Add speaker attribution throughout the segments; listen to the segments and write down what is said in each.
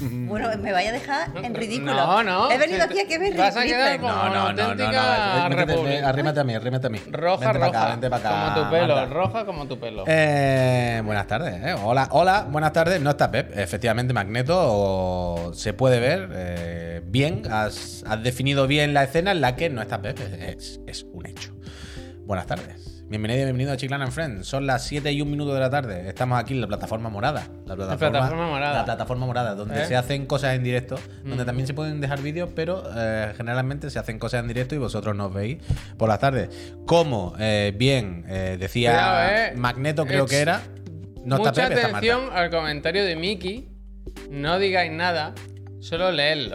Speaker 1: Bueno, me vaya a dejar en ridículo.
Speaker 2: No, no.
Speaker 1: He venido aquí a que me
Speaker 2: Vas a quedar
Speaker 1: ridiculicen.
Speaker 2: como
Speaker 3: No, no,
Speaker 2: una
Speaker 3: no, no, no.
Speaker 2: auténtica
Speaker 3: Vete,
Speaker 2: república.
Speaker 3: vete, Arrímate a mí, arrímate a mí.
Speaker 2: Roja,
Speaker 3: Vente pa'
Speaker 2: roja.
Speaker 3: acá, vente pa' acá,
Speaker 2: como tu pelo,
Speaker 3: Marta.
Speaker 2: roja como tu pelo.
Speaker 3: Eh, buenas tardes. eh. Hola, hola, buenas tardes. No está Pep. Efectivamente, Magneto o- se puede ver eh, bien. Has, has definido bien la escena en la que no está Pep. Es, es un hecho. Buenas tardes. Bienvenido y bienvenido a Chiclana and Friends. Son las 7 y un minuto de la tarde. Estamos aquí en la plataforma morada. La plataforma,
Speaker 2: plataforma morada.
Speaker 3: La plataforma morada, donde
Speaker 2: ¿Eh? Mm.
Speaker 3: se hacen cosas en directo. Donde también se pueden dejar vídeos, pero eh, generalmente se hacen cosas en directo y vosotros nos veis por las tardes. Como eh, bien eh, decía
Speaker 2: Cuidado, eh.
Speaker 3: Magneto creo
Speaker 2: Ex-
Speaker 3: que era. No
Speaker 2: Mucha
Speaker 3: está Pepe, está Marta.
Speaker 2: atención al comentario de Mickey. No digáis nada, solo leedlo.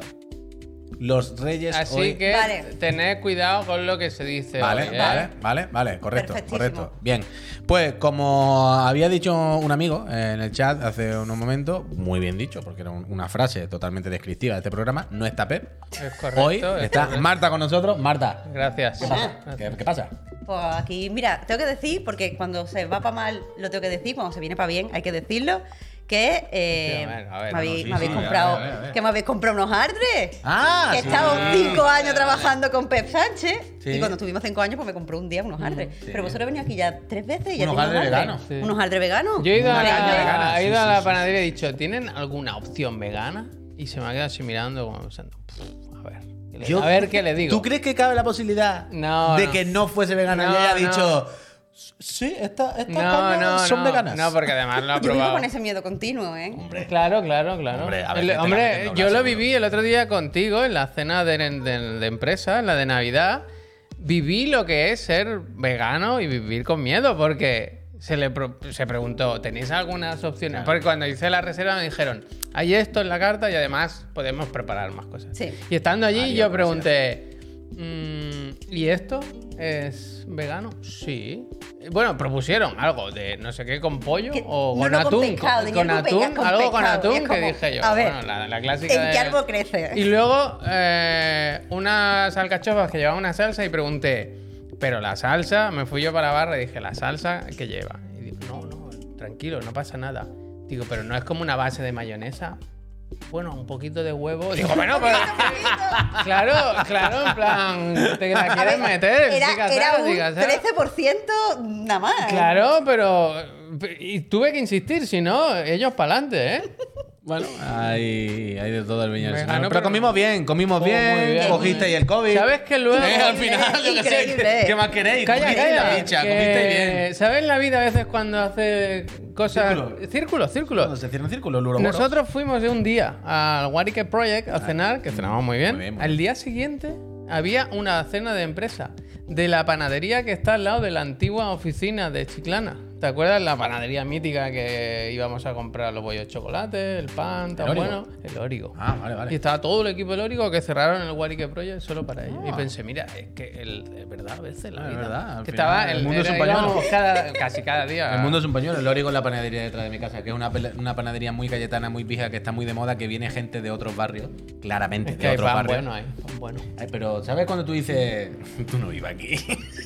Speaker 3: Los Reyes
Speaker 2: Así
Speaker 3: hoy-
Speaker 2: que
Speaker 1: Vale.
Speaker 2: tened cuidado con lo que se dice.
Speaker 3: Vale,
Speaker 2: hoy, ¿eh?
Speaker 3: vale, vale, vale, correcto,
Speaker 1: Perfectísimo.
Speaker 3: correcto. Bien, pues como había dicho un amigo eh, en el chat hace unos momentos, muy bien dicho, porque era un- una frase totalmente descriptiva de este programa, no está Pep.
Speaker 2: Es correcto.
Speaker 3: hoy
Speaker 2: es
Speaker 3: está
Speaker 2: correcto.
Speaker 3: Marta con nosotros. Marta,
Speaker 2: Gracias.
Speaker 3: ¿qué pasa? ¿Qué, qué pasa?
Speaker 1: Pues aquí, mira, tengo que decir, porque cuando se va para mal lo tengo que decir, cuando se viene para bien hay que decirlo, que eh,
Speaker 2: Sí, a ver, a ver,
Speaker 1: me habéis,
Speaker 3: no, sí,
Speaker 1: me habéis
Speaker 3: sí, a ver,
Speaker 1: comprado,
Speaker 3: a ver, a ver.
Speaker 1: que me habéis comprado unos hardres.
Speaker 3: Ah,
Speaker 1: que
Speaker 3: sí.
Speaker 1: he estado cinco años trabajando con Pep Sánchez
Speaker 3: Sí.
Speaker 1: y cuando estuvimos cinco años pues me compró un día
Speaker 2: Mm,
Speaker 1: unos hardres. Pero vosotros venís aquí ya tres veces y ya
Speaker 3: Unos
Speaker 1: tengo
Speaker 3: hardres veganos.
Speaker 2: Sí.
Speaker 1: Unos hardres veganos.
Speaker 2: Yo he ido a
Speaker 1: Venga.
Speaker 3: caña
Speaker 2: la,
Speaker 3: vegana,
Speaker 2: he
Speaker 3: sí,
Speaker 2: ido a
Speaker 3: sí,
Speaker 2: la
Speaker 3: sí,
Speaker 2: panadería y he dicho, ¿tienen alguna opción vegana? Y se me ha quedado así mirando como pensando, "Pff, a ver, ¿qué le-
Speaker 3: Yo-
Speaker 2: a ver qué le digo.
Speaker 3: ¿Tú crees que cabe la posibilidad
Speaker 2: No,
Speaker 3: de
Speaker 2: no.
Speaker 3: que no fuese vegana
Speaker 2: No,
Speaker 3: y haya
Speaker 2: no.
Speaker 3: dicho, sí, estas estas
Speaker 2: No,
Speaker 3: cañas
Speaker 2: no,
Speaker 3: son
Speaker 2: no,
Speaker 3: veganas?
Speaker 2: No, porque además lo ha
Speaker 1: Yo vivo
Speaker 2: probado.
Speaker 1: con ese miedo continuo, ¿eh?
Speaker 2: Claro, claro, claro.
Speaker 3: Hombre, a ver, este
Speaker 2: El-
Speaker 3: que te la
Speaker 2: hombre,
Speaker 3: meten doblada,
Speaker 2: yo lo
Speaker 3: seguro.
Speaker 2: viví el otro día contigo en la cena de, de- de empresa, en la de Navidad. Viví lo que es ser vegano y vivir con miedo, porque se le pro- se preguntó, ¿tenéis algunas opciones? Porque cuando hice la reserva me dijeron, hay esto en la carta y además podemos preparar más cosas.
Speaker 1: Sí.
Speaker 2: Y estando allí
Speaker 3: Ahí
Speaker 2: yo
Speaker 3: va,
Speaker 2: pregunté, "Mm, ¿y esto es vegano? Sí. Bueno, propusieron algo de no sé qué con pollo
Speaker 1: Que-
Speaker 2: o
Speaker 1: no,
Speaker 2: con
Speaker 1: no, con
Speaker 2: atún.
Speaker 1: pescado,
Speaker 2: con,
Speaker 1: tenía
Speaker 2: con
Speaker 1: con
Speaker 2: atún,
Speaker 1: pesca- con
Speaker 2: algo con
Speaker 1: pescado, y
Speaker 2: atún
Speaker 1: es
Speaker 2: que
Speaker 1: como,
Speaker 2: dije yo.
Speaker 1: a ver,
Speaker 2: bueno, la, la clásica.
Speaker 1: ¿En
Speaker 2: de-
Speaker 1: qué árbol crece?
Speaker 2: Y luego eh, unas alcachofas que llevaban una salsa y pregunté, pero la salsa, me fui yo para la barra y dije, ¿la salsa qué lleva? Y digo, no, no, tranquilo, no pasa nada. Digo, pero no es como una base de mayonesa. Bueno, un poquito de huevo. Digo, bueno, pero. claro, claro, en plan, te la
Speaker 1: A ver,
Speaker 2: quieres meter.
Speaker 1: era,
Speaker 2: chicas,
Speaker 1: era
Speaker 2: ¿sabes?
Speaker 1: un
Speaker 2: Chicas, ¿sabes?
Speaker 1: 13% nada más.
Speaker 2: Claro, pero. Y tuve que insistir, si no, ellos para adelante, ¿eh?
Speaker 3: Bueno, hay, hay de todo el viñedo.
Speaker 2: Vegano,
Speaker 3: señor. pero,
Speaker 2: pero-
Speaker 3: comimos bien, comimos
Speaker 2: Oh, muy
Speaker 3: bien,
Speaker 2: bien.
Speaker 3: cogisteis el COVID.
Speaker 2: ¿Sabes que luego.
Speaker 3: Eh, al final, yo qué sé,
Speaker 1: Increíble.
Speaker 3: ¿qué, qué más queréis?
Speaker 2: Calla,
Speaker 3: Cogisteis
Speaker 2: calla.
Speaker 3: la pincha,
Speaker 2: que-
Speaker 3: cogisteis bien.
Speaker 2: ¿Sabes la vida a veces cuando hace cosas.
Speaker 3: Círculo.
Speaker 2: Círculos,
Speaker 3: Cuando
Speaker 2: círculos.
Speaker 3: se cierra un círculo, el uroboros.
Speaker 2: Nosotros fuimos de un día al Warike Project a cenar, que cenamos muy bien.
Speaker 3: Ah, mm, Muy bien, muy
Speaker 2: Al día siguiente había una cena de empresa de la panadería que está al lado de la antigua oficina de Chiclana. ¿Te acuerdas la panadería mítica que íbamos a comprar los bollos de chocolate, el pan, tan
Speaker 3: Órigo.
Speaker 2: bueno? El Órigo.
Speaker 3: Ah, vale,
Speaker 2: Y
Speaker 3: vale.
Speaker 2: estaba todo el equipo del Órigo que cerraron el Warwick Project solo para ellos. Y pensé, mira, es que el, es verdad, a veces la
Speaker 3: Ah, es
Speaker 2: vida.
Speaker 3: verdad, al
Speaker 2: que
Speaker 3: final
Speaker 2: estaba
Speaker 3: el mundo es un
Speaker 2: era- íbamos
Speaker 3: pañuelo.
Speaker 2: cada- casi cada día.
Speaker 3: El mundo es un pañuelo, el Origo es la panadería detrás de mi casa, que es una, pele- una panadería muy cayetana, muy pija, que está muy de moda, que viene gente de otros barrios, claramente,
Speaker 2: es que
Speaker 3: de
Speaker 2: hay
Speaker 3: otros
Speaker 2: pan
Speaker 3: barrios.
Speaker 2: bueno ahí. Pan bueno.
Speaker 3: Ay, pero ¿sabes cuando tú dices, tú no vives aquí?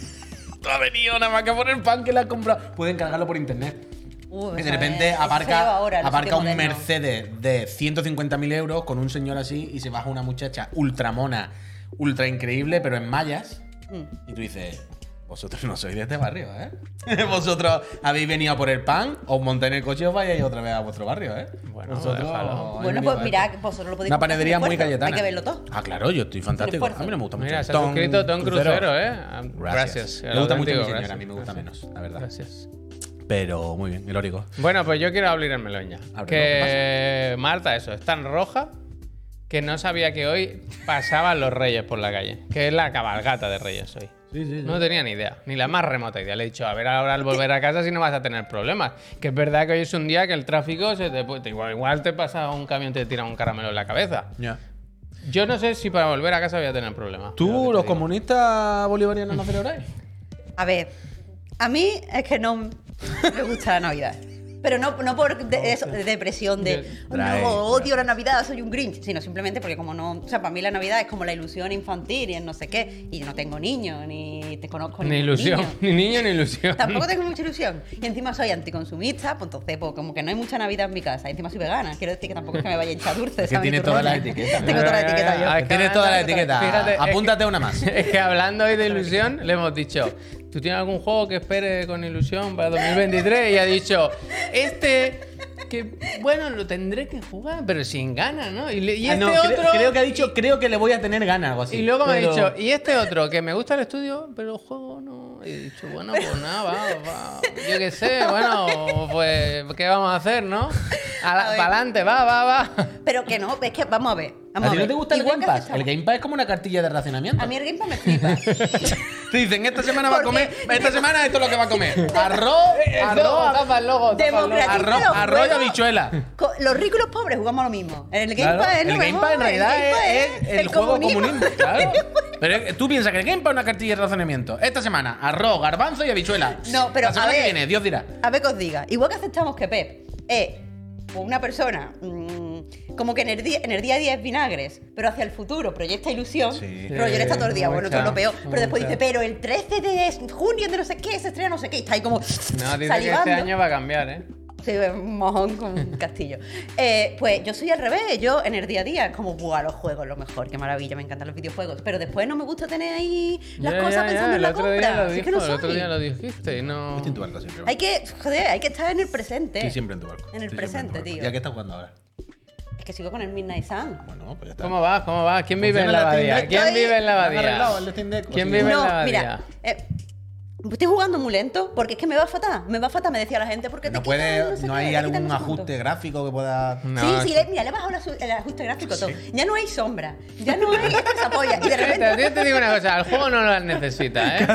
Speaker 3: tú has venido nada más que por el pan que la has comprado. Pueden cargarlo por internet.
Speaker 1: Uy,
Speaker 3: Que
Speaker 1: eso
Speaker 3: de
Speaker 1: es-
Speaker 3: repente
Speaker 1: Pues es
Speaker 3: aparca,
Speaker 1: feo ahora, los
Speaker 3: aparca un
Speaker 1: tiempos modernos.
Speaker 3: Mercedes de 150.000 euros con un señor así y se baja una muchacha ultramona, ultra increíble, pero en mallas.
Speaker 1: Mm.
Speaker 3: Y tú dices, vosotros no sois de este barrio, ¿eh? vosotros habéis venido a por el pan, os montáis en el coche y os vais otra vez a vuestro barrio, ¿eh?
Speaker 2: Bueno,
Speaker 3: Vosotros
Speaker 2: déjalo.
Speaker 3: habéis
Speaker 1: Bueno,
Speaker 3: venido
Speaker 1: pues
Speaker 3: a
Speaker 1: mirad,
Speaker 3: esto.
Speaker 1: vosotros lo podéis
Speaker 3: Una
Speaker 1: hacer
Speaker 3: panadería
Speaker 1: esfuerzo.
Speaker 3: muy cayetana.
Speaker 1: Hay que verlo todo.
Speaker 3: Ah, claro, yo estoy fantástico.
Speaker 1: esfuerzo.
Speaker 3: A mí no me gusta mucho.
Speaker 2: Mira, se ha
Speaker 3: Tom
Speaker 2: suscrito Tom Crucero, ¿eh?
Speaker 3: Gracias.
Speaker 2: Gracias.
Speaker 3: Me gusta mucho mi
Speaker 2: Auténtico,
Speaker 3: señora,
Speaker 2: gracias.
Speaker 3: a mí me gusta menos, la verdad.
Speaker 2: Gracias.
Speaker 3: Pero muy bien, el origo.
Speaker 2: Bueno, pues yo quiero abrir el melón ya.
Speaker 3: Ábrelo,
Speaker 2: que Marta, eso, es tan roja que no sabía que hoy pasaban los reyes por la calle. Que es la cabalgata de reyes hoy. No tenía ni idea, ni la más remota idea. Le he dicho, a ver ahora al volver a casa si no vas a tener problemas. Que es verdad que hoy es un día que el tráfico se te puede- Igual, igual te pasa un camión y te tira un caramelo en la cabeza.
Speaker 3: Ya.
Speaker 2: Yo no sé si para volver a casa voy a tener problemas. Pero
Speaker 3: ¿Tú,
Speaker 2: te
Speaker 3: los
Speaker 2: digo.
Speaker 3: comunistas bolivarianos, no celebráis?
Speaker 1: A ver, a mí es que no me gusta la Navidad. Pero no, no por de- eso, de depresión de,
Speaker 2: Del-
Speaker 1: "Oh,
Speaker 3: Trae-
Speaker 1: no, odio la Navidad, soy un Grinch, sino simplemente porque como no, o sea, para mí la Navidad es como la ilusión infantil y el no sé qué, y yo no tengo niño, ni te conozco
Speaker 2: Ni
Speaker 1: ningún
Speaker 2: ilusión,
Speaker 1: niño.
Speaker 2: ni niño ni ilusión.
Speaker 1: Tampoco tengo mucha ilusión. Y encima soy anticonsumista, pues entonces, pues, como que no hay mucha Navidad en mi casa. Y encima soy vegana. Quiero decir que tampoco es que me vaya a hinchar dulces.
Speaker 3: Es que
Speaker 1: ¿sabes?
Speaker 3: tiene
Speaker 1: Y
Speaker 3: toda la
Speaker 1: turrones.
Speaker 3: etiqueta.
Speaker 1: tengo toda la etiqueta yo.
Speaker 2: Ah,
Speaker 3: Es que tienes toda la
Speaker 1: Tengo toda
Speaker 3: etiqueta.
Speaker 2: Fíjate, es que-
Speaker 3: Apúntate una más.
Speaker 2: Es que hablando hoy de ilusión, le hemos dicho, ¿tú tienes algún juego que espere con ilusión para 2023? Y ha dicho, este, que bueno, lo tendré que jugar, pero sin ganas, ¿no? Y, le- y
Speaker 3: Ah,
Speaker 2: este
Speaker 3: no,
Speaker 2: otro...
Speaker 3: creo, creo que ha dicho, creo que le voy a tener ganas, algo así.
Speaker 2: Y luego me
Speaker 3: Pero-
Speaker 2: ha dicho, y este otro, que me gusta el estudio, pero el juego no. Y he dicho, bueno, pues nada, va, va. Yo qué sé, bueno, pues, ¿qué vamos a hacer, no?
Speaker 1: A ver.
Speaker 2: Para adelante, va, va, va.
Speaker 1: Pero que no, es que vamos a ver. Vamos
Speaker 3: ¿A ti
Speaker 1: ver.
Speaker 3: no te gusta el
Speaker 1: Igual
Speaker 3: Game
Speaker 1: que hace
Speaker 3: Pass?
Speaker 1: Chava.
Speaker 3: El Game Pass es como una cartilla de racionamiento.
Speaker 1: A mí el Game Pass me flipa.
Speaker 3: Te dicen, esta semana va a
Speaker 1: Porque-
Speaker 3: comer, esta semana esto es lo que va a comer. Arroz,
Speaker 2: Logo,
Speaker 3: arroz,
Speaker 2: tapa el logo, tapa el logo.
Speaker 1: Democracia.
Speaker 3: arroz,
Speaker 1: Pero
Speaker 3: arroz y
Speaker 1: bueno.
Speaker 3: habichuela.
Speaker 1: Co- Los ricos y los pobres jugamos lo mismo. El Game
Speaker 3: Claro,
Speaker 1: Pass es lo
Speaker 3: el Game
Speaker 1: mejor,
Speaker 3: Pass en realidad
Speaker 1: Game Pass
Speaker 3: es, es el, juego comunista, claro. Pero eh, tú piensas que el Game Pass es una cartilla de razonamiento. Esta semana, arroz, garbanzo y habichuela.
Speaker 1: No, pero
Speaker 3: La semana
Speaker 1: a ver.
Speaker 3: que viene, Dios dirá.
Speaker 1: A ver que os diga. Igual que aceptamos que Pep es una persona mm, como que en el, día, en el día a día es vinagres, pero hacia el futuro proyecta ilusión.
Speaker 3: Sí.
Speaker 1: Pero yo le está todo el día,
Speaker 2: Mucha,
Speaker 1: bueno, esto es lo peor. Pero después
Speaker 2: mucha.
Speaker 1: dice, pero el 13 de junio de no sé qué se estrena no sé qué. y está ahí como
Speaker 2: No, dice que
Speaker 1: salivando.
Speaker 2: este año va a cambiar, ¿eh?
Speaker 1: Sí, un mojón con un castillo. Eh, pues yo soy al revés, yo en el día a día es como, guau, los juegos, lo mejor, qué maravilla, me encantan los videojuegos. Pero después no me gusta tener ahí las
Speaker 2: Ya,
Speaker 1: cosas
Speaker 2: ya, ya,
Speaker 1: pensando en
Speaker 2: el
Speaker 1: la
Speaker 2: otro día
Speaker 1: compra.
Speaker 2: lo
Speaker 1: Así
Speaker 2: dijo,
Speaker 1: que no
Speaker 2: el otro
Speaker 1: soy.
Speaker 2: día lo dijiste y no.
Speaker 3: Estoy en tu barco siempre.
Speaker 1: Hay que, joder, hay que estar en el presente.
Speaker 3: Estoy siempre en tu barco.
Speaker 1: En el
Speaker 3: Estoy siempre
Speaker 1: presente,
Speaker 3: tu barco.
Speaker 1: tío.
Speaker 3: ¿Y a qué estás jugando ahora?
Speaker 1: Es que sigo con el Midnight Sun.
Speaker 3: Bueno, pues ya está.
Speaker 2: ¿Cómo vas? ¿Cómo vas? ¿Quién vive en
Speaker 3: Funciona
Speaker 2: la
Speaker 3: la
Speaker 2: abadía?
Speaker 3: Steam Deck.
Speaker 2: ¿Quién
Speaker 1: Estoy-
Speaker 2: vive en la
Speaker 3: Han arreglado el
Speaker 2: abadía?
Speaker 3: Steam Deck, o
Speaker 2: ¿Quién
Speaker 3: sea,
Speaker 2: vive en la
Speaker 1: No,
Speaker 2: abadía?
Speaker 1: mira, eh, estoy jugando muy lento porque es que me va fatal, me va fatal, me decía la gente, porque
Speaker 3: No
Speaker 1: te quitan
Speaker 3: puede,
Speaker 1: sé
Speaker 3: no
Speaker 1: qué, te
Speaker 3: hay
Speaker 1: quitan
Speaker 3: algún
Speaker 1: no sé cuánto.
Speaker 3: ajuste gráfico que pueda.
Speaker 2: No,
Speaker 1: sí, sí,
Speaker 2: es-
Speaker 1: le- mira, le he bajado la su- el ajuste gráfico todo. Ya no hay sombra, ya no hay esa polla. Y de repente
Speaker 2: Yo te digo una cosa, el juego no las necesita, ¿eh?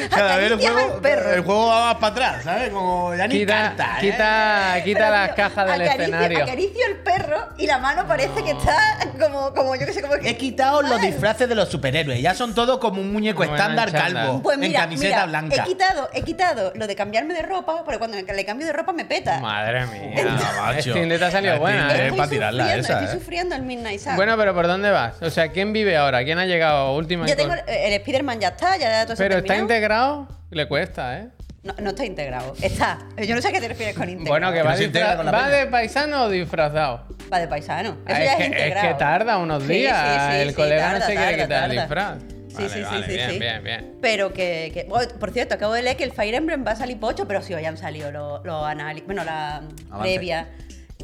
Speaker 1: acaricias al perro.
Speaker 3: juego va más para atrás, ¿sabes? Como ya
Speaker 2: Quita,
Speaker 3: carta, ¿eh?
Speaker 2: quita, quita
Speaker 1: Pero,
Speaker 2: las
Speaker 1: tío,
Speaker 2: cajas del
Speaker 1: acaricio-
Speaker 2: escenario.
Speaker 1: Acaricio el perro y la mano parece que está como, como yo que sé, como que. ¡Ah!
Speaker 3: He quitado los disfraces de los superhéroes. Ya son todos como un muñeco
Speaker 2: Como en
Speaker 3: estándar
Speaker 2: Uncharted.
Speaker 3: calvo.
Speaker 1: Pues mira,
Speaker 3: en camiseta
Speaker 1: mira,
Speaker 3: blanca.
Speaker 1: He quitado, he quitado lo de cambiarme de ropa, porque cuando le cambio de ropa me peta.
Speaker 2: Madre mía.
Speaker 3: Venga, macho.
Speaker 2: Steam Deck te ha salido
Speaker 3: La
Speaker 2: buena,
Speaker 3: Steam
Speaker 2: ¿eh?
Speaker 3: Deck. pa' tirarla
Speaker 1: sufriendo,
Speaker 3: esa,
Speaker 1: estoy
Speaker 3: eh.
Speaker 1: sufriendo el Midnight Sun.
Speaker 2: Bueno, pero ¿por dónde vas? O sea, ¿quién vive ahora? ¿Quién ha llegado última?
Speaker 1: yo
Speaker 2: y
Speaker 1: tengo
Speaker 2: con-
Speaker 1: el, el Spider-Man ya está, ya todo eso
Speaker 2: Pero está
Speaker 1: terminado.
Speaker 2: integrado, le cuesta, ¿eh?
Speaker 1: no, no está integrado, está. Yo no sé a qué te refieres con integrado.
Speaker 2: Bueno, que
Speaker 3: Que
Speaker 2: va,
Speaker 3: no se
Speaker 2: disfra-
Speaker 3: integra con la
Speaker 2: ¿va
Speaker 3: peña.
Speaker 2: de paisano o disfrazado.
Speaker 1: Va de paisano. Eso ya
Speaker 2: Ah, es,
Speaker 1: es,
Speaker 2: que, es
Speaker 1: integrado.
Speaker 2: que tarda unos
Speaker 1: Sí,
Speaker 2: días.
Speaker 1: sí, sí,
Speaker 2: el
Speaker 1: sí,
Speaker 2: colega no
Speaker 1: tarda,
Speaker 2: se quiere
Speaker 1: tarda,
Speaker 2: quitar el
Speaker 1: tarda.
Speaker 2: disfraz.
Speaker 1: Sí,
Speaker 2: Vale,
Speaker 1: sí, sí,
Speaker 2: vale,
Speaker 1: sí,
Speaker 2: bien,
Speaker 1: sí.
Speaker 2: Bien, bien.
Speaker 1: Pero que, que- bueno, por cierto, acabo de leer que el Fire Emblem va a salir pocho, pero sí hoy han salido los análisis, bueno, la
Speaker 3: Avance.
Speaker 1: previa.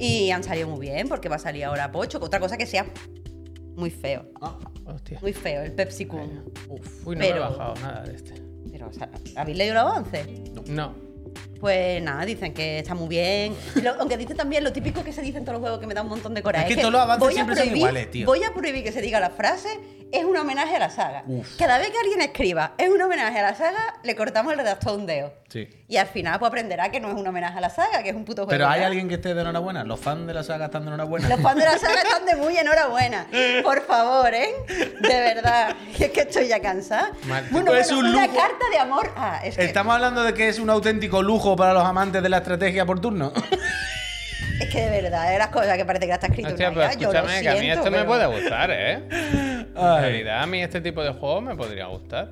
Speaker 1: Y han salido muy bien, porque va a salir ahora pocho. Otra cosa que sea muy feo,
Speaker 2: Hostia.
Speaker 1: muy feo, el Pepsi Kun.
Speaker 2: Uf, uy, no me
Speaker 1: Pero-
Speaker 2: he bajado nada de este.
Speaker 1: Pero, o sea, ¿habéis leído el avance?
Speaker 2: No.
Speaker 1: Pues nada, dicen que está muy bien. Lo- aunque dicen también lo típico que se dice en todos los juegos que me da un montón de coraje.
Speaker 3: Es que todos los avances
Speaker 1: voy a
Speaker 3: siempre son iguales, tío.
Speaker 1: Voy a prohibir que se diga la frase, es un homenaje a la saga. Cada vez que alguien escriba, es un homenaje a la saga, le cortamos el redactor un dedo.
Speaker 3: Sí.
Speaker 1: Y al final pues aprenderá que no es un homenaje a la saga, que es un puto juego.
Speaker 3: Pero hay
Speaker 1: real.
Speaker 3: alguien que esté de enhorabuena. Los fans de la saga están de enhorabuena.
Speaker 1: Los fans de la saga están de muy enhorabuena. Por favor, ¿eh? De verdad. Es que estoy ya cansada.
Speaker 2: Mal.
Speaker 3: Es Pues un
Speaker 1: una
Speaker 3: lujo.
Speaker 1: carta de amor. Ah, es que,
Speaker 3: Estamos hablando de que es un auténtico lujo para los amantes de la estrategia por turno.
Speaker 1: es que de verdad, es las cosas que parece que la está escrito en
Speaker 2: Hostia, pero
Speaker 1: realidad, yo lo
Speaker 2: escúchame, que a mí
Speaker 1: siento,
Speaker 2: esto me
Speaker 1: pero-
Speaker 2: puede gustar, ¿eh? En
Speaker 3: Ay.
Speaker 2: realidad, a mí este tipo de juegos me podría gustar.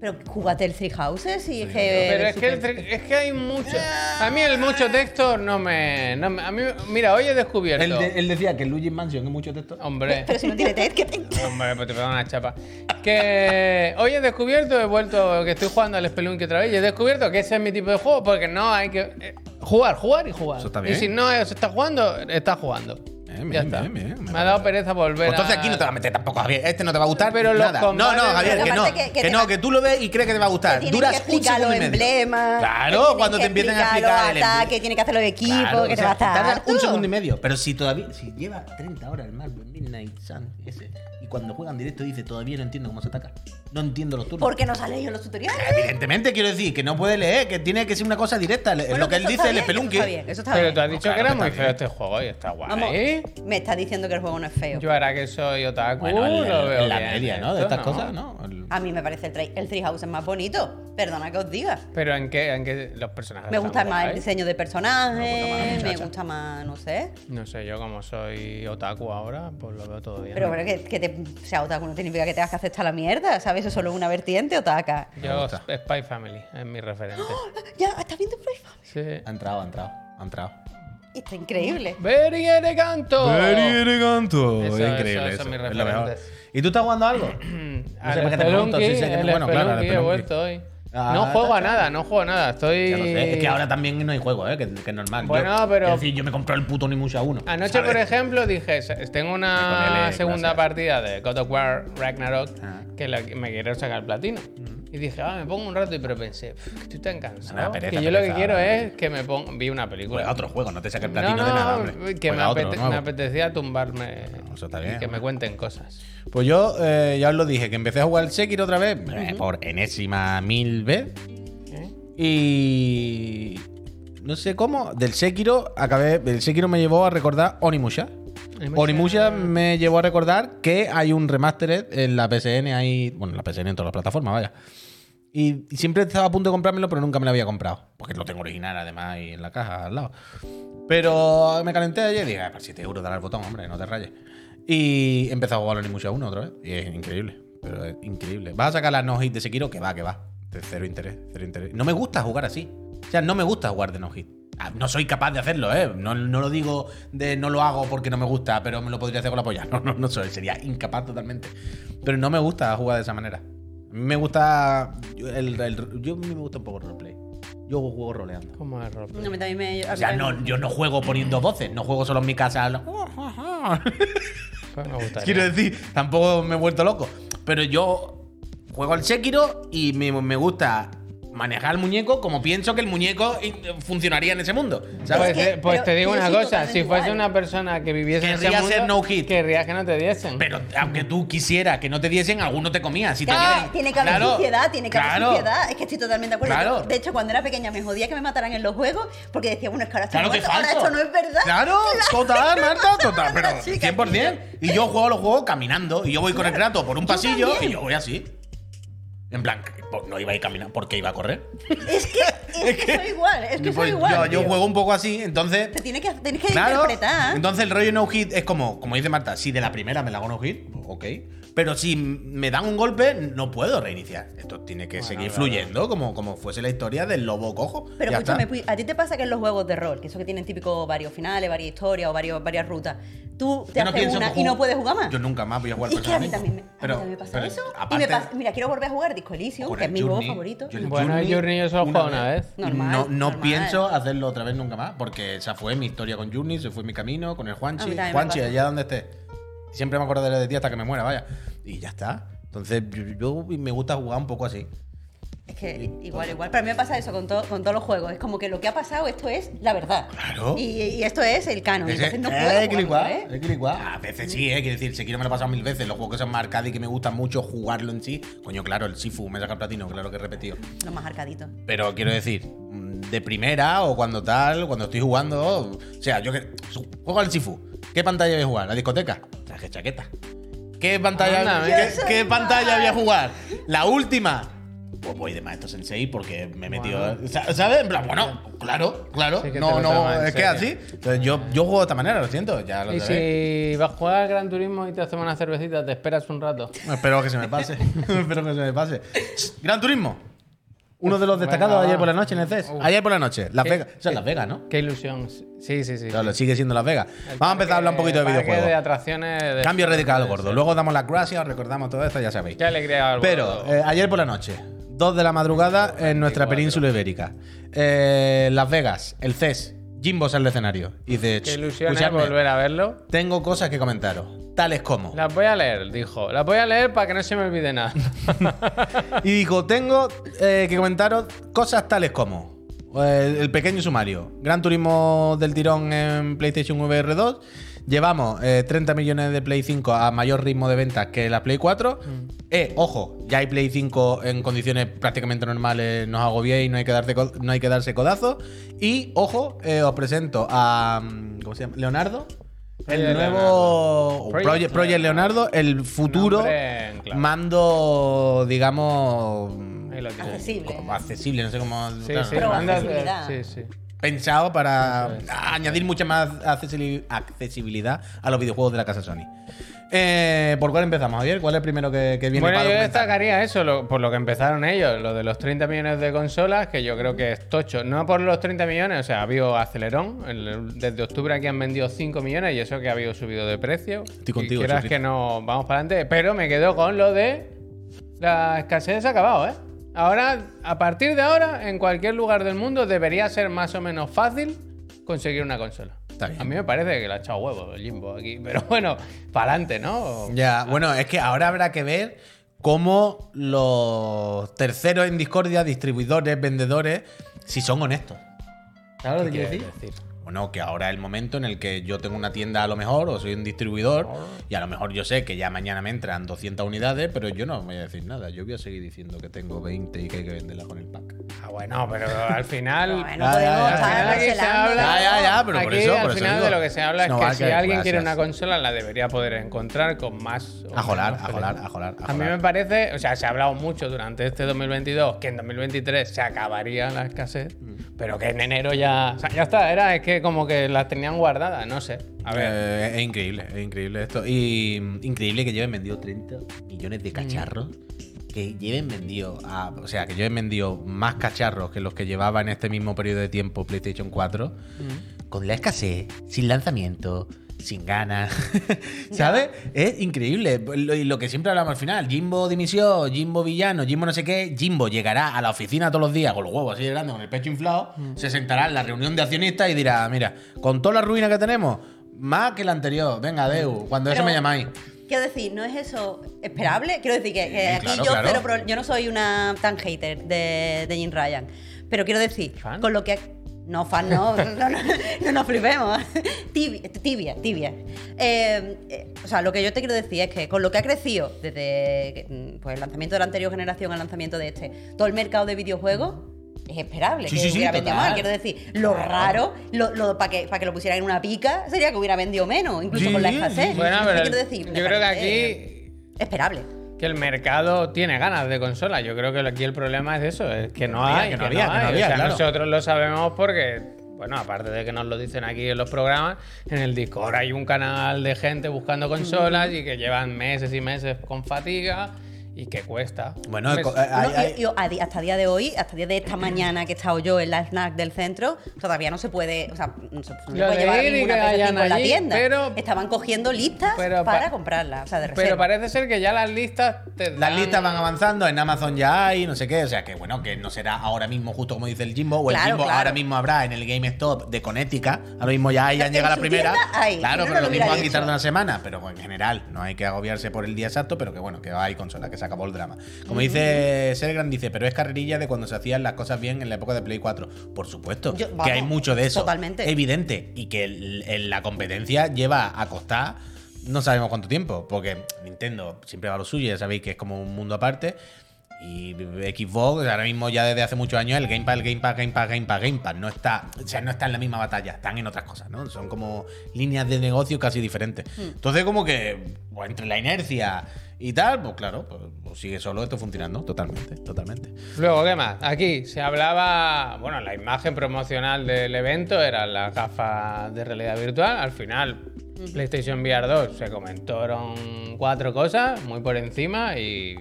Speaker 1: Pero júgate el Three Houses y es que.
Speaker 2: Pero es que, el
Speaker 1: super-
Speaker 2: tri- es que hay mucho. A mí el mucho texto no me. no me- a mí, mira, hoy he descubierto.
Speaker 3: Él, de- él decía que Luigi's Mansion es mucho texto.
Speaker 2: Hombre.
Speaker 1: Pero si no tiene TED, que te...
Speaker 2: Hombre, pues te pego una chapa. Que hoy he descubierto, he vuelto, que estoy jugando al Spelunky otra vez y he descubierto que ese es mi tipo de juego porque no hay que. eh, Jugar, jugar y jugar.
Speaker 3: Eso está bien.
Speaker 2: Y si no eh, se está jugando, está jugando.
Speaker 3: bien,
Speaker 2: ya está.
Speaker 3: bien, bien.
Speaker 2: me ha dado pereza volver.
Speaker 3: Pues Entonces
Speaker 2: a-
Speaker 3: aquí no te va a meter tampoco, Javier. Este no te va a gustar,
Speaker 2: Pero los
Speaker 3: nada.
Speaker 2: combates-
Speaker 3: No, no, Javier,
Speaker 1: Pero
Speaker 3: que no.
Speaker 1: aparte
Speaker 3: Que,
Speaker 1: que- que te
Speaker 3: no,
Speaker 1: va-
Speaker 3: que tú lo ves y crees que te va a gustar.
Speaker 1: tienen que
Speaker 3: Duras un
Speaker 1: explicar
Speaker 3: segundo
Speaker 1: los
Speaker 3: y medio.
Speaker 1: emblemas.
Speaker 3: Claro,
Speaker 1: que tienen
Speaker 3: cuando
Speaker 1: que
Speaker 3: te empiezan a
Speaker 1: los
Speaker 3: explicar el emblema.
Speaker 1: ataques, tienen que hacer los equipos,
Speaker 3: Claro,
Speaker 1: que
Speaker 3: o
Speaker 1: te
Speaker 3: sea,
Speaker 1: va a estar.
Speaker 3: tardan un segundo y medio. Pero si todavía. Si lleva 30 horas el Marvel Midnight Sun ese. Y cuando juega en directo dice, todavía no entiendo cómo se ataca. No entiendo los turnos.
Speaker 1: Porque no salen en los tutoriales.
Speaker 3: Evidentemente, quiero decir, que no puede leer, que tiene que ser una cosa directa. Le-
Speaker 1: Bueno,
Speaker 3: lo que él
Speaker 1: eso
Speaker 3: dice,
Speaker 1: está
Speaker 3: el
Speaker 1: bien,
Speaker 3: espelunque.
Speaker 1: Eso está bien. Eso está
Speaker 2: Pero tú
Speaker 1: bien.
Speaker 2: has dicho
Speaker 3: claro
Speaker 2: que era
Speaker 3: que
Speaker 2: muy
Speaker 3: está
Speaker 2: feo
Speaker 3: bien.
Speaker 2: este juego y está guay.
Speaker 1: Vamos,
Speaker 2: ¿Sí?
Speaker 1: Me estás diciendo que el juego no es feo.
Speaker 2: Yo ahora que soy otaku,
Speaker 3: Bueno, en,
Speaker 2: lo
Speaker 3: en
Speaker 2: veo
Speaker 3: la
Speaker 2: bien
Speaker 3: media, ¿no?
Speaker 2: esto,
Speaker 3: De estas cosas, ¿no? El-
Speaker 1: A mí me parece el, tri- el Treehouse es más bonito. Perdona que os diga.
Speaker 2: Pero en qué, en qué los personajes.
Speaker 1: Me
Speaker 2: están
Speaker 1: gusta más el
Speaker 2: guays?
Speaker 1: diseño de
Speaker 3: Me gusta más la
Speaker 1: personajes, me
Speaker 3: muchacha.
Speaker 1: gusta más, no sé.
Speaker 2: No sé, yo como soy otaku ahora, pues lo veo todo bien.
Speaker 1: Pero bueno, que, que te, o sea, otaku no significa que tengas que aceptar la mierda, ¿sabes? Eso es solo una vertiente, otaka.
Speaker 3: Me
Speaker 2: Yo,
Speaker 3: gusta.
Speaker 2: Spy Family, es mi referente.
Speaker 1: Ya, estás viendo Brave Family?
Speaker 2: Sí.
Speaker 3: Ha entrado, ha entrado, ha entrado.
Speaker 1: Está increíble.
Speaker 2: ¡Very elegante!
Speaker 3: elegante.
Speaker 2: Eso,
Speaker 3: es increíble.
Speaker 2: eso,
Speaker 3: Eso,
Speaker 2: son mis
Speaker 3: es lo mejor.
Speaker 2: referentes.
Speaker 3: ¿Y tú estás jugando algo?
Speaker 2: Al
Speaker 3: sé por qué te pregunto,
Speaker 2: Spelunky,
Speaker 3: sí sé que
Speaker 2: el
Speaker 3: no- bueno, claro, al
Speaker 2: Spelunky he
Speaker 3: Spelunky.
Speaker 2: vuelto hoy.
Speaker 3: Ah,
Speaker 2: no juego a
Speaker 3: está
Speaker 2: nada, no juego a nada. Estoy.
Speaker 3: Ya lo sé. Es que ahora también no hay juego, ¿eh? Que, que es normal.
Speaker 2: Bueno,
Speaker 3: Yo-
Speaker 2: pero-
Speaker 3: quiero decir, yo me compré el puto Nimusha 1.
Speaker 2: Anoche,
Speaker 3: ¿sabes?
Speaker 2: por ejemplo, dije, "Se- tengo
Speaker 3: Con
Speaker 2: una
Speaker 3: L,
Speaker 2: segunda
Speaker 3: gracias.
Speaker 2: partida de God of War Ragnarok
Speaker 3: Ah. Mm.
Speaker 2: que la- me quiero sacar platino. Y dije, ah, me pongo un rato y pero pensé, "Pff, que estoy tan
Speaker 3: Nada,
Speaker 2: cansado.
Speaker 3: pereza,
Speaker 2: que yo lo que
Speaker 3: pereza,
Speaker 2: quiero
Speaker 3: pereza.
Speaker 2: es que me ponga... Vi una película.
Speaker 3: Juega Pues, otro juego, no te saques el
Speaker 2: No,
Speaker 3: platino de
Speaker 2: no,
Speaker 3: nada, hombre.
Speaker 2: que me,
Speaker 3: Juega otro,
Speaker 2: apete-
Speaker 3: nuevo.
Speaker 2: me apetecía tumbarme
Speaker 3: eso
Speaker 2: y
Speaker 3: está bien,
Speaker 2: que me
Speaker 3: hombre.
Speaker 2: cuenten cosas.
Speaker 3: Pues yo eh, ya os lo dije, que empecé a jugar el Sekiro otra vez, eh, por enésima mil vez.
Speaker 2: ¿Eh?
Speaker 3: Y. No sé cómo, del Sekiro acabé. El Sekiro me llevó a recordar Onimusha.
Speaker 2: Onimusha-
Speaker 3: Onimusha me llevó a recordar que hay un remastered en la PSN, hay. Bueno, en la PSN en todas las plataformas, vaya. Y y siempre estaba a punto de comprármelo, pero nunca me lo había comprado. Porque lo tengo original, además, y en la caja al lado. Pero me calenté ayer y dije, "Ah, por 7 euros dale al botón, hombre, no te rayes. Y he empezado a jugar al Onimusha 1 otra vez. Y es increíble. Pero es increíble. ¿Vas a sacar las no-hit de Sekiro? Que va, que va. De cero interés, cero interés. No me gusta jugar así. O sea, no me gusta jugar de no-hit. Ah, No soy capaz de hacerlo, ¿eh? No, no lo digo de no lo hago porque no me gusta, pero me lo podría hacer con la polla. No, no, no soy. Sería incapaz totalmente. Pero no me gusta jugar de esa manera. A mí me gusta. Yo, el, el- yo a mí me gusta un poco el roleplay. Yo juego roleando.
Speaker 2: ¿Cómo es roleplay?
Speaker 1: No, me- también me-
Speaker 3: O sea, no, yo no juego poniendo voces, no juego solo en mi casa.
Speaker 2: Pues me gustaría.
Speaker 3: Quiero decir, tampoco me he vuelto loco. Pero yo juego al Sekiro y me, me gusta manejar al muñeco como pienso que el muñeco eh, funcionaría en ese mundo.
Speaker 2: Pues,
Speaker 3: ¿sabes?
Speaker 1: Es que-
Speaker 2: eh, pues
Speaker 1: pero
Speaker 2: te digo
Speaker 1: yo
Speaker 2: una
Speaker 1: soy
Speaker 2: cosa,
Speaker 1: totalmente
Speaker 2: si fuese
Speaker 1: igual.
Speaker 2: una persona que viviese en ese
Speaker 3: Querría ser
Speaker 2: mundo,
Speaker 3: no kid.
Speaker 2: Querría que no te diesen.
Speaker 3: Pero aunque tú quisieras que no te diesen, alguno te comía. Si te
Speaker 1: Ah,
Speaker 3: quieren-
Speaker 1: tiene que haber
Speaker 3: Claro,
Speaker 1: suciedad, tiene que
Speaker 3: claro.
Speaker 1: haber suciedad. Es que estoy totalmente de acuerdo.
Speaker 3: Claro.
Speaker 1: Yo, De hecho, cuando era pequeña me jodía que me mataran en los juegos porque decía, bueno, es que ahora estoy
Speaker 3: Claro que es
Speaker 1: muerta,
Speaker 3: falso.
Speaker 1: ahora esto no es verdad.
Speaker 3: Claro, total, Marta, total. Pero
Speaker 1: Las chicas,
Speaker 3: 100%. Y yo juego los juegos caminando. Y yo voy con el Kratos por un pasillo
Speaker 1: también.
Speaker 3: y yo voy así. En plan, po- no iba a ir caminando porque iba a correr.
Speaker 1: Es que, es que soy igual, es que soy
Speaker 3: Pues
Speaker 1: igual.
Speaker 3: yo, yo
Speaker 1: tío.
Speaker 3: juego un poco así, entonces.
Speaker 1: Te tienes que, tienes que
Speaker 3: Claro.
Speaker 1: interpretar.
Speaker 3: Entonces el rollo no hit es como, como dice Marta, si de la primera me la hago no hit, ok. Pero si me dan un golpe, no puedo reiniciar. Esto tiene que seguir fluyendo como, como fuese la historia del lobo cojo.
Speaker 1: Pero
Speaker 3: Ya está.
Speaker 1: escúchame, Puy, ¿a ti te pasa que en los juegos de rol, que eso que tienen típico varios finales, varias historias o varios, varias rutas, tú te
Speaker 3: Yo no
Speaker 1: haces
Speaker 3: pienso
Speaker 1: una
Speaker 3: jugar-
Speaker 1: y no puedes jugar más?
Speaker 3: Yo nunca más voy a jugar
Speaker 1: es que a mí
Speaker 3: personalmente.
Speaker 1: también me, a mí
Speaker 3: Pero-
Speaker 1: también me pasa
Speaker 3: pero
Speaker 1: eso. y
Speaker 3: aparte-
Speaker 1: me pasa, mira, quiero volver a jugar Disco Elysium,
Speaker 3: Joder,
Speaker 1: que es mi juego
Speaker 3: Journey,
Speaker 1: favorito.
Speaker 3: yo el
Speaker 2: Bueno, el Journey yo solo he jugado una vez.
Speaker 1: Normal,
Speaker 3: no no
Speaker 1: normal.
Speaker 3: pienso hacerlo otra vez nunca más, porque esa fue mi historia con Journey, se fue mi camino, con el
Speaker 1: A
Speaker 3: Juanchi.
Speaker 1: mí también me
Speaker 3: Juanchi,
Speaker 1: pasa.
Speaker 3: allá donde esté. Siempre me acordaré de ti hasta que me muera, vaya. Y ya está. Entonces, yo, yo- me gusta jugar un poco así.
Speaker 1: Es que igual, igual. Pero a mí me pasa eso con, to- con todos los juegos. Es como que lo que ha pasado, esto es la verdad.
Speaker 3: Claro.
Speaker 1: Y, y esto es el canon.
Speaker 3: Ese-
Speaker 1: Entonces no
Speaker 3: eh,
Speaker 1: puedo jugarlo,
Speaker 3: equilibrado,
Speaker 1: ¿eh?
Speaker 3: equilibrado. A veces sí, eh, quiero decir, si quiero me lo he pasado mil veces. Los juegos que son más arcade y que me gustan mucho jugarlo en sí. Coño, claro, el Sifu me saca el platino, claro que he repetido.
Speaker 1: Lo más arcadito.
Speaker 3: Pero quiero decir, mm, de primera o cuando tal, cuando estoy jugando. O sea, yo que. su- Juego al Sifu. ¿Qué pantalla voy a jugar? ¿La discoteca? Traje chaqueta. ¿Qué pantalla,
Speaker 2: Anda,
Speaker 3: qué,
Speaker 2: mira.
Speaker 1: Yo soy
Speaker 3: qué
Speaker 1: igual.
Speaker 3: pantalla voy a jugar? ¿La última? Pues voy de maestro sensei porque me he metido.
Speaker 2: Bueno.
Speaker 3: sa- ¿Sabes? En plan, bueno, claro, claro.
Speaker 2: Sí que te
Speaker 3: no,
Speaker 2: lo
Speaker 3: no,
Speaker 2: toma en
Speaker 3: es que
Speaker 2: serio.
Speaker 3: así. Entonces, yo, yo juego de esta manera, lo siento. Ya lo
Speaker 2: Y
Speaker 3: sabéis.
Speaker 2: si vas a jugar al Gran Turismo y te hacemos una cervecita, te esperas un rato.
Speaker 3: Espero que se me pase. Espero que se me pase. Gran Turismo. Uno de los destacados
Speaker 2: Venga,
Speaker 3: ayer
Speaker 2: va.
Speaker 3: por la noche en el CES.
Speaker 2: Uf. Eh,
Speaker 3: Ayer por la noche. Las
Speaker 2: Qué-
Speaker 3: Vegas. O sea, Las Vegas, ¿no?
Speaker 2: Qué ilusión. Sí, sí, sí.
Speaker 3: Claro, sigue siendo Las Vegas. Vamos a empezar a hablar un poquito de
Speaker 2: de
Speaker 3: videojuegos.
Speaker 2: atracciones. de-
Speaker 3: Cambio radical, gordo. Luego damos las gracias, os recordamos todo esto, ya sabéis.
Speaker 2: Qué alegría. al
Speaker 3: Pero
Speaker 2: gordo.
Speaker 3: eh, ayer por la noche, 2 de la madrugada en nuestra península ibérica. Eh, Las Vegas, el CES, Jimbo sale al escenario. Y de
Speaker 2: Qué
Speaker 3: hecho,
Speaker 2: ilusión es volver a verlo.
Speaker 3: tengo cosas que comentaros, tales como.
Speaker 2: Las voy a leer, dijo. Las voy a leer para que no se me olvide nada.
Speaker 3: Y digo, tengo eh, que comentaros cosas tales como eh, el pequeño sumario, Gran Turismo del tirón en PlayStation VR 2, llevamos eh, 30 millones de Play 5 a mayor ritmo de ventas que la Play 4.
Speaker 2: Mm.
Speaker 3: Eh, ojo, ya hay Play 5 en condiciones prácticamente normales, nos agobiéis, no hay que, darte co- no hay que darse codazo. Y ojo, eh, os presento a mm, ¿cómo se llama? Leonardo. El
Speaker 2: Project
Speaker 3: nuevo
Speaker 2: Leonardo.
Speaker 3: Project, Project Leonardo, el futuro
Speaker 2: Nombre, claro.
Speaker 3: mando, digamos,
Speaker 2: Ahí lo tienes.
Speaker 1: Accesible.
Speaker 3: como accesible, no sé cómo.
Speaker 2: Sí,
Speaker 3: claro,
Speaker 2: sí,
Speaker 1: Pero
Speaker 2: manda-
Speaker 1: accesibilidad.
Speaker 2: sí, sí.
Speaker 3: Pensado para
Speaker 2: Eso es.
Speaker 3: añadir mucha más accesibili- accesibilidad a los videojuegos de la casa Sony. Eh, ¿Por cuál empezamos, Javier? ¿Cuál es el primero que, que viene
Speaker 2: Bueno,
Speaker 3: para
Speaker 2: yo
Speaker 3: comentar?
Speaker 2: destacaría eso, lo- por lo que empezaron ellos, lo de los 30 millones de consolas, que yo creo que es tocho. No por los 30 millones, o sea, ha habido acelerón. el- desde octubre aquí han vendido 5 millones y eso que ha habido subido de precio.
Speaker 3: Estoy contigo,
Speaker 2: Y quieras
Speaker 3: Churri.
Speaker 2: que no, vamos para adelante. Pero me quedo con lo de la escasez se ha acabado, ¿eh? Ahora, a partir de ahora, en cualquier lugar del mundo debería ser más o menos fácil conseguir una consola.
Speaker 3: Está bien.
Speaker 2: A mí me parece que le ha echado huevo el Jimbo aquí, pero bueno, para adelante, ¿no?
Speaker 3: Ya, bueno, es que ahora habrá que ver cómo los terceros en discordia, distribuidores, vendedores, si son honestos.
Speaker 2: ¿Sabes lo que
Speaker 3: quiero
Speaker 2: quiero
Speaker 3: decir? Bueno, que ahora es el momento en el que yo tengo una tienda a lo mejor, o soy un distribuidor, y a lo mejor yo sé que ya mañana me entran 200 unidades, pero yo no voy a decir nada. Yo voy a seguir diciendo que tengo 20 y que hay que venderla con el pack.
Speaker 2: Ah, bueno, pero al final.
Speaker 1: Bueno,
Speaker 3: Ya, ya,
Speaker 1: podemos
Speaker 3: ya.
Speaker 2: Al final
Speaker 1: estar
Speaker 2: aquí se
Speaker 1: cancelando.
Speaker 2: habla-
Speaker 3: Ya, ya, ya, pero por
Speaker 2: aquí,
Speaker 3: eso,
Speaker 2: Al
Speaker 3: por eso
Speaker 2: final
Speaker 3: digo.
Speaker 2: de lo que se habla es
Speaker 3: No,
Speaker 2: que
Speaker 3: vale,
Speaker 2: si alguien
Speaker 3: gracias.
Speaker 2: quiere una consola, la debería poder encontrar con más. o
Speaker 3: A jolar,
Speaker 2: menos
Speaker 3: a jolar, a jolar, a
Speaker 2: A mí
Speaker 3: jolar.
Speaker 2: me parece, o sea, se ha hablado mucho durante este 2022 que en 2023 se acabaría la escasez,
Speaker 3: Mm.
Speaker 2: pero que en enero ya. O sea, ya está, era, es que como que las tenían guardadas, no sé. A ver.
Speaker 3: Eh, es increíble, es increíble esto. Y mm, increíble que lleven vendido 30 millones
Speaker 2: Mm.
Speaker 3: de cacharros. Que lleven vendido, a- o sea, que lleven vendido más cacharros que los que llevaba en este mismo periodo de tiempo PlayStation 4.
Speaker 1: Mm.
Speaker 3: Con la escasez, sin lanzamiento, sin ganas. ¿Sabes? Es increíble. Lo- Y lo que siempre hablamos al final: Jimbo dimisión, Jimbo villano, Jimbo no sé qué. Jimbo llegará a la oficina todos los días con los huevos así de grande, con el pecho inflado. Se sentará en la reunión de accionistas y dirá: Mira, con toda la ruina que tenemos, más que la anterior, venga, Deu, cuando eso
Speaker 1: Pero-
Speaker 3: me llamáis.
Speaker 1: Quiero decir, ¿no es eso esperable? Quiero decir que, que
Speaker 3: Sí,
Speaker 1: aquí
Speaker 3: claro,
Speaker 1: yo,
Speaker 3: claro.
Speaker 1: cero pro- yo no soy una tan hater de, de Jim Ryan. Pero quiero decir,
Speaker 2: ¿Fan?
Speaker 1: con lo que. No, fan, no. no, no, no nos flipemos. Tibia, tibia. tibia. Eh, eh, o sea, lo que yo te quiero decir es que con lo que ha crecido desde que, mm, pues, el lanzamiento de la anterior generación al lanzamiento de este, todo el mercado de videojuegos. Es esperable
Speaker 3: Sí,
Speaker 1: que
Speaker 3: sí, sí,
Speaker 1: hubiera vendido
Speaker 3: total.
Speaker 1: más. Quiero decir, lo raro, lo, para que, pa' que lo pusieran en una pica, sería que hubiera vendido menos, incluso
Speaker 3: Sí,
Speaker 1: con la
Speaker 3: sí,
Speaker 1: escasez.
Speaker 2: bueno,
Speaker 1: ¿Qué
Speaker 2: pero
Speaker 1: quiero decir? Me
Speaker 2: yo creo que
Speaker 1: parece-
Speaker 2: aquí
Speaker 1: Esperable.
Speaker 2: Que el mercado tiene ganas de consola. Yo creo que aquí el problema es eso, es que no
Speaker 3: había,
Speaker 2: hay,
Speaker 3: que no había, que no
Speaker 2: hay.
Speaker 3: había,
Speaker 2: O sea,
Speaker 3: claro.
Speaker 2: Nosotros lo sabemos porque, bueno, aparte de que nos lo dicen aquí en los programas, en el Discord hay un canal de gente buscando consolas y que llevan meses y meses con fatiga y que cuesta.
Speaker 3: Bueno,
Speaker 2: Hombre,
Speaker 3: co- eh, hay-
Speaker 1: No,
Speaker 3: hay-
Speaker 1: yo- yo a di- hasta día de hoy, hasta día de esta mañana que he estado yo en la snack del centro, todavía no se puede, o sea, no se no se
Speaker 2: Lo
Speaker 1: puede
Speaker 2: de
Speaker 1: llevar
Speaker 2: ir y
Speaker 1: ninguna
Speaker 2: que
Speaker 1: PlayStation
Speaker 2: vayan
Speaker 1: en la
Speaker 2: allí,
Speaker 1: tienda.
Speaker 2: pero-
Speaker 1: Estaban cogiendo listas
Speaker 2: pero
Speaker 1: para
Speaker 2: pa-
Speaker 1: comprarla, o sea, de
Speaker 2: pero
Speaker 1: reserva.
Speaker 2: parece ser que ya las listas te
Speaker 3: eh, Las
Speaker 2: dan-
Speaker 3: listas van avanzando, en Amazon ya hay, no sé qué. O sea que bueno, que no será ahora mismo, justo como dice el Jimbo, o el
Speaker 1: Claro,
Speaker 3: Jimbo
Speaker 1: claro.
Speaker 3: ahora mismo habrá en el GameStop de Connecticut. Ahora mismo ya hay, ya han
Speaker 1: En
Speaker 3: llegado la
Speaker 1: su
Speaker 3: primera.
Speaker 1: tienda hay,
Speaker 3: Claro,
Speaker 1: si no, no
Speaker 3: pero lo
Speaker 1: lo
Speaker 3: mismo
Speaker 1: hubiera
Speaker 3: aquí
Speaker 1: dicho.
Speaker 3: tarda una semana. Pero bueno, en general, no hay que agobiarse por el día exacto, pero que bueno, que hay consola, que se acabó el drama. Como
Speaker 1: Mm.
Speaker 3: dice Sergran, dice, pero es carrerilla de cuando se hacían las cosas bien en la época de Play 4. Por supuesto,
Speaker 1: Yo-
Speaker 3: que
Speaker 1: vamos,
Speaker 3: hay mucho de eso.
Speaker 1: totalmente.
Speaker 3: Evidente. Y que el- el- la competencia lleva a costar no sabemos cuánto tiempo, porque Nintendo siempre va a lo suyo, ya sabéis que es como un mundo aparte. Y Xbox, ahora mismo ya desde hace muchos años, el Game Pass, el Game Pass, Game Pass, Game Pass, Game Pass, no está, o sea, no está en la misma batalla, están en otras cosas, ¿no? Son como líneas de negocio casi diferentes. Entonces, como que pues, entre la inercia y tal, pues claro, pues, pues, sigue solo esto funcionando, totalmente, totalmente.
Speaker 2: Luego, ¿qué más? Aquí se hablaba, bueno, la imagen promocional del evento era la gafa de realidad virtual. Al final, PlayStation VR 2 se comentaron cuatro cosas muy por encima y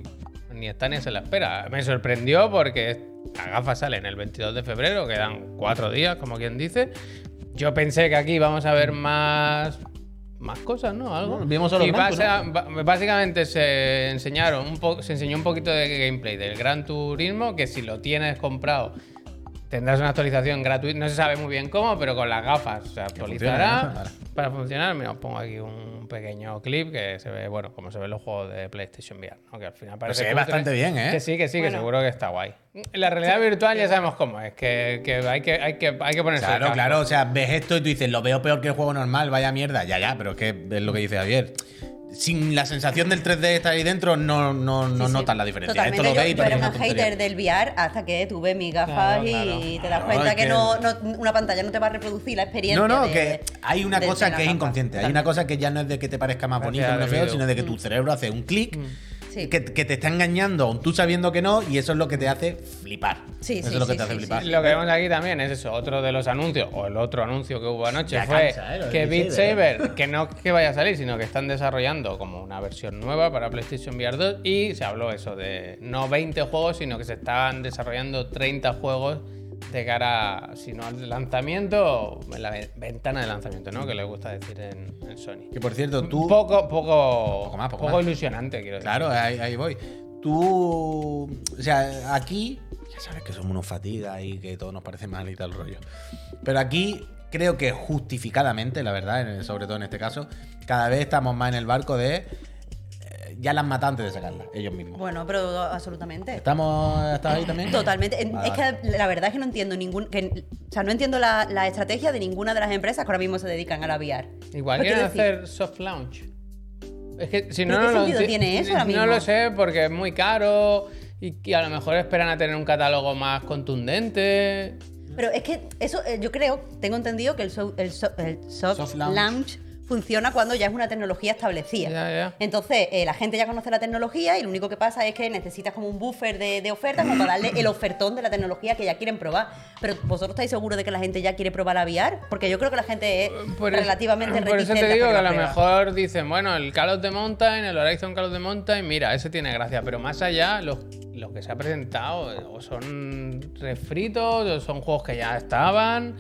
Speaker 2: ni está ni se la espera. Me sorprendió porque la gafa sale en el 22 de febrero, quedan cuatro días, como quien dice. Yo pensé que aquí vamos a ver más más cosas, ¿no? Algo.
Speaker 3: No, vimos solo
Speaker 2: y
Speaker 3: blanco,
Speaker 2: basa- ba- básicamente se enseñaron un po- se enseñó un poquito de gameplay del Gran Turismo, que si lo tienes comprado tendrás una actualización gratuita, no se sabe muy bien cómo, pero con las gafas se actualizará
Speaker 3: funcione, ¿no?
Speaker 2: para funcionar. Mira, os pongo aquí un pequeño clip que se ve, bueno, como se ven los juegos de PlayStation VR, ¿no? que al final parece
Speaker 3: se ve
Speaker 2: cutre.
Speaker 3: bastante bien, ¿eh?
Speaker 2: Que sí, que sí, que
Speaker 1: Bueno.
Speaker 2: seguro que está guay. La realidad virtual ya sabemos cómo es, que, que hay que hay que hay que ponerse el
Speaker 3: Claro,
Speaker 2: casco.
Speaker 3: claro, o sea, ves esto y tú dices, lo veo peor que el juego normal, vaya mierda, ya, ya, pero es que es lo que dice Javier. sin la sensación del 3D estar ahí dentro, no, no,
Speaker 1: Sí,
Speaker 3: no
Speaker 1: sí.
Speaker 3: notas la diferencia.
Speaker 1: Totalmente,
Speaker 3: Esto lo veis,
Speaker 1: yo, yo
Speaker 3: pero
Speaker 1: era
Speaker 3: es
Speaker 1: un
Speaker 3: una tontería.
Speaker 1: hater del VR hasta que tuve mis gafas
Speaker 2: Claro,
Speaker 1: y
Speaker 2: claro.
Speaker 1: te das
Speaker 3: Claro,
Speaker 1: cuenta
Speaker 3: es
Speaker 1: que,
Speaker 3: que-
Speaker 1: no, no- una pantalla no te va a reproducir la experiencia.
Speaker 3: No, no,
Speaker 1: de-
Speaker 3: que hay una
Speaker 1: de- de
Speaker 3: cosa
Speaker 1: la
Speaker 3: que es
Speaker 1: gafa.
Speaker 3: inconsciente. Hay una cosa que ya no es de que te parezca más
Speaker 2: Gracias,
Speaker 3: bonito o menos feo,
Speaker 2: debido.
Speaker 3: sino de que tu cerebro hace un clic
Speaker 1: Mm. Sí.
Speaker 3: que, que te está engañando, aun tú sabiendo que no, y eso es lo que te hace flipar.
Speaker 1: Sí,
Speaker 3: eso
Speaker 1: sí,
Speaker 3: es lo que
Speaker 1: sí,
Speaker 3: te hace
Speaker 1: sí,
Speaker 3: flipar.
Speaker 2: Lo que vemos aquí también es eso, otro de los anuncios, o el otro anuncio que hubo anoche
Speaker 3: Ya
Speaker 2: fue
Speaker 3: cansa, ¿eh? Lo de
Speaker 2: que Beat
Speaker 3: Beat
Speaker 2: Saber, que no que vaya a salir, sino que están desarrollando como una versión nueva para PlayStation VR 2 y se habló eso de no 20 juegos, sino que se estaban desarrollando 30 juegos de cara, si no al lanzamiento, en la ve- ventana de lanzamiento, ¿no? Que les gusta decir en, en Sony.
Speaker 3: Que por cierto, tú.
Speaker 2: Poco, poco,
Speaker 3: Poco más, poco más.
Speaker 2: ilusionante, quiero decir.
Speaker 3: Claro, ahí, ahí voy. Tú. O sea, aquí. Ya sabes que somos unos fatigas y que todo nos parece mal y tal rollo. Pero aquí creo que justificadamente, la verdad, en- sobre todo en este caso, cada vez estamos más en el barco de. eh, Ya las matan antes de sacarlas, ellos mismos.
Speaker 1: Bueno, pero absolutamente.
Speaker 3: ¿Estamos, ¿Estás ahí también?
Speaker 1: Totalmente. En-
Speaker 3: Vale,
Speaker 1: Es
Speaker 3: vale.
Speaker 1: que la verdad es que no entiendo ningún. que- o sea, no entiendo la, la estrategia de ninguna de las empresas que ahora mismo se dedican a la VR.
Speaker 2: Igual
Speaker 1: No
Speaker 2: quieren
Speaker 1: quiero decir-
Speaker 2: hacer soft launch. Es que si
Speaker 1: ¿Pero
Speaker 2: no,
Speaker 1: qué
Speaker 2: no lo
Speaker 1: sentido
Speaker 2: enti-
Speaker 1: tiene eso ahora
Speaker 2: No
Speaker 1: mismo?
Speaker 2: lo sé, porque es muy caro y, que a lo mejor esperan a tener un catálogo más contundente.
Speaker 1: Pero es que eso, eh, yo creo, tengo entendido que el, so- el so- el soft,
Speaker 3: Soft launch.
Speaker 1: launch. funciona cuando ya es una tecnología establecida.
Speaker 2: Ya, ya.
Speaker 1: Entonces, eh, la gente ya conoce la tecnología y lo único que pasa es que necesitas como un buffer de, de ofertas como para darle el ofertón de la tecnología que ya quieren probar. Pero vosotros estáis seguros de que la gente ya quiere probar la VR? Porque yo creo que la gente es
Speaker 2: Por eso-
Speaker 1: relativamente
Speaker 2: Por eso
Speaker 1: reticente
Speaker 2: te digo que
Speaker 1: hasta
Speaker 2: a
Speaker 1: la
Speaker 2: lo
Speaker 1: prueba.
Speaker 2: mejor dicen, bueno, el Call of the Mountain, el Horizon Call of the Mountain, mira, ese tiene gracia, pero más allá, los, los que se ha presentado o son refritos o son juegos que ya estaban.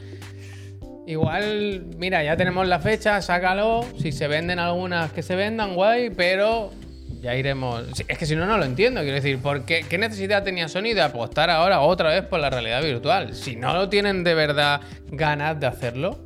Speaker 2: Igual, mira, ya tenemos la fecha, sácalo. Si se venden algunas que se vendan, guay, pero ya iremos. Si- Es que si no, no lo entiendo. Quiero decir, ¿por qué, ¿qué necesidad tenía Sony de apostar ahora otra vez por la realidad virtual? Si no lo tienen de verdad ganas de hacerlo,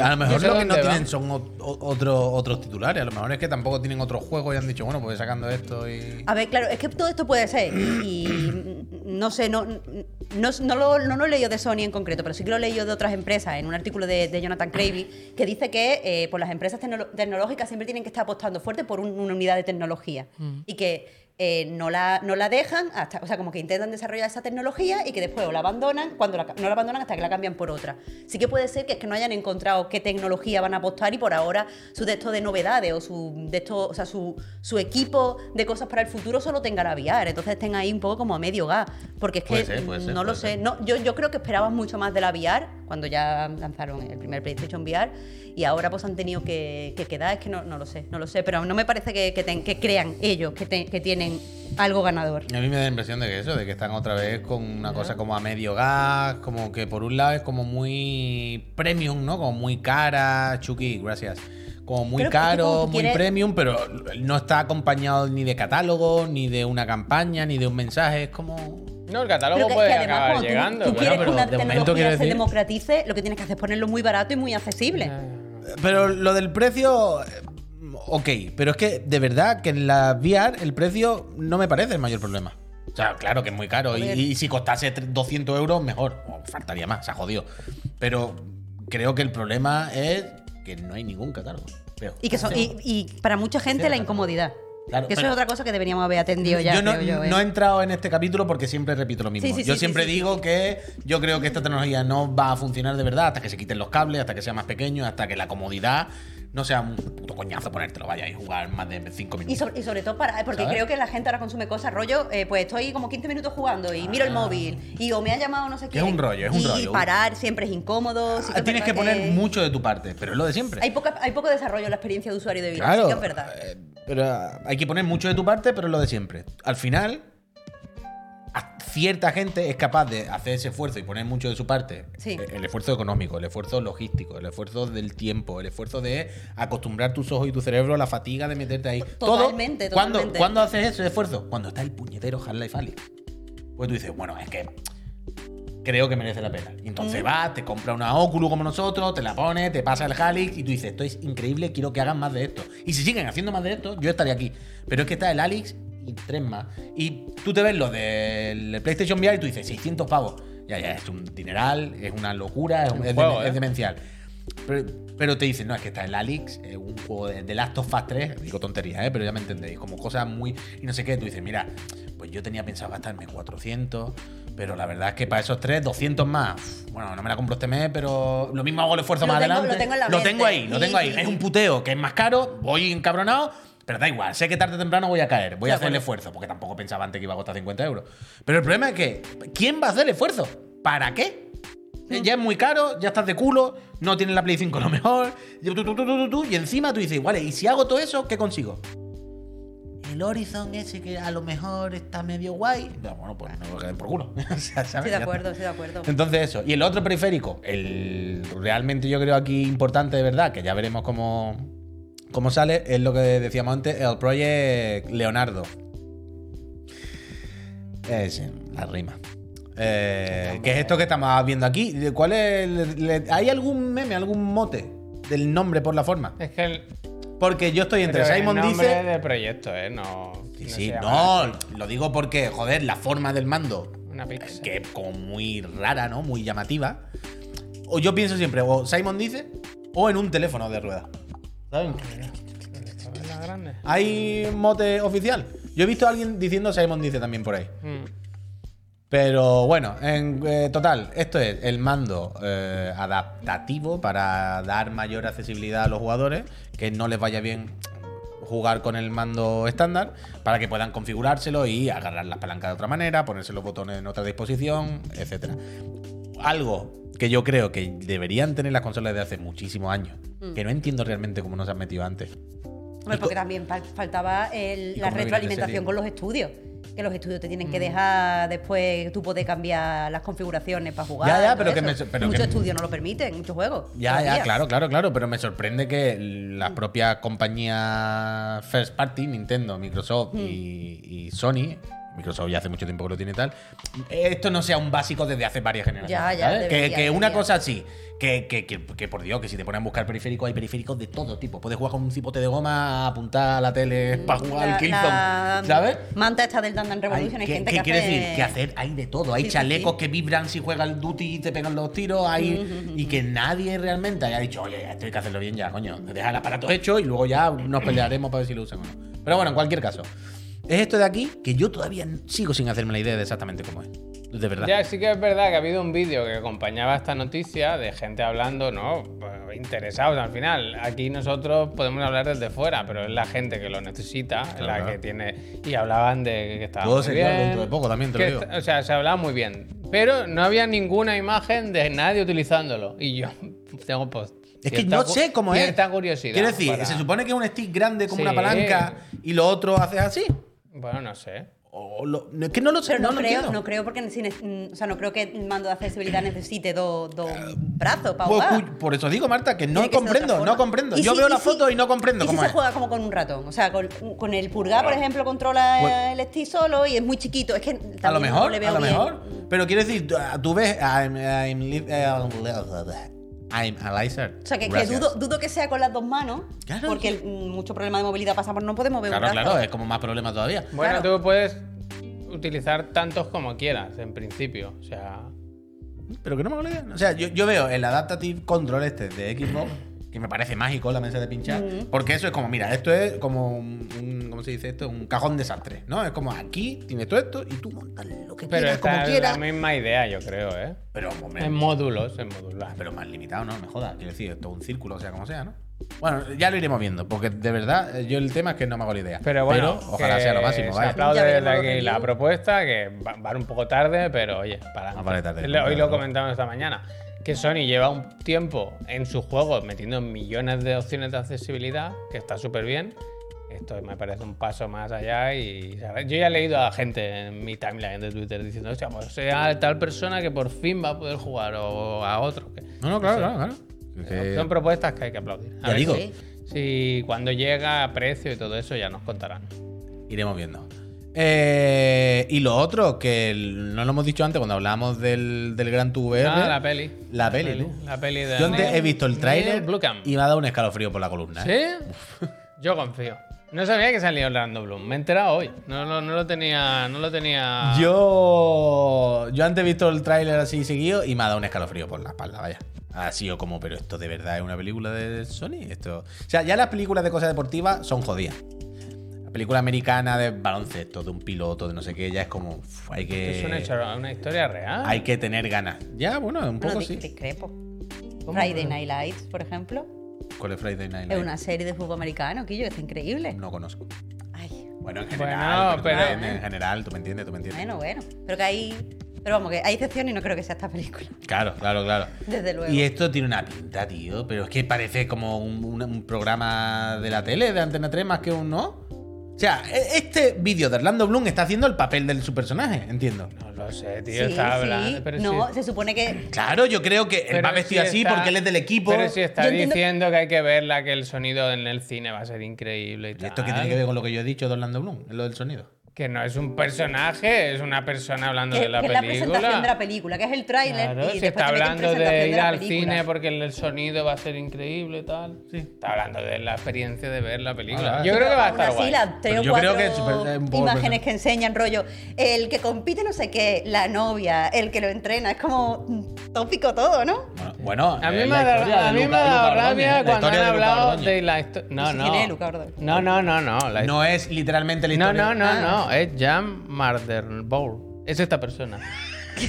Speaker 3: A lo mejor
Speaker 2: sé
Speaker 3: lo que no
Speaker 2: dónde va.
Speaker 3: tienen son o- o- otro- otros titulares. A lo mejor es que tampoco tienen otro juego y han dicho, bueno, pues sacando esto y.
Speaker 1: A ver, claro, es que todo esto puede ser. Y, y no sé, no, no, no lo, no lo he leído de Sony en concreto, pero sí que lo he leído de otras empresas, en un artículo de, de Jonathan Cravey, que dice que eh, pues las empresas tecnolo- tecnológicas siempre tienen que estar apostando fuerte por un- una unidad de tecnología. Y que eh, no, la, no la dejan hasta, o sea, como que intentan desarrollar esa tecnología y que después o la abandonan, cuando la ca- no la abandonan hasta que la cambian por otra. Sí que puede ser que es que no hayan encontrado qué tecnología van a apostar y por ahora su texto de novedades o su de esto, o sea, su, su equipo de cosas para el futuro solo tenga la VR, entonces estén ahí un poco como a medio gas, porque es que
Speaker 3: Puede ser, puede ser,
Speaker 1: no lo
Speaker 3: puede
Speaker 1: sé,
Speaker 3: ser.
Speaker 1: no yo yo creo que esperaban mucho más de la VR cuando ya lanzaron el primer PlayStation VR y ahora pues han tenido que, que quedar, es que no, no lo sé, no lo sé, pero no me parece que, que, ten- que crean ellos que, te- que tienen algo ganador.
Speaker 3: A mí me da la impresión de que eso, de que están otra vez con una cosa como a medio gas, como que por un lado es como muy premium, ¿no? Como muy cara, Chucky, gracias. Como muy
Speaker 1: Creo que es que como
Speaker 3: caro,
Speaker 1: tú
Speaker 3: muy
Speaker 1: quieres-
Speaker 3: premium, pero no está acompañado ni de catálogo, ni de una campaña, ni de un mensaje. Es como.
Speaker 2: No,
Speaker 1: Pero
Speaker 2: el catálogo
Speaker 1: que-
Speaker 2: puede
Speaker 1: que además,
Speaker 2: acabar
Speaker 1: cuando tú-
Speaker 2: llegando.
Speaker 1: tú,
Speaker 2: pero-
Speaker 1: quieres
Speaker 3: pero
Speaker 1: que una
Speaker 3: de momento
Speaker 1: tecnología
Speaker 3: quiero
Speaker 1: se
Speaker 3: decir-
Speaker 1: democratice, lo que tienes que hacer es ponerlo muy barato y muy accesible.
Speaker 3: Pero lo del precio. eh, Ok, pero es que de verdad que en la VR el precio no me parece el mayor problema. O sea, claro que es muy caro. Y,
Speaker 1: Joder.
Speaker 3: y si costase tre- 200 euros, mejor. O faltaría más, se ha jodido. Pero creo que el problema es que no hay ningún catálogo. creo.
Speaker 1: Y, que son, y, y para mucha gente la incomodidad.
Speaker 3: Claro,
Speaker 1: que eso
Speaker 3: pero-
Speaker 1: es otra cosa que deberíamos haber atendido ya.
Speaker 3: yo no,
Speaker 1: creo yo, ¿eh?
Speaker 3: no he entrado en este capítulo porque siempre repito lo mismo.
Speaker 1: Sí, sí,
Speaker 3: yo
Speaker 1: sí,
Speaker 3: siempre
Speaker 1: sí, sí,
Speaker 3: digo que yo creo que esta tecnología no va a funcionar de verdad hasta que se quiten los cables, hasta que sea más pequeño, hasta que la comodidad no sea un puto coñazo ponértelo, vaya, y jugar más de 5 minutos.
Speaker 1: Y sobre, y sobre todo para. eh, Porque
Speaker 3: ¿Sabes?
Speaker 1: creo que la gente ahora consume cosas, rollo, eh, pues estoy como 15 minutos jugando y miro el móvil. Y o me ha llamado no sé quién.
Speaker 3: un rollo, Ah. es un
Speaker 1: y
Speaker 3: rollo.
Speaker 1: parar siempre es incómodo. sí
Speaker 3: Ah, Tienes
Speaker 1: es
Speaker 3: que
Speaker 1: verdad
Speaker 3: poner mucho de tu parte, pero es lo de siempre.
Speaker 1: Hay, poca- hay poco desarrollo en la experiencia de usuario de vida. sí que es verdad.
Speaker 3: eh, Pero ah, hay que poner mucho de tu parte, pero es lo de siempre. Al final, a- cierta gente es capaz de hacer ese esfuerzo y poner mucho de su parte.
Speaker 1: Sí.
Speaker 3: Eh, El esfuerzo económico, el esfuerzo logístico, el esfuerzo del tiempo, el esfuerzo de acostumbrar tus ojos y tu cerebro a la fatiga de meterte ahí. Todo-
Speaker 1: totalmente,
Speaker 3: ¿cuándo-
Speaker 1: totalmente.
Speaker 3: ¿Cuándo haces ese esfuerzo? Cuando está el puñetero Half-Life Alyx. Pues tú dices, bueno, es que creo que merece la pena. Y entonces vas, te compra una Oculus como nosotros, te la pones, te pasa el Halix y tú dices, esto es increíble, quiero que hagan más de esto. Y si siguen haciendo más de esto, yo estaré aquí. Pero es que está el Alix y tres más. Y tú te ves lo del PlayStation VR y tú dices, 600 pavos. Ya, ya, es un dineral, es una locura, es, un-
Speaker 2: Un
Speaker 3: es
Speaker 2: juego,
Speaker 3: deme-
Speaker 2: ¿eh?
Speaker 3: es demencial. Pero, pero te dicen, no, es que está el Alix, eh, un juego de, de Last of Us 3, digo tonterías, ¿eh? pero ya me entendéis, como cosas muy... Y no sé qué, tú dices, mira, pues yo tenía pensado gastarme 400, pero la verdad es que para esos tres, 200 más. Uf, Bueno, no me la compro este mes, pero lo mismo hago el esfuerzo
Speaker 1: Lo
Speaker 3: más
Speaker 1: tengo-
Speaker 3: adelante.
Speaker 1: lo tengo en la mente.
Speaker 3: tengo ahí, lo
Speaker 1: Sí,
Speaker 3: tengo ahí.
Speaker 1: sí,
Speaker 3: Es
Speaker 1: sí.
Speaker 3: un puteo que es más caro, voy encabronado, pero da igual, sé que tarde o temprano voy a caer, voy a
Speaker 1: De
Speaker 3: hacer el
Speaker 1: acuerdo.
Speaker 3: esfuerzo, porque tampoco pensaba antes que iba a costar 50 euros. Pero el problema es que, ¿quién va a hacer el esfuerzo? ¿Para qué? Eh, Ya es muy caro, ya estás de culo, no tienes la Play 5 a lo mejor, y, tú, tú, tú, tú, tú, tú, y encima tú dices, vale, y si hago todo eso, ¿qué consigo? El Horizon ese que a lo mejor está medio guay. No, bueno, pues no lo queden por culo. O sea, ¿sabes?
Speaker 1: Estoy de
Speaker 3: Ya está.
Speaker 1: acuerdo, estoy de acuerdo.
Speaker 3: Entonces eso. Y el otro periférico, el realmente yo creo aquí importante de verdad, que ya veremos cómo, cómo sale, es lo que decíamos antes, el Project Leonardo. Eh, sí, la rima. Eh, ¿Qué es esto que estamos viendo aquí? ¿De ¿Cuál es? el- le- ¿Hay algún meme, algún mote del nombre por la forma?
Speaker 2: Es que el,
Speaker 3: Porque yo estoy entre
Speaker 2: pero el
Speaker 3: Simon
Speaker 2: nombre
Speaker 3: dice...
Speaker 2: de proyecto, ¿eh? No.
Speaker 3: Sí,
Speaker 2: no
Speaker 3: sí,
Speaker 2: se llama
Speaker 3: no, lo digo porque, joder, la forma del mando
Speaker 2: Una pizza.
Speaker 3: que es como muy rara, ¿no? Muy llamativa. O yo pienso siempre, o Simon dice, o en un teléfono de rueda. ¿Saben?
Speaker 2: Es la grande.
Speaker 3: ¿Hay mote oficial? Yo he visto a alguien diciendo Simon dice también por ahí.
Speaker 2: Mm.
Speaker 3: Pero bueno, en eh, total, esto es el mando eh, adaptativo para dar mayor accesibilidad a los jugadores, que no les vaya bien jugar con el mando estándar, para que puedan configurárselo y agarrar las palancas de otra manera, ponerse los botones en otra disposición, etcétera algo que yo creo que deberían tener las consolas de hace muchísimos años, que no entiendo realmente cómo nos han metido antes.
Speaker 1: Hombre, porque también fal- faltaba el-
Speaker 3: ¿Y
Speaker 1: la
Speaker 3: cómo no viene de serie?
Speaker 1: retroalimentación con los estudios. Que los estudios te tienen que
Speaker 3: Mm.
Speaker 1: dejar después, tú puedes cambiar las configuraciones para jugar.
Speaker 3: Ya, ya,
Speaker 1: y todo
Speaker 3: pero que
Speaker 1: eso.
Speaker 3: me- pero
Speaker 1: muchos
Speaker 3: que-
Speaker 1: estudios no lo permiten, muchos juegos.
Speaker 3: Ya,
Speaker 1: todavía.
Speaker 3: ya, claro, claro, claro, pero me sorprende que las propias compañías first party, Nintendo, Microsoft
Speaker 1: Hmm.
Speaker 3: y, y Sony, Microsoft ya hace mucho tiempo que lo tiene y tal, esto no sea un básico desde hace varias generaciones.
Speaker 1: Ya, ya,
Speaker 3: ¿sabes? Que-
Speaker 1: debería,
Speaker 3: que, una
Speaker 1: debería.
Speaker 3: cosa así, que, que- que- que por Dios, que si te ponen a buscar periféricos, hay periféricos de todo tipo. Puedes jugar con un cipote de goma, apuntar a la tele
Speaker 1: Mm.
Speaker 3: para jugar al
Speaker 1: La- la
Speaker 3: Killzone, ¿sabes?
Speaker 1: Manta esta del Dandan
Speaker 3: Hay-
Speaker 1: Revolution, hay,
Speaker 3: ¿Qué,
Speaker 1: gente
Speaker 3: qué
Speaker 1: que
Speaker 3: quiere
Speaker 1: hace-
Speaker 3: decir? Que hacer hay de todo. Hay
Speaker 1: Sí, sí,
Speaker 3: chalecos
Speaker 1: sí.
Speaker 3: que vibran si juega el duty y te pegan los tiros. Hay, y que nadie realmente haya dicho, oye, esto hay que hacerlo bien ya, coño. Deja el aparato hecho y luego ya nos pelearemos para ver si lo usan o no. Pero bueno, en cualquier caso. Es esto de aquí que yo todavía sigo sin hacerme la idea de exactamente cómo es. De verdad.
Speaker 2: Ya, sí que es verdad que ha habido un vídeo que acompañaba esta noticia de gente hablando, ¿no? Pues, Interesados al final. Aquí nosotros podemos hablar desde fuera, pero es la gente que lo necesita, la
Speaker 3: claro.
Speaker 2: que tiene. Y hablaban de que estaba.
Speaker 3: Todo
Speaker 2: muy
Speaker 3: se aclara
Speaker 2: bien,
Speaker 3: dentro de poco también, te lo
Speaker 2: que
Speaker 3: digo.
Speaker 2: est- O sea, se hablaba muy bien. Pero no había ninguna imagen de nadie utilizándolo. Y yo tengo post.
Speaker 3: Es que no sé cómo es.
Speaker 2: Cierta curiosidad.
Speaker 3: Quiero decir,
Speaker 2: para-
Speaker 3: se supone que es un stick grande como una
Speaker 2: Sí.
Speaker 3: palanca y lo otro haces así.
Speaker 2: Bueno, no sé.
Speaker 3: O lo- no, es que no lo sé,
Speaker 1: Pero no,
Speaker 3: no lo
Speaker 1: creo,
Speaker 3: entiendo.
Speaker 1: no creo porque si ne- mm, o sea, no creo que el mando de accesibilidad necesite dos dos brazos para
Speaker 3: Eh, Pues,
Speaker 1: jugar.
Speaker 3: cu- por eso digo, Marta, que no
Speaker 1: Tiene que ser de otra
Speaker 3: comprendo, no
Speaker 1: forma.
Speaker 3: comprendo.
Speaker 1: ¿Y
Speaker 3: Yo
Speaker 1: si-
Speaker 3: veo
Speaker 1: y
Speaker 3: la
Speaker 1: si-
Speaker 3: foto y no comprendo
Speaker 1: ¿y
Speaker 3: cómo
Speaker 1: si
Speaker 3: es.
Speaker 1: se juega como con un ratón. O sea, con, con el pulgar, por ejemplo, controla
Speaker 3: Pues-
Speaker 1: el stick solo y es muy chiquito. Es que también
Speaker 3: A lo
Speaker 1: no
Speaker 3: mejor,
Speaker 1: le veo
Speaker 3: a lo
Speaker 1: bien.
Speaker 3: mejor. Pero quiero decir, tú- tú ves. I'm, I'm, li- I'm, I'm a lizard.
Speaker 1: O sea, que, que
Speaker 3: Gracias.
Speaker 1: dudo, dudo que sea con las dos manos,
Speaker 3: Claro.
Speaker 1: porque el- mm, mucho problema de movilidad pasa por no podemos mover
Speaker 3: Claro,
Speaker 1: un brazo.
Speaker 3: claro, es como más problema todavía.
Speaker 2: Bueno,
Speaker 1: Claro.
Speaker 2: tú puedes utilizar tantos como quieras, en principio. O sea.
Speaker 3: Pero que no me hago la idea. O sea, yo, yo veo el Adaptative Control este de Xbox, que me parece mágico la mesa de pinchar,
Speaker 1: Mm.
Speaker 3: porque eso es como, mira, esto es como un, un- ¿cómo se dice esto? Un cajón desastre, ¿no? Es como aquí tienes todo esto y tú montas lo que
Speaker 2: Pero
Speaker 3: quieras,
Speaker 2: esta
Speaker 3: como
Speaker 2: es
Speaker 3: quieras.
Speaker 2: la misma idea, yo creo, ¿eh?
Speaker 3: Pero, hombre,
Speaker 2: En módulos, en modular.
Speaker 3: Ah, pero más limitado, ¿no? Me jodas. Quiero decir, esto es un círculo, o sea, como sea, ¿no? Bueno, ya lo iremos viendo, porque de verdad, eh, yo el tema es que no me hago la idea.
Speaker 2: Pero bueno,
Speaker 3: ojalá
Speaker 2: que
Speaker 3: sea lo máximo,
Speaker 2: se
Speaker 3: vaya.
Speaker 1: Ya
Speaker 2: aplaude
Speaker 1: veremos
Speaker 2: la,
Speaker 1: lo que
Speaker 2: que- la
Speaker 1: digo.
Speaker 2: propuesta, que va, va un poco tarde, pero oye, para.
Speaker 3: Ah, vale, tarde,
Speaker 2: Hoy
Speaker 3: claro.
Speaker 2: lo comentamos esta mañana, que Sony lleva un tiempo en sus juegos metiendo millones de opciones de accesibilidad, que está súper bien. Esto me parece un paso más allá y ¿sabes? yo ya he leído a gente en mi timeline de Twitter diciendo, hostia, pues sea tal persona que por fin va a poder jugar o a otro. que-
Speaker 3: No, no, claro, claro, claro. Que-
Speaker 2: Son propuestas que hay que aplaudir. A
Speaker 3: Ya
Speaker 2: ver
Speaker 3: digo.
Speaker 2: Si, si cuando llega a precio y todo eso ya nos contarán.
Speaker 3: Iremos viendo. Eh, y lo otro, que el- no lo hemos dicho antes cuando hablábamos del, del Gran Tubo VR.
Speaker 2: Ah, la peli.
Speaker 3: La peli, ¿no?
Speaker 2: La peli de.
Speaker 3: Yo antes
Speaker 2: Neil-
Speaker 3: he visto el
Speaker 2: Neil
Speaker 3: tráiler
Speaker 2: Blomkamp.
Speaker 3: y me ha dado un escalofrío por la columna. ¿eh?
Speaker 2: ¿Sí? Yo confío. No sabía que salía Orlando Bloom. Me he enterado hoy. No, lo- no lo tenía. No lo tenía.
Speaker 3: Yo, yo antes he visto el tráiler así seguido y me ha dado un escalofrío por la espalda, vaya. Ha sido como, pero esto de verdad es una película de Sony. Esto... O sea, ya las películas de cosas deportivas son jodidas. La película americana de baloncesto, de un piloto, de no sé qué, ya es como. uf, hay que.
Speaker 2: Es un hecho- una historia real.
Speaker 3: Hay que tener ganas. Ya, bueno, un
Speaker 1: Bueno,
Speaker 3: poco
Speaker 1: di-
Speaker 3: sí.
Speaker 1: discrepo. Friday Night Lights, por ejemplo,
Speaker 3: ¿Cuál es Friday Night
Speaker 1: es
Speaker 3: Live?
Speaker 1: una serie de fútbol americano, Quillo, es increíble.
Speaker 3: No conozco.
Speaker 1: Ay,
Speaker 3: Bueno,
Speaker 2: Bueno,
Speaker 3: en general. pero tú me
Speaker 2: pero-
Speaker 3: entiendes, En general, tú me entiendes, tú me entiendes.
Speaker 1: bueno, bueno. Pero que hay. Pero vamos, que hay excepción y no creo que sea esta película.
Speaker 3: Claro, claro, claro.
Speaker 1: Desde luego.
Speaker 2: este
Speaker 3: Y esto tiene una pinta, tío, pero es que parece como un, un- un programa de la tele, de Antena 3, más que un no. O sea, e- este vídeo de Orlando Bloom está haciendo el papel de su personaje, entiendo.
Speaker 2: No lo sé, tío, está hablando. Pero
Speaker 1: no,
Speaker 2: sí-
Speaker 1: se supone que.
Speaker 3: Claro, yo creo que él
Speaker 2: pero
Speaker 3: va vestido
Speaker 2: sí
Speaker 3: así
Speaker 2: está-
Speaker 3: porque él es del equipo.
Speaker 2: Pero sí está
Speaker 1: Yo entiendo-
Speaker 2: diciendo que hay que verla, que el sonido en el cine va a ser increíble y
Speaker 3: ¿Y
Speaker 2: tal.
Speaker 3: ¿Esto qué tiene que ver con lo que yo he dicho de Orlando Bloom? Es lo del sonido.
Speaker 2: Que no es un personaje, es una persona hablando
Speaker 1: Que,
Speaker 2: de la
Speaker 1: que es la
Speaker 2: película.
Speaker 1: presentación de la película, que es el tráiler.
Speaker 2: Claro,
Speaker 1: y
Speaker 2: si
Speaker 1: después
Speaker 2: está
Speaker 1: tiene que
Speaker 2: hablando
Speaker 1: presentación
Speaker 2: de
Speaker 1: la
Speaker 2: ir al
Speaker 1: película.
Speaker 2: cine porque el sonido va a ser increíble y tal.
Speaker 3: Sí. Ah,
Speaker 2: Está hablando de la experiencia de ver la película.
Speaker 3: Vale.
Speaker 2: Yo creo que va a
Speaker 1: Aún
Speaker 2: estar
Speaker 1: así,
Speaker 2: guay.
Speaker 1: las tres
Speaker 3: Pero
Speaker 1: o
Speaker 3: yo creo
Speaker 1: cuatro
Speaker 3: que es
Speaker 2: eh,
Speaker 3: súper- es un poco
Speaker 1: imágenes
Speaker 3: personal.
Speaker 1: que enseñan, rollo, el que compite no sé qué, la novia, el que lo entrena, es como mm, tópico todo, ¿no?
Speaker 3: Bueno, bueno,
Speaker 2: A mí
Speaker 3: es
Speaker 2: me
Speaker 3: la
Speaker 2: ha
Speaker 3: historia
Speaker 2: dado,
Speaker 3: de
Speaker 2: a mí
Speaker 3: Luca-
Speaker 2: me ha dado
Speaker 3: Luca Ordóñez,
Speaker 2: rabia
Speaker 3: la
Speaker 2: cuando han
Speaker 3: historia de Luca
Speaker 2: hablado
Speaker 3: Ordóñez.
Speaker 2: de la historia. No,
Speaker 1: sé
Speaker 2: no.
Speaker 1: quién es Luca Ordóñez.
Speaker 2: No, no, no, no. la-
Speaker 3: No es literalmente la
Speaker 2: no,
Speaker 3: historia.
Speaker 2: no, no,
Speaker 3: Ah,
Speaker 2: no, Es Jan Mardenbauer. Es esta persona.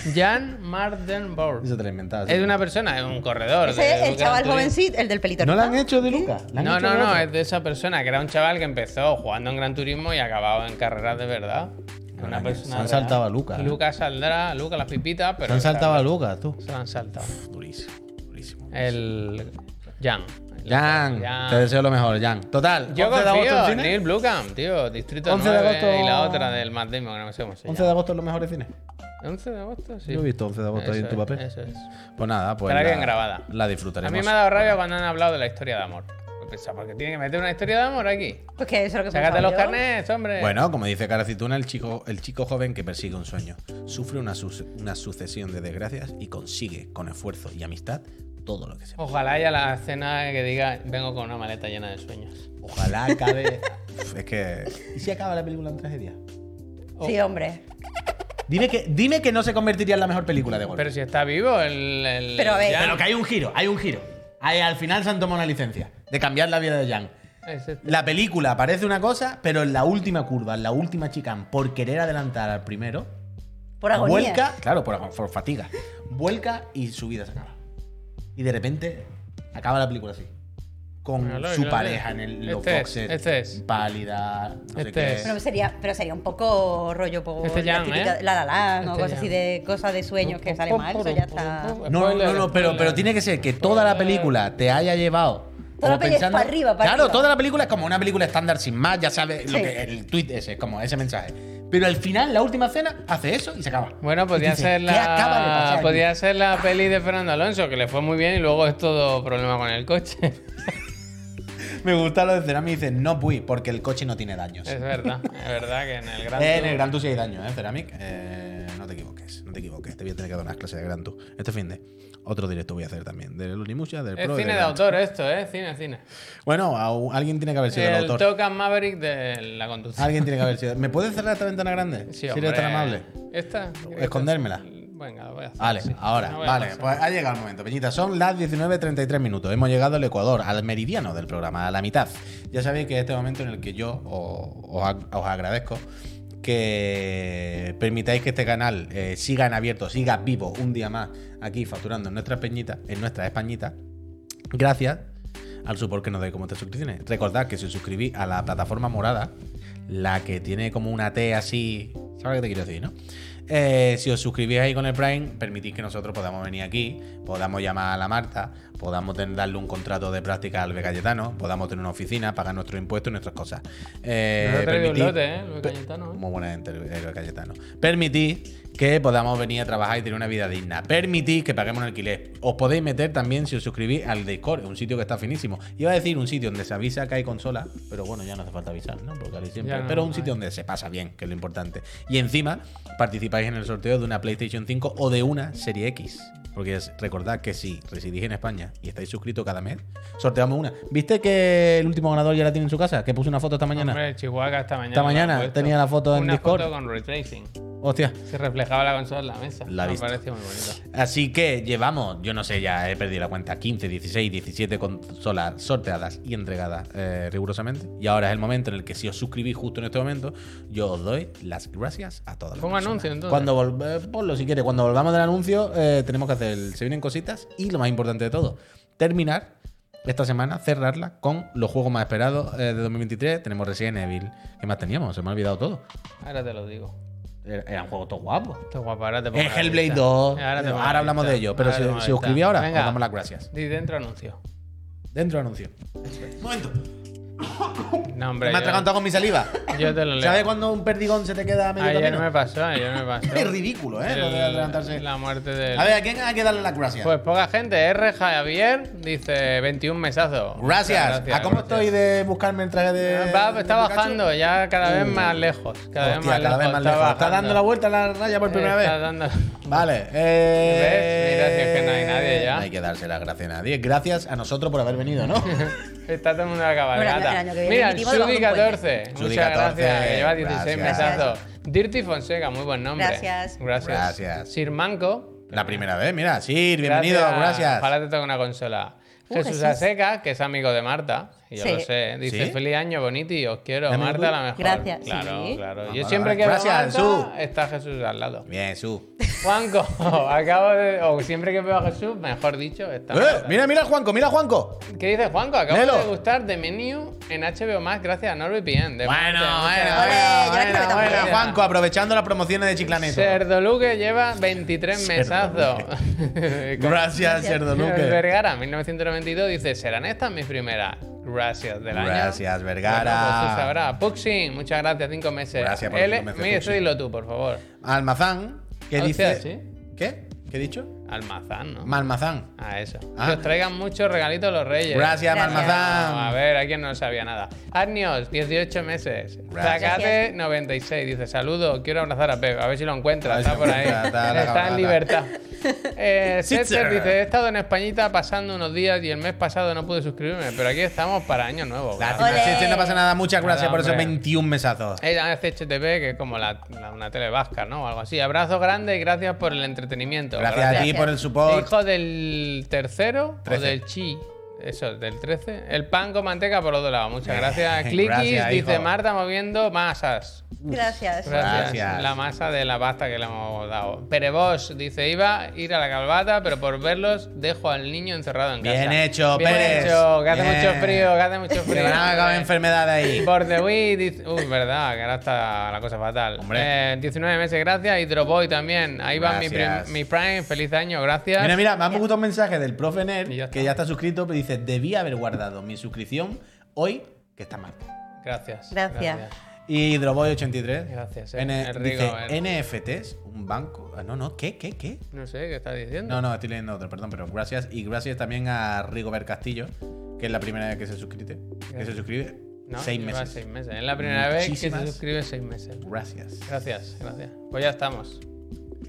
Speaker 2: Jan Mardenbauer.
Speaker 3: Eso te lo he inventado. sí.
Speaker 2: Es una persona, es un corredor. de
Speaker 1: Ese es el
Speaker 2: Gran
Speaker 1: chaval
Speaker 2: Turismo.
Speaker 1: jovencito, el del pelito.
Speaker 3: ¿No la han
Speaker 1: rizado.
Speaker 3: hecho de Luca? ¿La han
Speaker 2: No,
Speaker 3: hecho
Speaker 2: no,
Speaker 3: de
Speaker 2: no,
Speaker 3: otro?
Speaker 2: es de esa persona, que era un chaval que empezó jugando en Gran Turismo y acababa en carreras de verdad.
Speaker 3: Bueno,
Speaker 2: Una
Speaker 3: que
Speaker 2: persona
Speaker 3: se han
Speaker 2: real.
Speaker 3: saltado a Luca, ¿eh?
Speaker 2: Luca saldrá, Luca las pipitas, pero.
Speaker 3: Te han saltado a Luca, tú.
Speaker 2: Se la han saltado.
Speaker 3: Durísimo, durísimo.
Speaker 2: El. Jan.
Speaker 3: Jan,
Speaker 2: Jan.
Speaker 3: te deseo lo mejor, Jan. Total,
Speaker 2: Yo
Speaker 3: 11 de
Speaker 2: confío
Speaker 3: agosto en
Speaker 2: en
Speaker 3: cine.
Speaker 2: Neil Blomkamp, tío. Distrito
Speaker 3: 11
Speaker 2: 11
Speaker 3: de
Speaker 2: 9
Speaker 3: agosto-
Speaker 2: y la otra del Matt Damon, que no sé cómo se
Speaker 3: 11
Speaker 2: llama.
Speaker 3: de agosto en los mejores cines.
Speaker 2: 11 de agosto, sí.
Speaker 3: Yo he visto 11 de agosto ahí
Speaker 2: Eso
Speaker 3: en tu
Speaker 2: es,
Speaker 3: papel.
Speaker 2: Eso es.
Speaker 3: Pues nada, pues.
Speaker 2: Estará
Speaker 3: la-
Speaker 2: bien grabada.
Speaker 3: La
Speaker 2: A
Speaker 3: disfrutaremos.
Speaker 2: mí me ha dado rabia cuando han hablado de la historia de amor. Pues, He pensado, ¿por qué tiene que meter una historia de amor aquí?
Speaker 1: Pues que eso es lo que
Speaker 2: Sácate
Speaker 1: pensaba
Speaker 2: los
Speaker 1: yo.
Speaker 2: carnets, hombre.
Speaker 3: Bueno, como dice Cara Cituna, el chico, el chico joven que persigue un sueño, sufre una, su- una sucesión de desgracias y consigue, con esfuerzo y amistad, todo lo que se
Speaker 2: Ojalá haya la escena que diga vengo con una maleta llena de sueños.
Speaker 3: Ojalá acabe. Uf, es que. ¿Y si acaba la película en tragedia?
Speaker 1: Sí,
Speaker 2: Oh.
Speaker 1: hombre.
Speaker 3: Dime que, dime que no se convertiría en la mejor película de golpe.
Speaker 2: Pero si está vivo el... el-
Speaker 1: Pero a ver.
Speaker 2: Jan.
Speaker 3: Pero que hay un giro, hay un giro. Hay- al final se han tomado una licencia de cambiar la vida de Jan.
Speaker 2: Es este.
Speaker 3: La película parece una cosa, pero en la última curva, en la última chicane, por querer adelantar al primero,
Speaker 1: Por agonía.
Speaker 3: vuelca, claro, por, por fatiga, vuelca y su vida se acaba. Y de repente acaba la película así. Con
Speaker 2: Bueno, lo-
Speaker 3: su
Speaker 2: lo-
Speaker 3: pareja en el, los
Speaker 2: este es,
Speaker 3: boxers,
Speaker 2: este es.
Speaker 3: pálida, no sé
Speaker 2: Este
Speaker 3: qué.
Speaker 2: es.
Speaker 1: Pero sería, pero sería un poco rollo por
Speaker 2: Este
Speaker 1: la
Speaker 2: Jan,
Speaker 1: típica
Speaker 2: ¿eh?
Speaker 1: La La Land o
Speaker 2: Este
Speaker 1: cosas así
Speaker 2: Jan.
Speaker 1: de cosas de sueños que sale mal, eso ya está.
Speaker 3: No, no, no, no, pero, pero tiene que ser que toda la película te haya llevado.
Speaker 1: Toda la
Speaker 3: como
Speaker 1: peli es
Speaker 3: pensando-
Speaker 1: pa' arriba, pa'
Speaker 3: Claro,
Speaker 1: arriba.
Speaker 3: toda la película es como una película estándar sin más, ya sabes lo
Speaker 1: Sí.
Speaker 3: que el tweet ese, es como ese mensaje. Pero al final, la última cena, hace eso y se acaba.
Speaker 2: Bueno, podría
Speaker 3: Y dices,
Speaker 2: ser
Speaker 3: "¿Qué acaba de
Speaker 2: la...
Speaker 3: pasar aquí?".
Speaker 2: Podría ser la peli de Fernando Alonso, que le fue muy bien y luego es todo problema con el coche.
Speaker 3: Me gusta lo de Cerami dice, no voy, porque el coche no tiene daños. Eh,
Speaker 2: es verdad, es verdad que en el gran...
Speaker 3: en
Speaker 2: Tour-
Speaker 3: el Gran Tour sí hay daños, ¿eh, Ceramic? Eh, no te equivoques, no te equivoques. Te voy a tener que dar unas clases de Gran Tour. Este fin de... Otro directo voy a hacer también, del Unimusia, del
Speaker 2: Es
Speaker 3: Pro y
Speaker 2: cine de
Speaker 3: del Gran
Speaker 2: autor esto, ¿eh? Cine, cine.
Speaker 3: Tour. Bueno, a un- alguien tiene que haber sido el,
Speaker 2: el
Speaker 3: autor.
Speaker 2: Tocan Maverick de la conducción.
Speaker 3: Alguien tiene que haber sido. ¿Me puedes cerrar esta ventana grande?
Speaker 2: Sí,
Speaker 3: si
Speaker 2: hombre.
Speaker 3: eres tan amable.
Speaker 2: ¿Esta?
Speaker 3: Escondérmela.
Speaker 2: Venga, lo voy a hacer.
Speaker 3: Vale,
Speaker 2: sí.
Speaker 3: ahora,
Speaker 2: No voy a
Speaker 3: vale,
Speaker 2: pasar.
Speaker 3: pues ha llegado el momento, Peñita. Son las 19.33 minutos. Hemos llegado al Ecuador, al meridiano del programa, a la mitad. Ya sabéis que este momento en el que yo o- os, ag- os agradezco que permitáis que este canal eh, siga en abierto, siga vivo un día más aquí facturando en nuestras peñitas, en nuestras españitas. Gracias al support que nos dais como estas suscripciones. Recordad que si os suscribís a la plataforma morada, la que tiene como una T así. ¿Sabes qué te quiero decir, no? Eh, si os suscribís ahí con el Prime, permitís que nosotros podamos venir aquí, podamos llamar a la Marta, podamos tener- darle un contrato de práctica al Becayetano, podamos tener una oficina, pagar nuestros impuestos y nuestras cosas. Eh,
Speaker 2: Nos ha traído un
Speaker 3: permitís-
Speaker 2: lote, ¿eh? Luis
Speaker 3: pe-
Speaker 2: Cayetano, ¿eh?
Speaker 3: muy buena gente, el héroe Cayetano. Permitís que podamos venir a trabajar y tener una vida digna. Permitís que paguemos un alquiler. Os podéis meter también si os suscribís al Discord, un sitio que está finísimo. Iba a decir un sitio donde se avisa que hay consola, pero bueno, ya no hace falta avisar, ¿no? Porque ahora siempre.
Speaker 2: Ya no,
Speaker 3: pero un
Speaker 2: no
Speaker 3: sitio
Speaker 2: hay.
Speaker 3: donde se pasa bien, que es lo importante. Y encima, participáis en el sorteo de una PlayStation 5 o de una Serie X. Porque es- recordad que si residís en España y estáis suscritos cada mes, sorteamos una. ¿Viste que el último ganador ya la tiene en su casa? Que puse una foto esta mañana.
Speaker 2: Hombre, Chihuahua esta mañana.
Speaker 3: Esta
Speaker 2: me la
Speaker 3: mañana
Speaker 2: han puesto.
Speaker 3: tenía la foto en
Speaker 2: Una
Speaker 3: Discord.
Speaker 2: foto con ray tracing.
Speaker 3: Hostia.
Speaker 2: Se reflejaba la consola en la mesa.
Speaker 3: La he
Speaker 2: Me
Speaker 3: visto.
Speaker 2: pareció muy bonito.
Speaker 3: Así que llevamos, yo no sé, ya he perdido la cuenta, 15, 16, 17 consolas sorteadas y entregadas eh, rigurosamente. Y ahora es el momento en el que si os suscribís justo en este momento, yo os doy las gracias a todos.
Speaker 2: Pongo anuncio, entonces.
Speaker 3: Cuando vol- eh, ponlo si quieres, cuando volvamos del anuncio, eh, tenemos que hacer, el- se vienen cositas y lo más importante de todo, terminar esta semana, cerrarla con los juegos más esperados eh, de 2023. Tenemos Resident Evil, ¿qué más teníamos? Se me ha olvidado todo.
Speaker 2: Ahora te lo digo.
Speaker 3: Era- Eran juegos todos guapos.
Speaker 2: Qué guapo, ahora te pongo
Speaker 3: Es
Speaker 2: la
Speaker 3: Hellblade
Speaker 2: lista.
Speaker 3: 2.
Speaker 2: te pongo
Speaker 3: Ahora,
Speaker 2: la
Speaker 3: hablamos
Speaker 2: lista.
Speaker 3: de ello. Pero
Speaker 2: Ahora te pongo
Speaker 3: si,
Speaker 2: la
Speaker 3: si
Speaker 2: lista.
Speaker 3: os suscribís ahora,
Speaker 2: Venga.
Speaker 3: os damos las gracias.
Speaker 2: Di dentro anuncio.
Speaker 3: Dentro anuncio. Momento.
Speaker 2: No,
Speaker 3: Me
Speaker 2: hombre.
Speaker 3: has
Speaker 2: Yo,
Speaker 3: atragantado con mi saliva.
Speaker 2: yo te lo leo.
Speaker 3: ¿Sabes cuando un perdigón se te queda a medio
Speaker 2: Ayer
Speaker 3: camino?
Speaker 2: me pasó, ayer me pasó.
Speaker 3: Es ridículo, ¿eh?
Speaker 2: El-
Speaker 3: Lo de atragantarse.
Speaker 2: La muerte del.
Speaker 3: A ver, ¿a quién hay que darle las gracias?
Speaker 2: Pues poca gente. R. Javier dice 21 mesazos.
Speaker 3: gracias.
Speaker 2: Muchas
Speaker 3: ¿A
Speaker 2: gracias.
Speaker 3: cómo
Speaker 2: Ah,
Speaker 3: estoy de buscarme el traje de.
Speaker 2: Va, está
Speaker 3: de Pikachu?
Speaker 2: bajando ya cada vez
Speaker 3: Eh, Uh.
Speaker 2: más lejos. Cada vez
Speaker 3: Hostia,
Speaker 2: más
Speaker 3: cada
Speaker 2: lejos.
Speaker 3: vez más lejos. Está, dando la vuelta a la raya por primera vez. Vale, eh.
Speaker 2: ¿Ves? Mira, si es que no hay nadie ya.
Speaker 3: No hay que darse las gracias a nadie. Gracias a nosotros por haber venido, ¿no?
Speaker 2: Está todo el mundo en la
Speaker 1: Bueno, el
Speaker 2: cabalgata.
Speaker 1: año que viene
Speaker 2: Mira, el
Speaker 1: emitimos debajo de un puente.
Speaker 2: Sugi14.
Speaker 3: Sugi
Speaker 2: Muchas
Speaker 3: 14,
Speaker 2: gracias. Que lleva 16
Speaker 3: gracias.
Speaker 2: mesazos. Dirty Fonseca, muy buen nombre.
Speaker 1: Gracias.
Speaker 2: Gracias.
Speaker 3: Gracias.
Speaker 2: Sir Manco.
Speaker 3: la primera vez, mira. Sir, bienvenido, gracias.
Speaker 2: Ojalá te toque una consola.
Speaker 1: Uh,
Speaker 2: Jesús,
Speaker 1: Jesús.
Speaker 2: Aseca, que es amigo de Marta, y yo
Speaker 1: Sí.
Speaker 2: lo sé, dice
Speaker 3: ¿Sí?
Speaker 2: feliz año, Boniti, os quiero,
Speaker 3: ¿Es amigo
Speaker 2: Marta
Speaker 3: tuyo?
Speaker 2: la mejor.
Speaker 1: Gracias, sí.
Speaker 2: Claro, claro.
Speaker 3: Ah,
Speaker 2: yo
Speaker 3: vale,
Speaker 2: siempre
Speaker 3: vale.
Speaker 2: que veo a
Speaker 3: Gracias,
Speaker 2: Marta, está Jesús al lado.
Speaker 3: Bien, su.
Speaker 2: Juanco, acabo de. O siempre que veo a Jesús, mejor dicho, está.
Speaker 3: ¡Eh!
Speaker 2: Marta.
Speaker 3: Mira, mira, Juanco, mira, Juanco.
Speaker 2: ¿Qué dices, Juanco? Acabo
Speaker 3: Nelo.
Speaker 2: de gustar de menú en HBO Max gracias a NordVPN. De
Speaker 3: Bueno,
Speaker 2: Marte,
Speaker 3: bueno,
Speaker 2: muchas
Speaker 1: Ole, yo la
Speaker 3: bueno,
Speaker 1: quiero
Speaker 3: bueno,
Speaker 1: también.
Speaker 3: bueno, Juanco, aprovechando las promociones de Chiclaneto.
Speaker 2: Serdoluque lleva 23 mesazos.
Speaker 3: Gracias, Cerdo Luque.
Speaker 2: Vergara, 1992, dice: ¿Serán estas mis primeras? Gracias del año.
Speaker 3: Gracias,
Speaker 2: Bueno, pues tú
Speaker 3: Vergara.
Speaker 2: sabrás. Puxin, muchas gracias, cinco meses.
Speaker 3: Gracias por los
Speaker 2: L,
Speaker 3: cinco meses,
Speaker 2: mira, eso
Speaker 3: Puxin.
Speaker 2: dilo tú, por favor.
Speaker 3: Almazán, que
Speaker 2: Hostia,
Speaker 3: dice. ¿Qué? ¿Qué he dicho?
Speaker 2: Almazán, ¿no?
Speaker 3: Malmazán.
Speaker 2: Ah, eso.
Speaker 3: Ah.
Speaker 2: Que os traigan muchos regalitos los reyes.
Speaker 1: Gracias.
Speaker 3: Gracias,
Speaker 2: No, a
Speaker 3: Malmazán.
Speaker 2: ver, aquí no sabía nada. Arnios, 18 meses.
Speaker 3: Gracias.
Speaker 2: Zacate, 96. Dice, saludo, quiero abrazar a Pep. A ver si lo encuentra.
Speaker 3: A ver
Speaker 2: Está
Speaker 3: si lo
Speaker 2: por ahí.
Speaker 3: encuentra, está en la
Speaker 2: Está en
Speaker 3: cabalgata.
Speaker 2: libertad. Eh,
Speaker 3: Sitzer.
Speaker 2: Setzer dice, he estado en Españita pasando unos días y el mes pasado no pude suscribirme, pero aquí estamos para año nuevo.
Speaker 3: Lástima,
Speaker 1: Ole.
Speaker 3: sí, sí, no pasa nada. Muchas
Speaker 2: Nada,
Speaker 3: gracias por esos
Speaker 2: hombre.
Speaker 3: 21 mesazos.
Speaker 2: Era CHTV, que es como la, la- una tele vasca, ¿no? O algo así. Abrazo grande y gracias por el entretenimiento.
Speaker 3: Gracias a ti
Speaker 1: Gracias.
Speaker 3: por el support.
Speaker 2: Hijo del tercero
Speaker 3: Trece.
Speaker 2: o del chi. Eso, del 13. El pan con manteca por otro lado. Muchas gracias.
Speaker 3: Gracias,
Speaker 2: Cliquis dice
Speaker 3: hijo.
Speaker 2: Marta moviendo masas.
Speaker 1: Gracias.
Speaker 2: Gracias.
Speaker 3: Gracias.
Speaker 2: La masa de la pasta que le hemos dado. Perevos dice: Iba a ir a la calvata, pero por verlos dejo al niño encerrado en casa.
Speaker 3: Bien hecho, Pérez.
Speaker 2: hecho, que hace
Speaker 3: Bien.
Speaker 2: mucho frío, que hace mucho
Speaker 3: Se
Speaker 2: frío.
Speaker 3: van a acabar enfermedades ahí.
Speaker 2: Por The Wii dice. Uy, verdad, que ahora está la cosa fatal.
Speaker 3: Hombre.
Speaker 2: Eh, 19 meses, gracias. Y Dropboy también. Ahí va mi,
Speaker 3: Gracias.
Speaker 2: prim- mi Prime. Feliz año, gracias.
Speaker 3: Mira, mira, me ha gustado un mensaje del profe Ner,
Speaker 2: Y ya está.
Speaker 3: que ya está suscrito, pero dice, debí haber guardado mi suscripción hoy, que está mal.
Speaker 2: Gracias.
Speaker 1: Gracias.
Speaker 3: Y Droboy83.
Speaker 2: Gracias, eh,
Speaker 3: N-
Speaker 2: el
Speaker 3: dice,
Speaker 2: Rigo, el-
Speaker 3: NFTs, un banco. Ah, No, no, ¿qué, qué, qué?
Speaker 2: No sé qué estás diciendo.
Speaker 3: No, no, estoy leyendo otro, perdón, pero gracias. Y gracias también a Rigobert Castillo, que es la primera vez que se suscribe. Que se suscribe
Speaker 2: No,
Speaker 3: seis
Speaker 2: lleva
Speaker 3: meses.
Speaker 2: seis meses. Es la primera vez que se
Speaker 3: Muchísimas-
Speaker 2: suscribe seis meses.
Speaker 3: Gracias.
Speaker 2: Gracias, gracias. Pues ya estamos.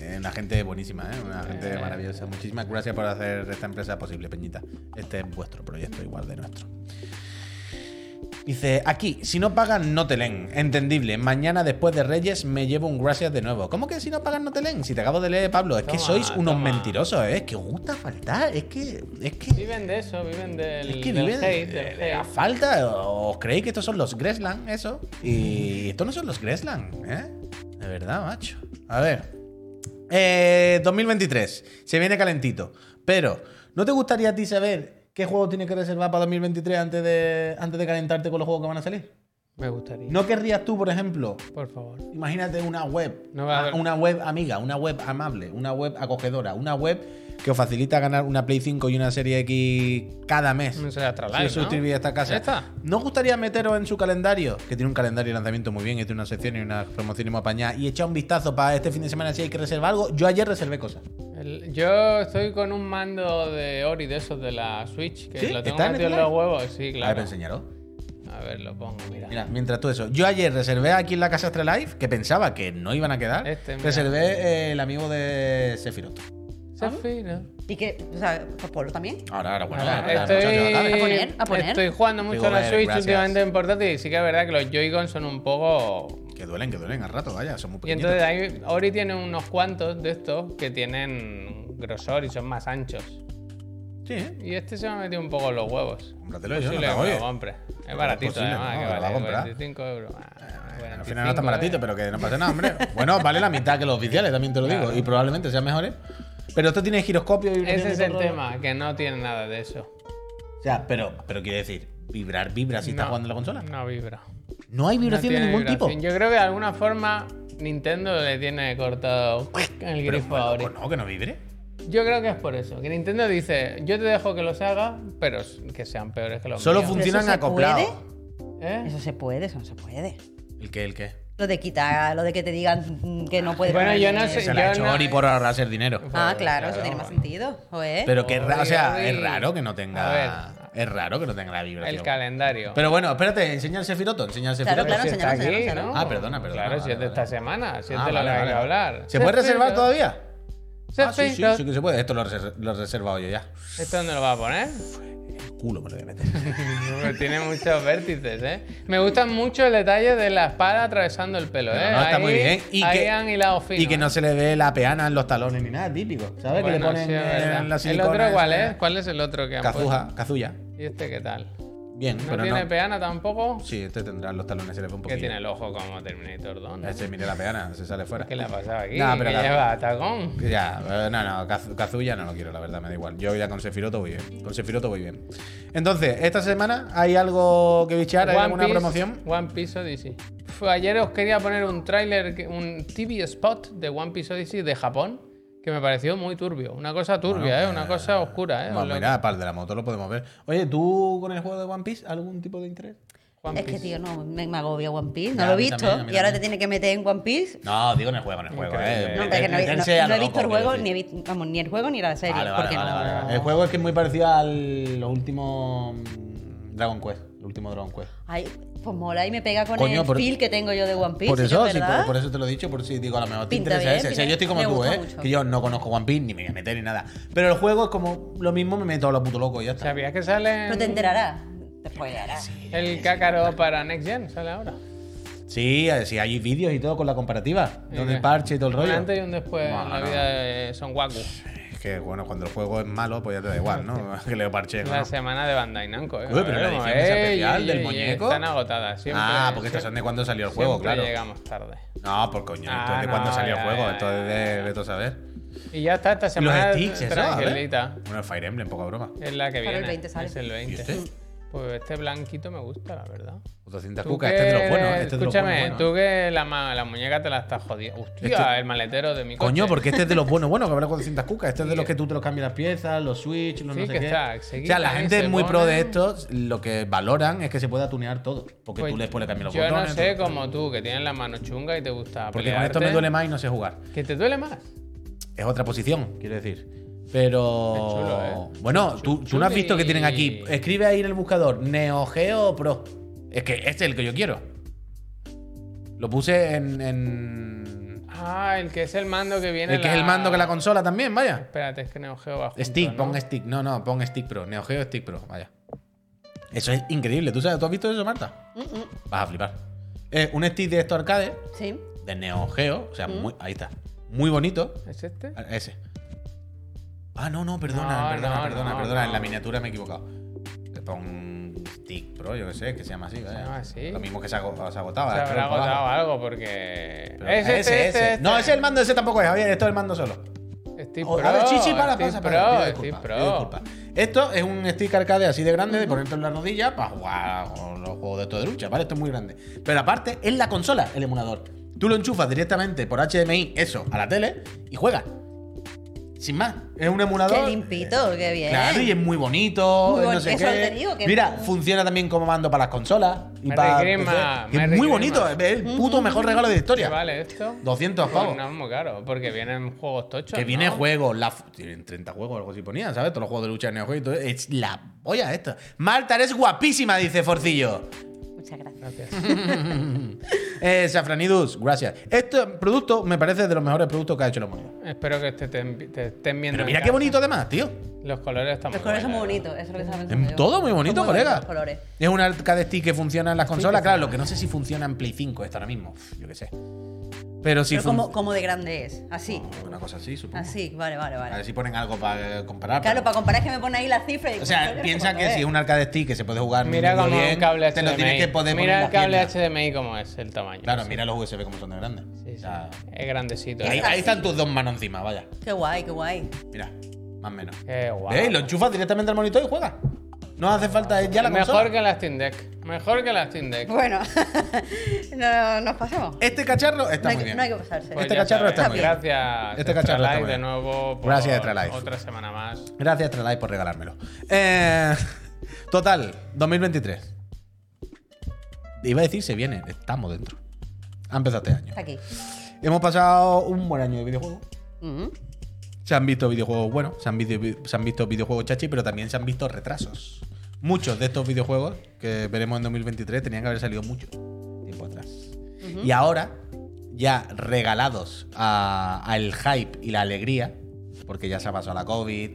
Speaker 3: Eh, una gente buenísima, ¿eh? una gente
Speaker 2: Eh.
Speaker 3: maravillosa. Muchísimas gracias por hacer esta empresa posible, Peñita. Este es vuestro proyecto, igual de nuestro. Dice, aquí, si no pagan, no te leen. Entendible, mañana después de Reyes me llevo un gracias de nuevo. ¿Cómo que si no pagan, no te leen? Si te acabo de leer, Pablo, es que
Speaker 2: Toma,
Speaker 3: sois unos
Speaker 2: toma.
Speaker 3: mentirosos, ¿eh? es que os gusta faltar, es que... Es que...
Speaker 2: Viven de eso, viven del,
Speaker 3: Es que
Speaker 2: del
Speaker 3: viven
Speaker 2: hate.
Speaker 3: de,
Speaker 2: del
Speaker 3: de la
Speaker 2: hate.
Speaker 3: falta. ¿Os creéis que estos son los Gresland? Eso. Y estos no son los Gresland, ¿eh? De verdad, macho. A ver. Eh, 2023. Se viene calentito. Pero, ¿no te gustaría a ti saber qué juego tienes que reservar para 2023 antes de, antes de calentarte con los juegos que van a salir?
Speaker 2: Me gustaría.
Speaker 3: ¿No querrías tú, por ejemplo,
Speaker 2: Por favor.
Speaker 3: imagínate una web,
Speaker 2: No va a
Speaker 3: a-
Speaker 2: haber-
Speaker 3: una web amiga, una web amable, una web acogedora, una web que os facilita ganar una Play 5 y una Serie X cada mes?
Speaker 2: No será Astralife,
Speaker 3: Si
Speaker 2: ¿no?
Speaker 3: os suscribís a esta casa.
Speaker 2: ¿Esta?
Speaker 3: ¿No os gustaría meteros en su calendario? Que tiene un calendario de lanzamiento muy bien, y tiene una sección y una promoción muy apañada. Y echar un vistazo para este fin de semana si hay que reservar algo. Yo ayer reservé cosas.
Speaker 2: El- yo estoy con un mando de Ori de esos de la Switch, que
Speaker 3: ¿Sí?
Speaker 2: lo tengo
Speaker 3: ¿Está en
Speaker 2: metido en
Speaker 3: el
Speaker 2: los huevos. Sí,
Speaker 3: A ver,
Speaker 2: claro.
Speaker 3: enseñaros.
Speaker 2: A ver, lo pongo, mira.
Speaker 3: Mira, mientras tú eso. Yo ayer reservé aquí en la casa Astralife, que pensaba que no iban a quedar.
Speaker 2: Este, mira.
Speaker 3: reservé eh, el amigo de Sephiroth.
Speaker 2: Zafiro.
Speaker 1: Y que, o sea, pues ponlo también.
Speaker 3: Ahora, ahora, bueno.
Speaker 2: Ahora, este
Speaker 3: ahora, ahora, muchachos, ahora.
Speaker 2: estoy,
Speaker 1: A poner, a poner.
Speaker 2: estoy jugando mucho a la
Speaker 3: Digo,
Speaker 2: Switch
Speaker 3: gracias.
Speaker 2: últimamente en portátil y sí que es verdad que los Joy-Con son un poco
Speaker 3: Que Que duelen, que duelen al rato, vaya, son muy
Speaker 2: Y
Speaker 3: pequeñitos.
Speaker 2: entonces ahí, Ori tiene unos cuantos de estos que tienen grosor y son más anchos.
Speaker 3: Sí, ¿eh?
Speaker 2: Y este se me ha metido un poco en los huevos.
Speaker 3: Cómpratelo, yo no
Speaker 2: Posible
Speaker 3: te
Speaker 2: que me lo
Speaker 3: agobie.
Speaker 2: compre. Es baratito,
Speaker 3: posible,
Speaker 2: además,
Speaker 3: no,
Speaker 2: que
Speaker 3: me lo va a
Speaker 2: vale
Speaker 3: comprar.
Speaker 2: 45 euros. Ah,
Speaker 3: Al
Speaker 2: 45,
Speaker 3: final no es tan baratito,
Speaker 2: eh.
Speaker 3: pero que no pasa nada, hombre. Bueno, vale la mitad que los oficiales, también te lo digo.
Speaker 2: Claro.
Speaker 3: Y probablemente sean mejores. Pero esto tiene giroscopio y
Speaker 2: Ese es el tema, que no tiene nada de eso.
Speaker 3: O sea, pero, pero quiere decir, vibrar vibra si estás
Speaker 2: No,
Speaker 3: jugando en la consola.
Speaker 2: No vibra.
Speaker 3: No hay
Speaker 2: No
Speaker 3: vibración
Speaker 2: tiene
Speaker 3: de ningún
Speaker 2: vibración.
Speaker 3: tipo.
Speaker 2: Yo creo que de alguna forma Nintendo le tiene cortado el
Speaker 3: Pero,
Speaker 2: grifo a
Speaker 3: bueno,
Speaker 2: Ori.
Speaker 3: pues no, que no vibre.
Speaker 2: Yo creo que es por eso. Que Nintendo dice, yo te dejo que los haga, pero que sean peores que los
Speaker 3: Solo
Speaker 2: míos".
Speaker 1: fun-
Speaker 3: funcionan
Speaker 1: ¿Pero eso se
Speaker 3: acoplados.
Speaker 2: ¿Eh?
Speaker 1: Eso se puede, eso no se puede.
Speaker 3: ¿El qué? ¿El qué?
Speaker 1: Lo de quitar, lo de que te digan mm, que no puedes.
Speaker 2: Bueno,
Speaker 1: poner
Speaker 2: yo
Speaker 1: dinero.
Speaker 2: no sé-
Speaker 3: Se la ha
Speaker 2: yo
Speaker 3: hecho
Speaker 2: no-
Speaker 3: Ori por ahorrarse el dinero.
Speaker 1: Ah, claro,
Speaker 2: Claro,
Speaker 1: eso tiene más
Speaker 2: bueno.
Speaker 1: sentido. Joder.
Speaker 3: Pero que es raro, o sea,
Speaker 2: Ori,
Speaker 3: es
Speaker 2: Ori.
Speaker 3: raro que no
Speaker 2: A
Speaker 3: tenga. Es raro que no tenga la vibración.
Speaker 2: El calendario.
Speaker 3: Pero bueno, espérate, enseña el Sefiroto, enseña el
Speaker 1: Claro,
Speaker 3: Sefiroto.
Speaker 1: claro,
Speaker 2: Si
Speaker 1: enséñalo,
Speaker 2: está
Speaker 1: enséñalo,
Speaker 2: aquí,
Speaker 1: enséñalo.
Speaker 2: ¿no?
Speaker 3: Ah, perdona, perdona,
Speaker 2: Claro, si
Speaker 3: vale,
Speaker 2: es de
Speaker 3: vale.
Speaker 2: esta semana, si es
Speaker 3: Ah,
Speaker 2: de lo
Speaker 3: vale,
Speaker 2: que hay
Speaker 3: vale,
Speaker 2: que
Speaker 3: vale.
Speaker 2: hablar.
Speaker 3: ¿Se puede reservar todavía?
Speaker 2: Se
Speaker 3: Ah, sí, sí,
Speaker 2: filtra.
Speaker 3: sí que se puede. Esto lo, he reser- lo he reservado yo ya.
Speaker 2: ¿Esto dónde lo va a poner?
Speaker 3: Culo me lo voy a meter.
Speaker 2: Porque Tiene muchos vértices, ¿eh? Me gusta mucho el detalle de la espada atravesando el pelo,
Speaker 3: Pero
Speaker 2: ¿eh?
Speaker 3: no, está
Speaker 2: Ahí-
Speaker 3: muy bien. Y
Speaker 2: ahí
Speaker 3: que-
Speaker 2: han hilado fino.
Speaker 3: y que no se le ve la peana en los talones ni nada, típico. ¿Sabes? que le
Speaker 2: Bueno,
Speaker 3: ponen
Speaker 2: sí, es
Speaker 3: eh,
Speaker 2: verdad.
Speaker 3: la
Speaker 2: ¿El
Speaker 3: silicona.
Speaker 2: otro ¿eh? cuál
Speaker 3: esta.
Speaker 2: es? ¿Cuál es el otro que han puesto?
Speaker 3: Cazuja, cazulla.
Speaker 2: ¿Y este qué tal? ¿No
Speaker 3: Bien, pero
Speaker 2: tiene
Speaker 3: no.
Speaker 2: peana tampoco?
Speaker 3: Sí, este tendrá los talones, se le ve un
Speaker 2: Que
Speaker 3: poquito.
Speaker 2: tiene el ojo como Terminator 2, ¿no?
Speaker 3: Este, mire la peana, se sale fuera.
Speaker 2: ¿Qué le ha pasado aquí?
Speaker 3: No, pero
Speaker 2: que
Speaker 3: la-
Speaker 2: lleva tacón.
Speaker 3: Ya, eh, no, no, Kaz- Kazuya no lo quiero, la verdad, me da igual. Yo ya con Sefiroto voy bien. Con Sefiroto voy bien. Entonces, esta semana hay algo que bichear, hay
Speaker 2: One
Speaker 3: alguna
Speaker 2: Piece-
Speaker 3: promoción.
Speaker 2: One Piece Odyssey. Uf, ayer os quería poner un tráiler, que- un TV spot de One Piece Odyssey de Japón, que me pareció muy turbio. Una cosa turbia, ¿eh? Una cosa oscura, ¿eh?
Speaker 3: Bueno,
Speaker 2: Lo-
Speaker 3: mira, para el de la moto lo podemos ver. Oye, ¿tú con el juego de One Piece algún tipo de interés?
Speaker 2: One
Speaker 1: Es que,
Speaker 2: Piece.
Speaker 1: tío, no, me, me agobia One Piece, no
Speaker 3: Ya,
Speaker 1: lo
Speaker 3: a
Speaker 1: he
Speaker 3: mí
Speaker 1: visto.
Speaker 3: también, a mí
Speaker 1: y ahora
Speaker 3: también.
Speaker 1: te tiene que meter en One Piece.
Speaker 3: No, digo en el juego, en el juego,
Speaker 2: Increíble.
Speaker 3: eh.
Speaker 1: No,
Speaker 2: Eh,
Speaker 1: pero que no, he-
Speaker 3: Meterse
Speaker 1: no-
Speaker 3: a
Speaker 1: no he
Speaker 3: lo
Speaker 1: visto el
Speaker 3: loco,
Speaker 1: juego,
Speaker 3: quiero
Speaker 1: ni he
Speaker 3: decir.
Speaker 1: visto, vamos, ni el juego ni la serie.
Speaker 3: Vale, vale,
Speaker 1: porque
Speaker 3: vale,
Speaker 1: no-
Speaker 3: vale, vale. El juego es que es muy parecido al los últimos mm, Dragon Quest, el último Dragon Quest.
Speaker 1: Ay, pues mola y me pega con
Speaker 3: Coño,
Speaker 1: el
Speaker 3: por-
Speaker 1: feel que tengo yo de One Piece.
Speaker 3: Por eso,
Speaker 1: ¿es
Speaker 3: sí,
Speaker 1: verdad?
Speaker 3: por, por eso te lo he dicho, por si digo, a lo mejor te
Speaker 1: Pinta
Speaker 3: interesa
Speaker 1: bien,
Speaker 3: ese. O sea,
Speaker 1: pinta-
Speaker 3: yo estoy como
Speaker 1: me
Speaker 3: tú,
Speaker 1: gusta
Speaker 3: ¿eh?
Speaker 1: mucho.
Speaker 3: Que yo no conozco One Piece, ni me voy a meter ni nada. Pero el juego es como lo mismo, me meto a lo puto loco y ya está.
Speaker 2: ¿Sabías que sale
Speaker 1: Pero te enterarás. Te spoilearás.
Speaker 2: el cácaro para Next Gen? Sale ahora.
Speaker 3: Sí, eh, sí, hay vídeos y todo con la comparativa,
Speaker 2: ¿Y
Speaker 3: con
Speaker 2: qué?
Speaker 3: el parche y todo el
Speaker 2: Un
Speaker 3: rollo.
Speaker 2: antes y un después en
Speaker 3: Bueno,
Speaker 2: la
Speaker 3: no.
Speaker 2: vida de Son Waku.
Speaker 3: Es que, bueno, cuando el juego es malo, pues ya te da igual, ¿no? que le parche.
Speaker 2: La semana de Bandai Namco, ¿eh?
Speaker 3: Uy, pero la
Speaker 2: Veremos.
Speaker 3: edición esa
Speaker 2: Ey,
Speaker 3: especial
Speaker 2: ey,
Speaker 3: del
Speaker 2: ey,
Speaker 3: muñeco.
Speaker 2: Están agotadas, siempre.
Speaker 3: Ah, porque estas
Speaker 2: sie-
Speaker 3: son de cuando salió el juego,
Speaker 2: siempre
Speaker 3: claro.
Speaker 2: llegamos tarde.
Speaker 3: No, por coño, esto
Speaker 2: Ah,
Speaker 3: es de cuando
Speaker 2: no,
Speaker 3: salió
Speaker 2: ya,
Speaker 3: el juego,
Speaker 2: ya,
Speaker 3: esto es
Speaker 2: ya,
Speaker 3: de
Speaker 2: ya.
Speaker 3: vete a saber.
Speaker 2: Y ya está esta
Speaker 3: Y los
Speaker 2: semana
Speaker 3: sticks, eso, a ver.
Speaker 2: tranquilita.
Speaker 3: Bueno, el Fire Emblem, poca broma.
Speaker 2: Es la que
Speaker 1: Claro,
Speaker 2: viene.
Speaker 1: el 20 sale.
Speaker 2: Es el 20.
Speaker 3: ¿Y este?
Speaker 2: Pues este blanquito me gusta, la verdad.
Speaker 3: 200
Speaker 2: Tú
Speaker 3: cucas,
Speaker 2: que
Speaker 3: este es de los buenos.
Speaker 2: eres-
Speaker 3: Este es de los
Speaker 2: Escúchame,
Speaker 3: buenos, buenos.
Speaker 2: tú que la, ma- la muñeca te la estás jodiendo. Hostia,
Speaker 3: Este-
Speaker 2: el maletero de mi coche.
Speaker 3: Coño, porque este es de los buenos, bueno, que habrá 400 cucas. Este es de los que tú te los cambias las piezas, los switch, los
Speaker 2: Sí,
Speaker 3: no sé
Speaker 2: que
Speaker 3: qué.
Speaker 2: está,
Speaker 3: o
Speaker 2: se
Speaker 3: sea, la
Speaker 2: quitan y
Speaker 3: gente
Speaker 2: se
Speaker 3: es muy pro de
Speaker 2: ponen.
Speaker 3: estos. Lo que valoran es que se pueda tunear todo. Porque
Speaker 2: Pues
Speaker 3: tú después le cambias los
Speaker 2: Yo
Speaker 3: botones.
Speaker 2: no sé,
Speaker 3: tú-
Speaker 2: como tú, que tienes la mano chunga y te gusta
Speaker 3: Porque con esto me
Speaker 2: pelearte.
Speaker 3: duele más y no sé jugar.
Speaker 2: ¿Que te duele más?
Speaker 3: Es otra posición, quiero decir.
Speaker 2: Es
Speaker 3: Pero.
Speaker 2: chulo,
Speaker 3: Bueno, tú, tú no has visto que tienen aquí.
Speaker 2: Chuli.
Speaker 3: Escribe ahí en el buscador Neo Geo Pro. Es que este es el que yo quiero. Lo puse en. en-
Speaker 2: Ah, el que es el mando que viene
Speaker 3: El que es el mando que la consola también, vaya.
Speaker 2: Espérate, es que Neo Geo va junto,
Speaker 3: Stick,
Speaker 2: ¿no?
Speaker 3: pon Stick. No, no, pon Stick Pro. Neo Geo Stick Pro, vaya. Eso es increíble. ¿Tú sabes? ¿Tú has visto eso, Marta? Vas a flipar. Eh, un stick de estos arcade,
Speaker 1: Sí.
Speaker 3: de Neo Geo, o sea, muy, ahí está. Muy bonito.
Speaker 2: ¿Es este?
Speaker 3: Ah, Ese. Ah, no, no, perdona,
Speaker 2: No,
Speaker 3: perdona,
Speaker 2: no,
Speaker 3: perdona,
Speaker 2: no,
Speaker 3: perdona. En la
Speaker 2: no.
Speaker 3: miniatura me he equivocado. Le Pon Stick Pro, yo qué sé, que se llama así. vaya.
Speaker 2: llama así.
Speaker 3: Lo mismo que se, ago- se agotaba.
Speaker 2: Ah, Se habrá
Speaker 3: la scroll para abajo.
Speaker 2: agotado algo porque.
Speaker 3: Pero-
Speaker 2: Es este,
Speaker 3: ese,
Speaker 2: este,
Speaker 3: ese.
Speaker 2: este.
Speaker 3: No, ese es el mando, ese tampoco es, Javier. Esto es el mando solo.
Speaker 2: Steve
Speaker 3: Oh,
Speaker 2: Pro.
Speaker 3: a ver, sí, sí, para,
Speaker 2: Steve
Speaker 3: pasa,
Speaker 2: Pro,
Speaker 3: para. Pido
Speaker 2: Steve
Speaker 3: disculpas,
Speaker 2: Pro.
Speaker 3: pido disculpas. Esto es un stick arcade así de grande, de ponerte en la rodilla para jugar con los juegos de esto de lucha, ¿vale? Esto es muy grande. Pero aparte, es la consola, el emulador. Tú lo enchufas directamente por HDMI, eso, a la tele y juegas. Sin más. Es un emulador. Eh,
Speaker 1: Qué limpito, qué bien.
Speaker 3: Claro, y es muy bonito.
Speaker 1: Muy
Speaker 3: no
Speaker 1: bonito,
Speaker 3: sé
Speaker 1: eso
Speaker 3: qué.
Speaker 1: te digo, que-
Speaker 3: Mira, funciona también como mando para las consolas. Y
Speaker 2: Merry
Speaker 3: para
Speaker 2: Christmas,
Speaker 3: PC. Es
Speaker 2: Merry
Speaker 3: muy bonito, es
Speaker 2: Christmas.
Speaker 3: el puto mejor regalo de la
Speaker 2: ¿Qué
Speaker 3: historia.
Speaker 2: vale esto?
Speaker 3: 200
Speaker 2: Pues
Speaker 3: pavos.
Speaker 2: No es muy caro, porque vienen juegos tochos.
Speaker 3: Que viene
Speaker 2: ¿no?
Speaker 3: juegos, la fu- tienen 30 juegos o algo así ponía, ¿sabes? Todos los juegos de lucha de Neo Geo y todo. Es la polla esta. Marta, eres guapísima, dice Forcillo.
Speaker 1: Muchas gracias.
Speaker 2: Gracias.
Speaker 3: Eh, Safranidus, gracias. Este producto me parece de los mejores productos que ha hecho la humanidad.
Speaker 2: Espero que te, te- te estén viendo.
Speaker 3: Pero
Speaker 2: en
Speaker 3: mira qué
Speaker 2: casa.
Speaker 3: bonito además, tío.
Speaker 2: Los colores están
Speaker 1: Los colores son muy
Speaker 2: buenos.
Speaker 1: bonitos, eso es lo que estaba pensando
Speaker 3: Es
Speaker 1: yo.
Speaker 3: Em, todo muy bonito,
Speaker 1: Son
Speaker 3: colega.
Speaker 1: bonitos Los colores.
Speaker 3: Es un arcade stick que funciona en las consolas. Claro, lo que no sé si funciona en Play 5 esto ahora mismo. Uf, Yo qué sé. Pero si
Speaker 1: Pero
Speaker 3: funciona.
Speaker 1: como, como de grande es, así.
Speaker 3: Una cosa así, supongo.
Speaker 1: Así, vale, vale,
Speaker 3: A ver
Speaker 1: vale.
Speaker 3: si ponen algo para eh, comparar.
Speaker 1: Claro,
Speaker 3: pero-
Speaker 1: para comparar es que me pone ahí las cifras. y-
Speaker 3: O sea, piensa que si es un arcade stick que se puede jugar
Speaker 2: Mira
Speaker 3: muy
Speaker 2: como
Speaker 3: bien,
Speaker 2: un cable HDMI.
Speaker 3: te lo tienes que poder poner
Speaker 2: mira
Speaker 3: en
Speaker 2: el
Speaker 3: la
Speaker 2: cable
Speaker 3: tienda.
Speaker 2: HDMI como es el tamaño.
Speaker 3: Claro,
Speaker 2: Sí,
Speaker 3: mira los USB como son de grandes.
Speaker 2: sí,
Speaker 3: O
Speaker 2: sí.
Speaker 3: sea,
Speaker 2: Es grandecito.
Speaker 3: ahí,
Speaker 2: ¿eh?
Speaker 3: ahí están tus dos manos encima, vaya.
Speaker 1: Qué guay, qué guay.
Speaker 3: Mira, más o menos.
Speaker 2: Qué guapo.
Speaker 3: ¿Veis? Lo enchufas directamente al monitor y juegas. No hace falta es ya la
Speaker 2: Mejor
Speaker 3: consola.
Speaker 2: que la Steam Deck. Mejor que la Steam Deck.
Speaker 1: Bueno, no, nos pasemos.
Speaker 3: Este cacharro está
Speaker 1: No hay,
Speaker 3: muy
Speaker 1: que-
Speaker 3: bien.
Speaker 1: no hay que pasarse.
Speaker 2: Pues
Speaker 3: Este
Speaker 2: ya
Speaker 3: cacharro está
Speaker 2: sabes.
Speaker 1: muy bien.
Speaker 2: Gracias.
Speaker 3: Este cacharro está
Speaker 2: Extralife,
Speaker 3: muy
Speaker 2: de
Speaker 3: bien.
Speaker 2: nuevo. por
Speaker 3: Gracias, Extralife.
Speaker 2: Otra semana más.
Speaker 3: Gracias, Tralai, por regalármelo. Eh, total, 2023. Iba a decir se viene, estamos dentro. Ha empezado este año.
Speaker 1: Está aquí.
Speaker 3: Hemos pasado un buen año de videojuegos.
Speaker 1: Mm.
Speaker 3: Se han visto videojuegos buenos, se han visto, se han visto videojuegos chachi, pero también se han visto retrasos. Muchos de estos videojuegos que veremos en 2023 tenían que haber salido mucho tiempo atrás. Y ahora, ya regalados a- al hype y la alegría, porque ya se ha pasado la COVID,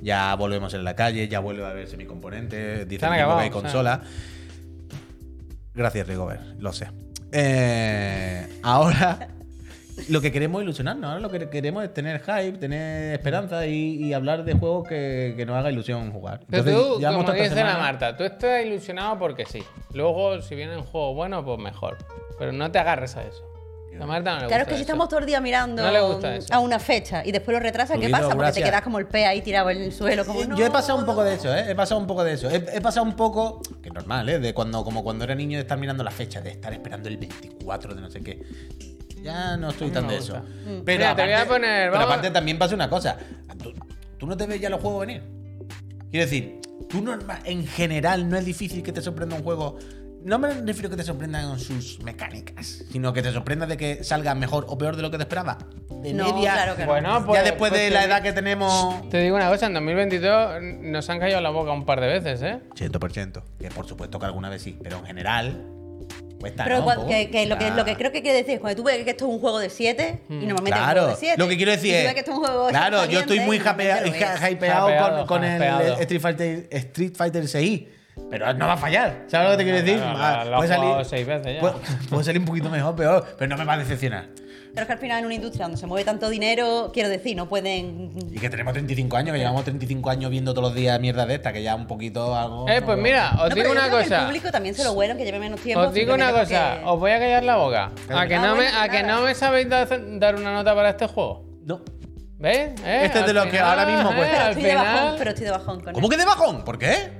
Speaker 3: ya volvemos en la calle, ya vuelve a haber semicomponentes, dicen
Speaker 2: han
Speaker 3: que
Speaker 2: acabado,
Speaker 3: hay
Speaker 2: o sea.
Speaker 3: consola. Gracias, Rigover, lo sé. Eh, ahora, lo que queremos es ilusionarnos, ahora lo que queremos es tener hype, tener esperanza y, y hablar de juegos que, que nos haga ilusión jugar.
Speaker 2: Pero
Speaker 3: Entonces,
Speaker 2: tú,
Speaker 3: llevamos
Speaker 2: como
Speaker 3: toda
Speaker 2: dice
Speaker 3: esta
Speaker 2: la
Speaker 3: semana-
Speaker 2: Marta, tú estás ilusionado porque sí. Luego, si viene un juego bueno, pues mejor. Pero no te agarres a eso. La Marta no le gusta
Speaker 1: Claro, es que si
Speaker 2: eso.
Speaker 1: estamos todo el día mirando
Speaker 2: No le gusta eso.
Speaker 1: a una fecha y después lo retrasas, ¿qué
Speaker 3: Ruido,
Speaker 1: pasa? Porque te
Speaker 3: gracias.
Speaker 1: quedas como el pe ahí tirado en el
Speaker 2: Eh,
Speaker 1: suelo. Como,
Speaker 3: Yo he
Speaker 1: "No".
Speaker 3: pasado un poco de eso, ¿eh? He pasado un poco de eso. He, he pasado un poco, que es normal, ¿eh? De cuando, como cuando era niño de estar mirando la fecha, de estar esperando el 24 de no sé qué. Ya no estoy
Speaker 2: mí
Speaker 3: tan
Speaker 2: me
Speaker 3: de eso.
Speaker 2: gusta. Mm.
Speaker 3: Pero,
Speaker 2: Mira, te voy a poner-
Speaker 3: pero
Speaker 2: vamos-
Speaker 3: aparte también pasa una cosa. ¿Tú, tú no te ves ya los juegos venir. Quiero decir, tú normal, en general no es difícil que te sorprenda un juego. No me refiero que te sorprendan con sus mecánicas, sino que te sorprenda de que salga mejor o peor de lo que te esperaba. De
Speaker 1: No,
Speaker 3: media.
Speaker 1: claro que no.
Speaker 2: Bueno,
Speaker 3: ya
Speaker 2: pues-
Speaker 3: después
Speaker 2: pues
Speaker 3: de
Speaker 2: te
Speaker 3: la
Speaker 2: di-
Speaker 3: edad que tenemos.
Speaker 2: Te digo una cosa, en 2022 nos han callado la boca un par de veces, ¿eh?
Speaker 3: 100%. Que por supuesto que alguna vez sí, pero en general cuesta,
Speaker 1: Pero
Speaker 3: ¿no?
Speaker 1: cua-
Speaker 3: Un poco.
Speaker 1: que, que lo que,
Speaker 3: Ya.
Speaker 1: lo que creo que quiere decir es cuando tú ves que esto es un juego de 7
Speaker 2: Mm.
Speaker 1: y normalmente es un juego
Speaker 3: Claro,
Speaker 1: de 7.
Speaker 3: lo que quiero decir es.
Speaker 1: Que este es un juego de
Speaker 3: claro,
Speaker 1: seis
Speaker 3: yo estoy muy
Speaker 1: parientes,
Speaker 3: japea-
Speaker 1: normalmente lo
Speaker 3: ja-
Speaker 1: es.
Speaker 3: hypeado
Speaker 2: Japeado,
Speaker 3: con, con el
Speaker 2: japeado.
Speaker 3: Street Fighter, Street Fighter 6. Pero no va a fallar. ¿Sabes lo que te quiero decir?
Speaker 2: Claro,
Speaker 3: Va-
Speaker 2: lo- lo he jugado seis veces ya.
Speaker 3: Puede, puede salir un poquito mejor, peor, pero no me va a decepcionar.
Speaker 1: Pero es que al final en una industria donde se mueve tanto dinero, quiero decir, no pueden.
Speaker 3: Y que tenemos 35 años, que llevamos 35 años viendo todos los días mierda de esta, que ya un poquito algo.
Speaker 2: eh, pues
Speaker 3: no-
Speaker 2: mira, os
Speaker 1: No, pero
Speaker 2: digo
Speaker 1: yo
Speaker 2: una
Speaker 1: creo que El
Speaker 2: cosa.
Speaker 1: público también se lo huele, que lleve menos tiempo.
Speaker 2: Os digo una
Speaker 1: simplemente
Speaker 2: cosa,
Speaker 1: porque-
Speaker 2: os voy a callar la boca. A que
Speaker 1: Ah,
Speaker 2: no me,
Speaker 1: bueno,
Speaker 2: a que
Speaker 1: nada.
Speaker 2: no me sabéis da- dar una nota para este juego.
Speaker 3: No.
Speaker 2: ¿Ves? ¿Eh?
Speaker 3: Este es de
Speaker 2: Al
Speaker 3: los que ahora mismo
Speaker 2: ¿eh?
Speaker 3: cuesta.
Speaker 1: Pero
Speaker 2: Al
Speaker 1: estoy, de bajón,
Speaker 2: final-
Speaker 1: pero estoy de bajón con
Speaker 3: ¿Cómo que de bajón? ¿Por qué?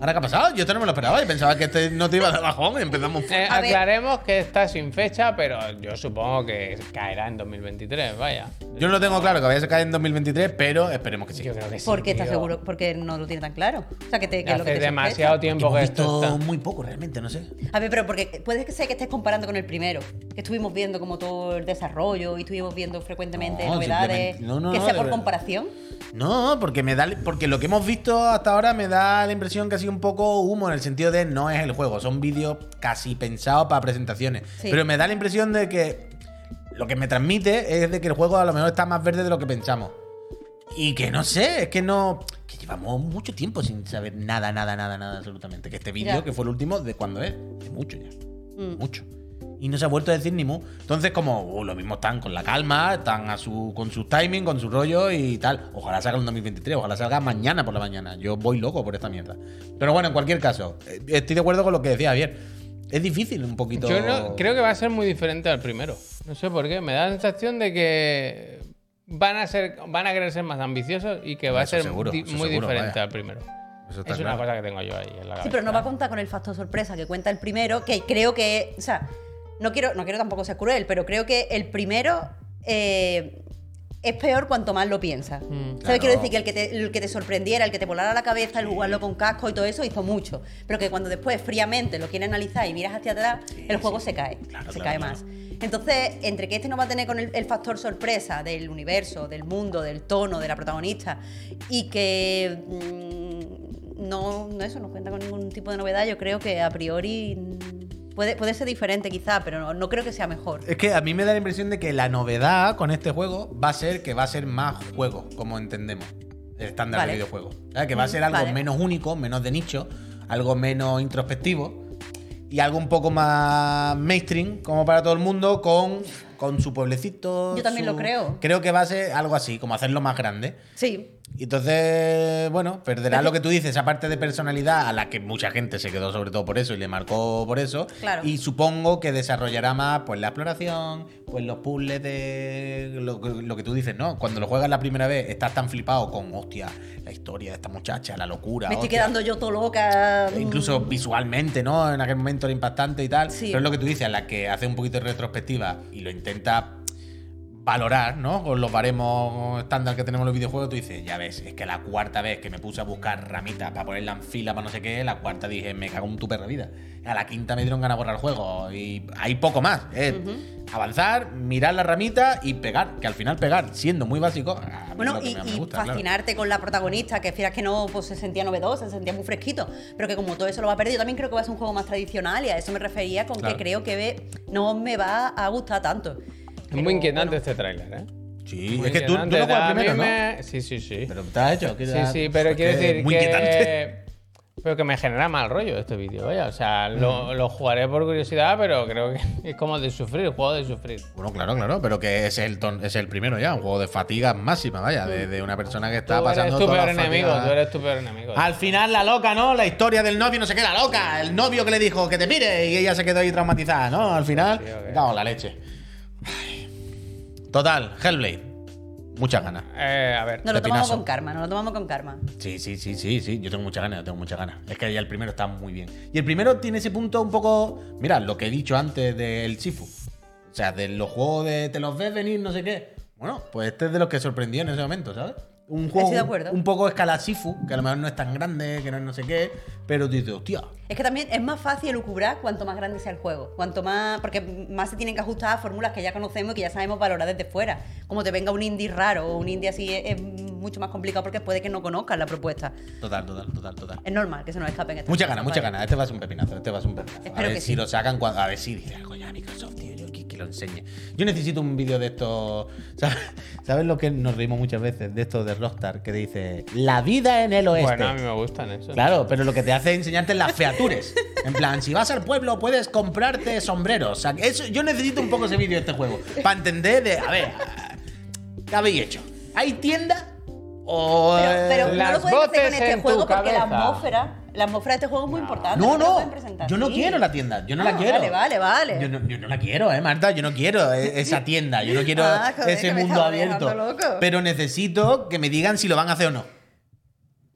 Speaker 3: ¿Ahora qué ha pasado? Yo esto no me lo esperaba. Yo pensaba que este no te iba de bajón y empezamos fuerte.
Speaker 2: Eh,
Speaker 1: A ver.
Speaker 2: aclaremos que está sin fecha, pero yo supongo que caerá en 2023, vaya.
Speaker 3: Yo no lo tengo claro que vaya a caer en 2023, pero esperemos que sí.
Speaker 2: Yo creo que sí.
Speaker 1: Porque está
Speaker 2: tío.
Speaker 1: seguro, porque no lo tiene tan claro. O sea, que, te, que es lo que
Speaker 2: Hace
Speaker 1: te sospecha.
Speaker 2: demasiado tiempo
Speaker 3: Hemos
Speaker 2: que esto
Speaker 3: visto
Speaker 2: está.
Speaker 3: muy poco realmente, no sé.
Speaker 1: A ver, pero porque puede que sea que estés comparando con el primero, que estuvimos viendo como todo el desarrollo y estuvimos viendo frecuentemente
Speaker 3: No,
Speaker 1: novedades,
Speaker 3: simplemente- no, no,
Speaker 1: que
Speaker 3: no,
Speaker 1: sea
Speaker 3: de
Speaker 1: por
Speaker 3: verdad.
Speaker 1: comparación.
Speaker 3: No, porque me da porque lo que hemos visto hasta ahora me da la impresión que ha sido un poco humo en el sentido de no es el juego, son vídeos casi pensados para presentaciones,
Speaker 1: Sí.
Speaker 3: pero me da la impresión de que lo que me transmite es de que el juego a lo mejor está más verde de lo que pensamos. Y que no sé, es que no que llevamos mucho tiempo sin saber nada, nada, nada, nada absolutamente, que este vídeo
Speaker 1: Ya.
Speaker 3: que fue el último de cuando es, de mucho ya.
Speaker 1: Mm.
Speaker 3: mucho. Y no se ha vuelto a decir ni mu. Entonces, como uh, lo mismo están con la calma, están a su, con su timing, con su rollo y tal. Ojalá salga en 2023, ojalá salga mañana por la mañana. Yo voy loco por esta mierda. Pero bueno, en cualquier caso, eh, estoy de acuerdo con lo que decía Javier. Es difícil un poquito.
Speaker 2: Yo no- creo que va a ser muy diferente al primero. No sé por qué. Me da la sensación de que van a ser, van a querer ser más ambiciosos y que va a
Speaker 3: Eso
Speaker 2: ser
Speaker 3: seguro,
Speaker 2: di-
Speaker 3: eso
Speaker 2: muy
Speaker 3: seguro,
Speaker 2: diferente
Speaker 3: vaya.
Speaker 2: al primero.
Speaker 3: Eso está
Speaker 2: Es una
Speaker 3: claro.
Speaker 2: cosa que tengo yo ahí en la cabeza.
Speaker 1: Sí, pero no va a contar con el factor sorpresa que cuenta el primero, que creo que, o sea, no quiero, no quiero tampoco ser cruel, pero creo que el primero eh, es peor cuanto más lo piensas. ¿Sabes?
Speaker 3: Mm, Claro.
Speaker 1: Quiero decir que el que, te, el que te sorprendiera, el que te volara la cabeza, el jugarlo con casco y todo eso hizo mucho, pero que cuando después fríamente lo quieres analizar y miras hacia atrás, el juego se cae,
Speaker 3: Claro,
Speaker 1: se
Speaker 3: claro,
Speaker 1: cae
Speaker 3: claro.
Speaker 1: más. Entonces, entre que este no va a tener con el, el factor sorpresa del universo, del mundo, del tono, de la protagonista, y que mm, no, no eso, no cuenta con ningún tipo de novedad, yo creo que a priori mm, Puede, puede ser diferente quizá, pero no, no creo que sea mejor.
Speaker 3: Es que a mí me da la impresión de que la novedad con este juego va a ser que va a ser más juego, como entendemos el estándar
Speaker 1: Vale. Mm,
Speaker 3: de videojuego. ¿Sabes? Que va a ser algo
Speaker 1: vale.
Speaker 3: menos único, menos de nicho, algo menos introspectivo y algo un poco más mainstream, como para todo el mundo, con, con su pueblecito.
Speaker 1: Yo también
Speaker 3: su-
Speaker 1: lo creo.
Speaker 3: Creo que va a ser algo así, como hacerlo más grande.
Speaker 1: Sí,
Speaker 3: Y Entonces, bueno, perderá lo que tú dices, esa parte de personalidad a la que mucha gente se quedó sobre todo por eso y le marcó por eso.
Speaker 1: Claro.
Speaker 3: Y supongo que desarrollará más pues la exploración, pues los puzzles de lo, que- lo que tú dices, ¿no? Cuando lo juegas la primera vez estás tan flipado con, hostia, la historia de esta muchacha, la locura.
Speaker 1: me estoy
Speaker 3: hostia.
Speaker 1: quedando yo todo loca. mm.
Speaker 3: E Incluso visualmente, ¿no? En aquel momento era impactante y tal.
Speaker 1: Sí.
Speaker 3: Pero es lo que tú dices, a la que hace un poquito de retrospectiva y lo intenta valorar, ¿no? Con los baremos estándar que tenemos los videojuegos, tú dices, ya ves, es que la cuarta vez que me puse a buscar ramitas para ponerla en fila, para no sé qué, la cuarta dije, me cago en tu perra vida. A la quinta me dieron ganas de borrar el juego y hay poco más. es Avanzar, mirar la ramita y pegar, que al final pegar, siendo muy básico, a mí es
Speaker 1: Bueno,
Speaker 3: lo que
Speaker 1: y,
Speaker 3: más me
Speaker 1: y
Speaker 3: gusta, claro.
Speaker 1: fascinarte con la protagonista, que fieras que no, pues se sentía novedosa, se sentía muy fresquito, pero que como todo eso lo va a perder, yo también creo que va a ser un juego más tradicional y a eso me refería con
Speaker 3: Claro.
Speaker 1: que creo que ve- no me va a gustar tanto.
Speaker 2: Es muy inquietante este tráiler, ¿eh?
Speaker 3: Sí,
Speaker 2: Muy
Speaker 3: es que tú, tú
Speaker 2: inquietante.
Speaker 3: lo juegas
Speaker 2: A mí
Speaker 3: primero, ¿no?
Speaker 2: me- Sí, sí, sí.
Speaker 3: Pero te has hecho.
Speaker 2: Sí, sí, pero quiero decir
Speaker 3: muy inquietante.
Speaker 2: que... Pero que me genera mal rollo este vídeo, vaya. O sea,
Speaker 3: Mm.
Speaker 2: lo, lo jugaré por curiosidad, pero creo que es como de sufrir, juego de sufrir.
Speaker 3: Bueno, claro, claro, pero que es el ton- es el primero ya, un juego de fatigas máxima, vaya, de, de una persona que está
Speaker 2: Tú eres
Speaker 3: pasando
Speaker 2: tu
Speaker 3: todas
Speaker 2: peor
Speaker 3: las
Speaker 2: enemigo,
Speaker 3: fatigas.
Speaker 2: tú eres tu peor enemigo.
Speaker 3: ¿eh? Al final la loca, ¿no? La historia del novio, no sé qué, la loca, el novio que le dijo que te mire y ella se quedó ahí traumatizada, ¿no? Al final,
Speaker 2: Tío, qué-
Speaker 3: me cago en la leche. Total, Hellblade. Muchas ganas.
Speaker 2: Eh, a ver.
Speaker 1: Nos lo tomamos
Speaker 3: Pepinazo.
Speaker 1: con karma, nos lo tomamos con karma.
Speaker 3: Sí, sí, sí, sí, sí. Yo tengo muchas ganas, yo tengo muchas ganas. Es que ya el primero está muy bien. Y el primero tiene ese punto un poco. Mira, lo que he dicho antes del Sifu. O sea, de los juegos de te los ves venir, no sé qué. Bueno, pues este es de los que sorprendió en ese momento, ¿sabes? Un juego
Speaker 1: Estoy de acuerdo.
Speaker 3: un poco escala Sifu, que a lo mejor no es tan grande, que no es no sé qué, pero tú dices, hostia.
Speaker 1: Es que también es más fácil lucubrar cuanto más grande sea el juego, cuanto más, porque más se tienen que ajustar a fórmulas que ya conocemos y que ya sabemos valorar desde fuera. Como te venga un indie raro o un indie así es, es mucho más complicado porque puede que no conozcas la propuesta.
Speaker 3: Total, total, total, total.
Speaker 1: Es normal que se nos escapen estas
Speaker 3: Muchas
Speaker 1: cosas,
Speaker 3: ganas, muchas
Speaker 1: vale.
Speaker 3: ganas. Este va a ser un pepinazo, este va a ser un pepinazo.
Speaker 1: Espero
Speaker 3: a ver
Speaker 1: que
Speaker 3: si
Speaker 1: sí.
Speaker 3: lo sacan cuando. A ver si dice, "Ah, coño, Microsoft, tío, yo que, que lo enseñe. Yo necesito un vídeo de estos. ¿sabes? ¿Sabes lo que nos reímos muchas veces de estos de Rockstar? Que te dice, la vida en el
Speaker 1: este.
Speaker 3: oeste.
Speaker 2: Bueno, a mí me gustan eso.
Speaker 3: Claro, pero lo que te hace es enseñarte las features. En plan, si vas al pueblo puedes comprarte sombreros. O sea, eso, yo necesito un poco ese vídeo de este juego. Para entender de, a ver, ¿qué habéis hecho? ¿Hay tienda? O,
Speaker 1: Pero, pero
Speaker 3: eh,
Speaker 1: no
Speaker 2: Las
Speaker 1: lo puedes hacer
Speaker 2: voces
Speaker 1: con este
Speaker 2: en
Speaker 1: juego
Speaker 2: tu
Speaker 1: porque la
Speaker 2: cabeza.
Speaker 1: atmósfera, la atmósfera de este juego es muy importante.
Speaker 3: No,
Speaker 1: lo
Speaker 3: no.
Speaker 1: pueden presentar
Speaker 3: Yo no
Speaker 1: así.
Speaker 3: quiero la tienda. Yo no la
Speaker 1: Ah,
Speaker 3: quiero.
Speaker 1: Vale, vale, vale.
Speaker 3: Yo no, yo no la quiero, ¿eh, Marta? Yo no quiero e- esa tienda. Yo no quiero
Speaker 1: Ah, joder,
Speaker 3: ese
Speaker 1: que me
Speaker 3: mundo
Speaker 1: estaba
Speaker 3: abierto.
Speaker 1: dejando loco.
Speaker 3: Pero necesito que me digan si lo van a hacer o no.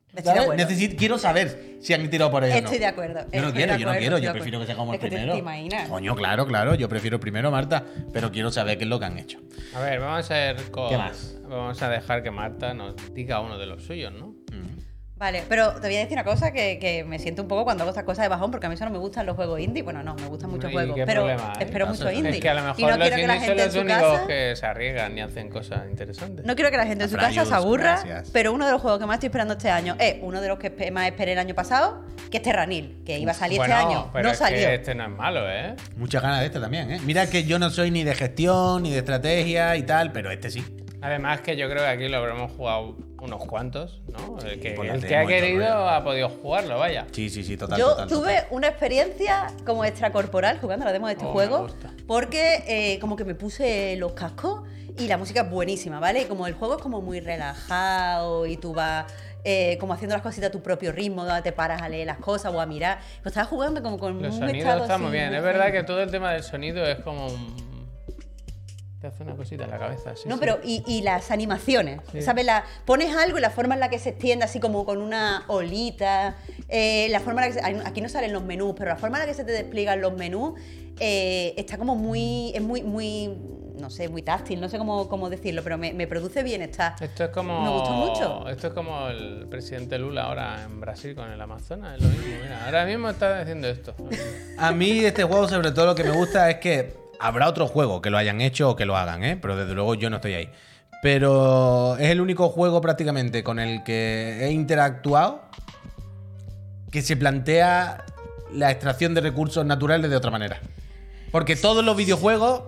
Speaker 1: Estoy de
Speaker 3: ¿sabes?
Speaker 1: acuerdo.
Speaker 3: Necesito, quiero saber si han tirado por ahí. o no.
Speaker 1: Estoy de acuerdo,
Speaker 3: Yo no
Speaker 1: estoy
Speaker 3: quiero,
Speaker 1: de
Speaker 3: yo no
Speaker 1: acuerdo,
Speaker 3: quiero.
Speaker 1: estoy
Speaker 3: Yo
Speaker 1: de
Speaker 3: prefiero que sea como el
Speaker 1: acuerdo. Es que te-
Speaker 3: primero.
Speaker 1: te imaginas.
Speaker 3: Coño, claro, claro. Yo prefiero el primero, Marta. Pero quiero saber qué es lo que han hecho.
Speaker 2: A ver, vamos a ir con.
Speaker 3: ¿Qué más?
Speaker 2: Vamos a dejar que Marta nos diga uno de los suyos, ¿no?
Speaker 3: Mm.
Speaker 1: Vale, pero te voy a decir una cosa que, que me siento un poco cuando hago estas cosas de bajón porque a mí eso no me gustan los juegos indie. Bueno, no, me gustan muchos
Speaker 2: ¿Y
Speaker 1: juegos,
Speaker 2: qué
Speaker 1: pero
Speaker 2: problema hay?
Speaker 1: espero mucho
Speaker 3: Es
Speaker 1: indie.
Speaker 2: Es que a lo
Speaker 1: y no
Speaker 2: mejor los
Speaker 1: quiero que la
Speaker 2: indies son
Speaker 1: gente en
Speaker 2: los
Speaker 1: su
Speaker 2: únicos
Speaker 1: casa...
Speaker 2: que se arriesgan y hacen cosas interesantes.
Speaker 1: No quiero que la gente en su
Speaker 3: Afrayus,
Speaker 1: casa se aburra,
Speaker 3: gracias.
Speaker 1: pero uno de los juegos que más estoy esperando este año es uno de los que espe- más esperé el año pasado, que es Terranil, que iba a salir
Speaker 2: Bueno,
Speaker 1: este año,
Speaker 2: pero
Speaker 1: no
Speaker 2: es
Speaker 1: salió.
Speaker 2: Que este no es malo, ¿eh?
Speaker 3: Muchas ganas de este también, ¿eh? Mira que yo no soy ni de gestión, ni de estrategia y tal, pero este sí.
Speaker 2: Además que yo creo que aquí lo habremos jugado unos cuantos, ¿no? El que,
Speaker 3: por la
Speaker 2: el que ha
Speaker 3: demo y todo el
Speaker 2: querido
Speaker 3: rollo.
Speaker 2: ha podido jugarlo, vaya.
Speaker 3: Sí, sí, sí, total.
Speaker 1: Yo
Speaker 3: total,
Speaker 1: tuve
Speaker 3: total.
Speaker 1: una experiencia como extracorporal jugando a la demo de este
Speaker 2: Oh, me
Speaker 1: juego
Speaker 2: gusta.
Speaker 1: porque eh, como que me puse los cascos y la música es buenísima, ¿vale? Y como el juego es como muy relajado y tú vas eh, como haciendo las cositas a tu propio ritmo, ¿no? te paras a leer las cosas o a mirar. Lo estaba jugando como con
Speaker 2: Los
Speaker 1: un
Speaker 2: sonidos
Speaker 1: estado
Speaker 2: están
Speaker 1: así
Speaker 2: muy bien.
Speaker 1: muy
Speaker 2: Es verdad que
Speaker 1: fino.
Speaker 2: todo el tema del sonido es como un... Te hace una cosita en la cabeza, sí.
Speaker 1: No,
Speaker 2: sí.
Speaker 1: pero y, y las animaciones,
Speaker 2: Sí.
Speaker 1: ¿sabes? La, pones algo y la forma en la que se extiende, así como con una olita, eh, la forma en la que se- aquí no salen los menús, pero la forma en la que se te despliegan los menús eh, está como muy, es muy, muy, no sé, muy táctil, no sé cómo, cómo decirlo, pero me, me produce bienestar.
Speaker 2: Esto es como.
Speaker 1: Me gustó mucho.
Speaker 2: Esto es como el presidente Lula ahora en Brasil con el Amazonas. Es lo mismo. Mira, ahora mismo está haciendo esto.
Speaker 3: A mí de este juego sobre todo lo que me gusta es que habrá otro juego que lo hayan hecho o que lo hagan, ¿eh? pero desde luego yo no estoy ahí. Pero es el único juego prácticamente con el que he interactuado que se plantea la extracción de recursos naturales de otra manera. Porque todos los videojuegos,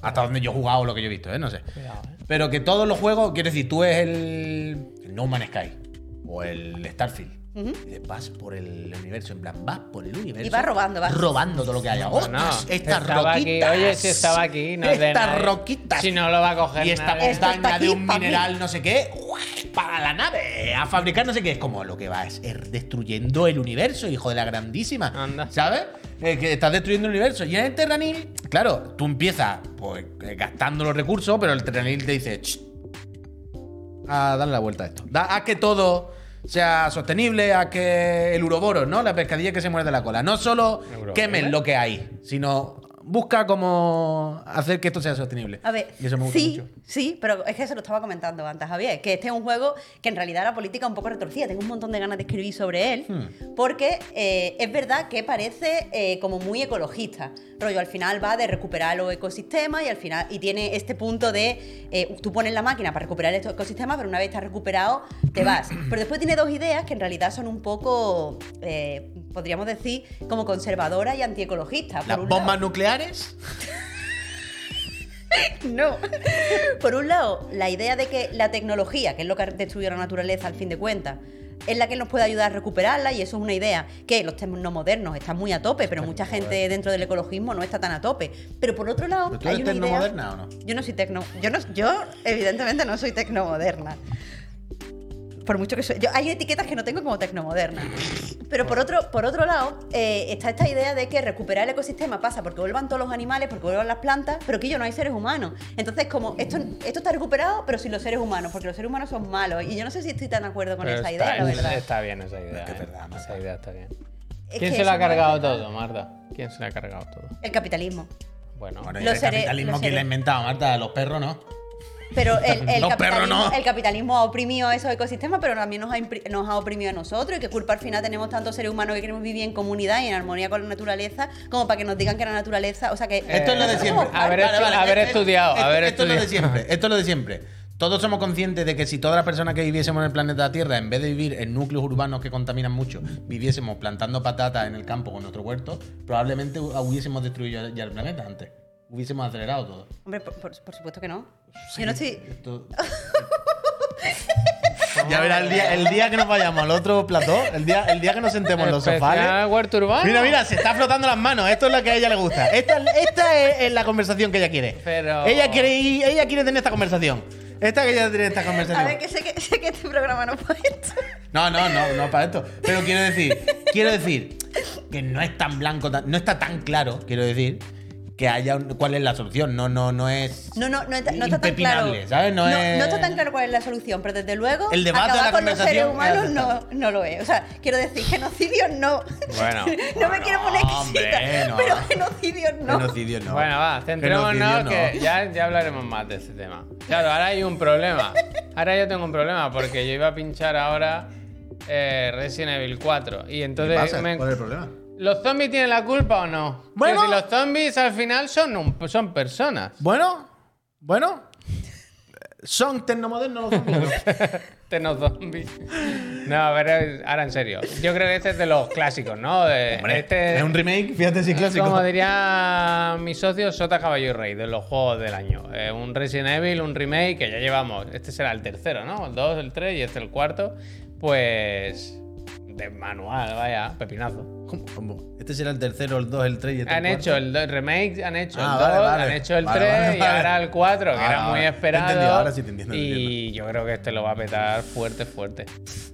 Speaker 3: hasta donde yo he jugado, lo que yo he visto, ¿eh? no sé.
Speaker 2: Cuidado, ¿eh?
Speaker 3: Pero que todos los juegos, quiero decir, tú es el, el No Man's Sky o el Starfield. Eh, Vas por el universo, en plan, vas por el universo.
Speaker 1: Y vas robando, vas.
Speaker 3: Robando todo lo que haya. ¡Oh, pues,
Speaker 2: Bueno,
Speaker 3: ¡Ostras! estas
Speaker 2: estaba
Speaker 3: roquitas.
Speaker 2: aquí, oye, si estaba aquí, no es de
Speaker 3: Estas
Speaker 2: nadie.
Speaker 3: roquitas.
Speaker 2: Si no lo va a coger
Speaker 3: Y esta
Speaker 1: Esto
Speaker 2: nadie.
Speaker 1: está
Speaker 3: montaña
Speaker 1: aquí
Speaker 3: de un
Speaker 1: pa' mí.
Speaker 3: mineral, no sé qué. ¡guau! Para la nave, a fabricar no sé qué. Es como lo que vas es destruyendo el universo, hijo de la grandísima.
Speaker 2: Anda.
Speaker 3: ¿Sabes? Eh, que estás destruyendo el universo. Y en el terranil, claro, tú empiezas pues, eh, gastando los recursos, pero el terranil te dice, "Ch, a darle la vuelta a esto. Da- a que todo sea sostenible, a que el uroboro, ¿no? La pescadilla que se muerde la cola. No solo
Speaker 2: ¿Uroboro? ¿eh?
Speaker 3: quemen lo que hay, sino busca cómo hacer que esto sea sostenible.
Speaker 1: A ver,
Speaker 3: Y eso me gusta
Speaker 1: sí,
Speaker 3: mucho.
Speaker 1: sí, pero es que se lo estaba comentando antes, Javier, que este es un juego que en realidad la política es un poco retorcida. Tengo un montón de ganas de escribir sobre él,
Speaker 3: Hmm.
Speaker 1: porque eh, es verdad que parece eh, como muy ecologista. Rollo, al final va de recuperar los ecosistemas y al final y tiene este punto de eh, tú pones la máquina para recuperar estos ecosistemas, pero una vez estás recuperado, te vas. Pero después tiene dos ideas que en realidad son un poco, eh, podríamos decir, como conservadoras y antiecologistas.
Speaker 3: Las
Speaker 1: Por un
Speaker 3: bombas
Speaker 1: lado-
Speaker 3: nucleares.
Speaker 1: No. Por un lado, la idea de que la tecnología, que es lo que destruye la naturaleza al fin de cuentas, es la que nos puede ayudar a recuperarla y eso es una idea que los no modernos están muy a tope, pero mucha gente dentro del ecologismo no está tan a tope. Pero por otro lado,
Speaker 3: ¿Pero tú
Speaker 1: hay una
Speaker 3: eres
Speaker 1: idea-
Speaker 3: tecnomoderna o no?
Speaker 1: Yo no soy tecno, yo no, yo evidentemente no soy tecnomoderna. Por mucho que soy, yo, hay etiquetas que no tengo como tecnomoderna. Pero por otro, por otro lado, eh, está esta idea de que recuperar el ecosistema pasa porque vuelvan todos los animales, porque vuelvan las plantas, pero que yo no hay seres humanos. Entonces, como esto, esto está recuperado, pero sin los seres humanos, porque los seres humanos son malos. Y yo no sé si estoy tan de acuerdo con
Speaker 2: Pero
Speaker 1: esa
Speaker 2: está,
Speaker 1: idea, la verdad.
Speaker 2: está bien esa idea.
Speaker 3: Es que es
Speaker 2: ¿eh?
Speaker 3: verdad, Marta.
Speaker 2: Esa idea está bien.
Speaker 1: Es
Speaker 2: ¿Quién
Speaker 1: que
Speaker 2: se lo ha
Speaker 1: eso no es
Speaker 2: cargado
Speaker 1: verdad.
Speaker 2: todo, Marta? ¿Quién se lo ha cargado todo?
Speaker 1: El capitalismo.
Speaker 2: Bueno,
Speaker 3: Bueno,
Speaker 1: Lo
Speaker 3: y el
Speaker 1: seré,
Speaker 3: capitalismo
Speaker 1: lo
Speaker 3: que
Speaker 1: seré.
Speaker 3: le ha inventado Marta, los perros, ¿no?
Speaker 1: Pero el, el
Speaker 3: Los
Speaker 1: capitalismo,
Speaker 3: perros no.
Speaker 1: el capitalismo ha oprimido a esos ecosistemas, pero también nos ha, impri- nos ha oprimido a nosotros. Y que culpa al final tenemos tantos seres humanos que queremos vivir en comunidad y en armonía con la naturaleza, como para que nos digan que la naturaleza. O sea que.
Speaker 3: Esto es lo de
Speaker 1: nosotros
Speaker 3: siempre.
Speaker 1: somos-
Speaker 2: haber estu- haber
Speaker 3: esto-
Speaker 2: estudiado,
Speaker 3: esto-
Speaker 2: haber
Speaker 3: esto es lo de
Speaker 2: estudiado.
Speaker 3: siempre. Esto es lo de siempre. Todos somos conscientes de que si todas las personas que viviésemos en el planeta Tierra, en vez de vivir en núcleos urbanos que contaminan mucho, viviésemos plantando patatas en el campo o en nuestro huerto, probablemente hu- hubiésemos destruido ya el planeta antes. Hubiésemos acelerado todo.
Speaker 1: Hombre, por, por- por supuesto que no. Yo no estoy.
Speaker 3: Esto- ya verás el día, el día que nos vayamos al otro plató, el día, el día que nos sentemos en los sofás. ¿eh?
Speaker 2: Especial huerto urbano.
Speaker 3: Mira, mira, se está flotando las manos. Esto es lo que a ella le gusta. Esta, esta es, es la conversación que ella quiere.
Speaker 2: Pero-
Speaker 3: Ella quiere, ir- ella quiere tener esta conversación. Esta que ella tiene esta conversación.
Speaker 1: A ver, que sé que, sé que este programa no fue esto.
Speaker 3: No, no, no, no para esto. Pero quiero decir, quiero decir que no es tan blanco, tan- no está tan claro, quiero decir, que haya un- cuál es la solución. No, no, no es.
Speaker 1: No, no, no, está- no está tan claro.
Speaker 3: Impepinable, ¿sabes? No es-
Speaker 1: está tan claro cuál es la solución, pero desde luego.
Speaker 3: El debate de
Speaker 1: acabar
Speaker 3: la
Speaker 1: con los seres
Speaker 3: conversación
Speaker 1: humanos
Speaker 3: es
Speaker 1: no, no lo es. O sea, quiero decir, genocidio no.
Speaker 2: Bueno,
Speaker 1: no me quiero poner
Speaker 3: hombre,
Speaker 1: exquisita,
Speaker 3: no.
Speaker 1: pero genocidio no.
Speaker 3: Genocidio no.
Speaker 2: Bueno, va,
Speaker 3: Genocidio
Speaker 2: centrémonos
Speaker 3: no.
Speaker 2: que ya, ya hablaremos más de este tema. Claro, ahora hay un problema. Ahora yo tengo un problema porque yo iba a pinchar ahora eh, Resident Evil 4 y entonces me-
Speaker 3: ¿Cuál es el problema?
Speaker 2: ¿Los zombies tienen la culpa o no?
Speaker 3: Bueno.
Speaker 2: Bueno, si los zombies al final son un- son personas.
Speaker 3: Bueno, bueno. Son tecnomodernos los zombies.
Speaker 2: Tenos zombies. No, pero ahora en serio. Yo creo que este es de los clásicos, ¿no? De-
Speaker 3: Hombre,
Speaker 2: este
Speaker 3: es un remake, fíjate si es clásico.
Speaker 2: Como diría mi socio, Sota Caballo y Rey, de los juegos del año. Eh, un Resident Evil, un remake que ya llevamos. Este será el tercero, ¿no? El 2, el 3 y este el cuarto. Pues. De manual, vaya, pepinazo.
Speaker 3: ¿Cómo? ¿Cómo? Este será el tercero, el dos, el tres y este
Speaker 2: Han
Speaker 3: el
Speaker 2: hecho
Speaker 3: cuarto.
Speaker 2: el, do- el remake, han hecho el
Speaker 3: Ah,
Speaker 2: 2,
Speaker 3: vale, vale.
Speaker 2: han hecho el
Speaker 3: Vale,
Speaker 2: 3
Speaker 3: vale,
Speaker 2: y
Speaker 3: vale.
Speaker 2: ahora el 4, que
Speaker 3: Ah,
Speaker 2: era muy
Speaker 3: vale.
Speaker 2: esperado.
Speaker 3: Entendido, ahora sí te entiendo, te
Speaker 2: y yo creo que este lo va a petar fuerte, fuerte.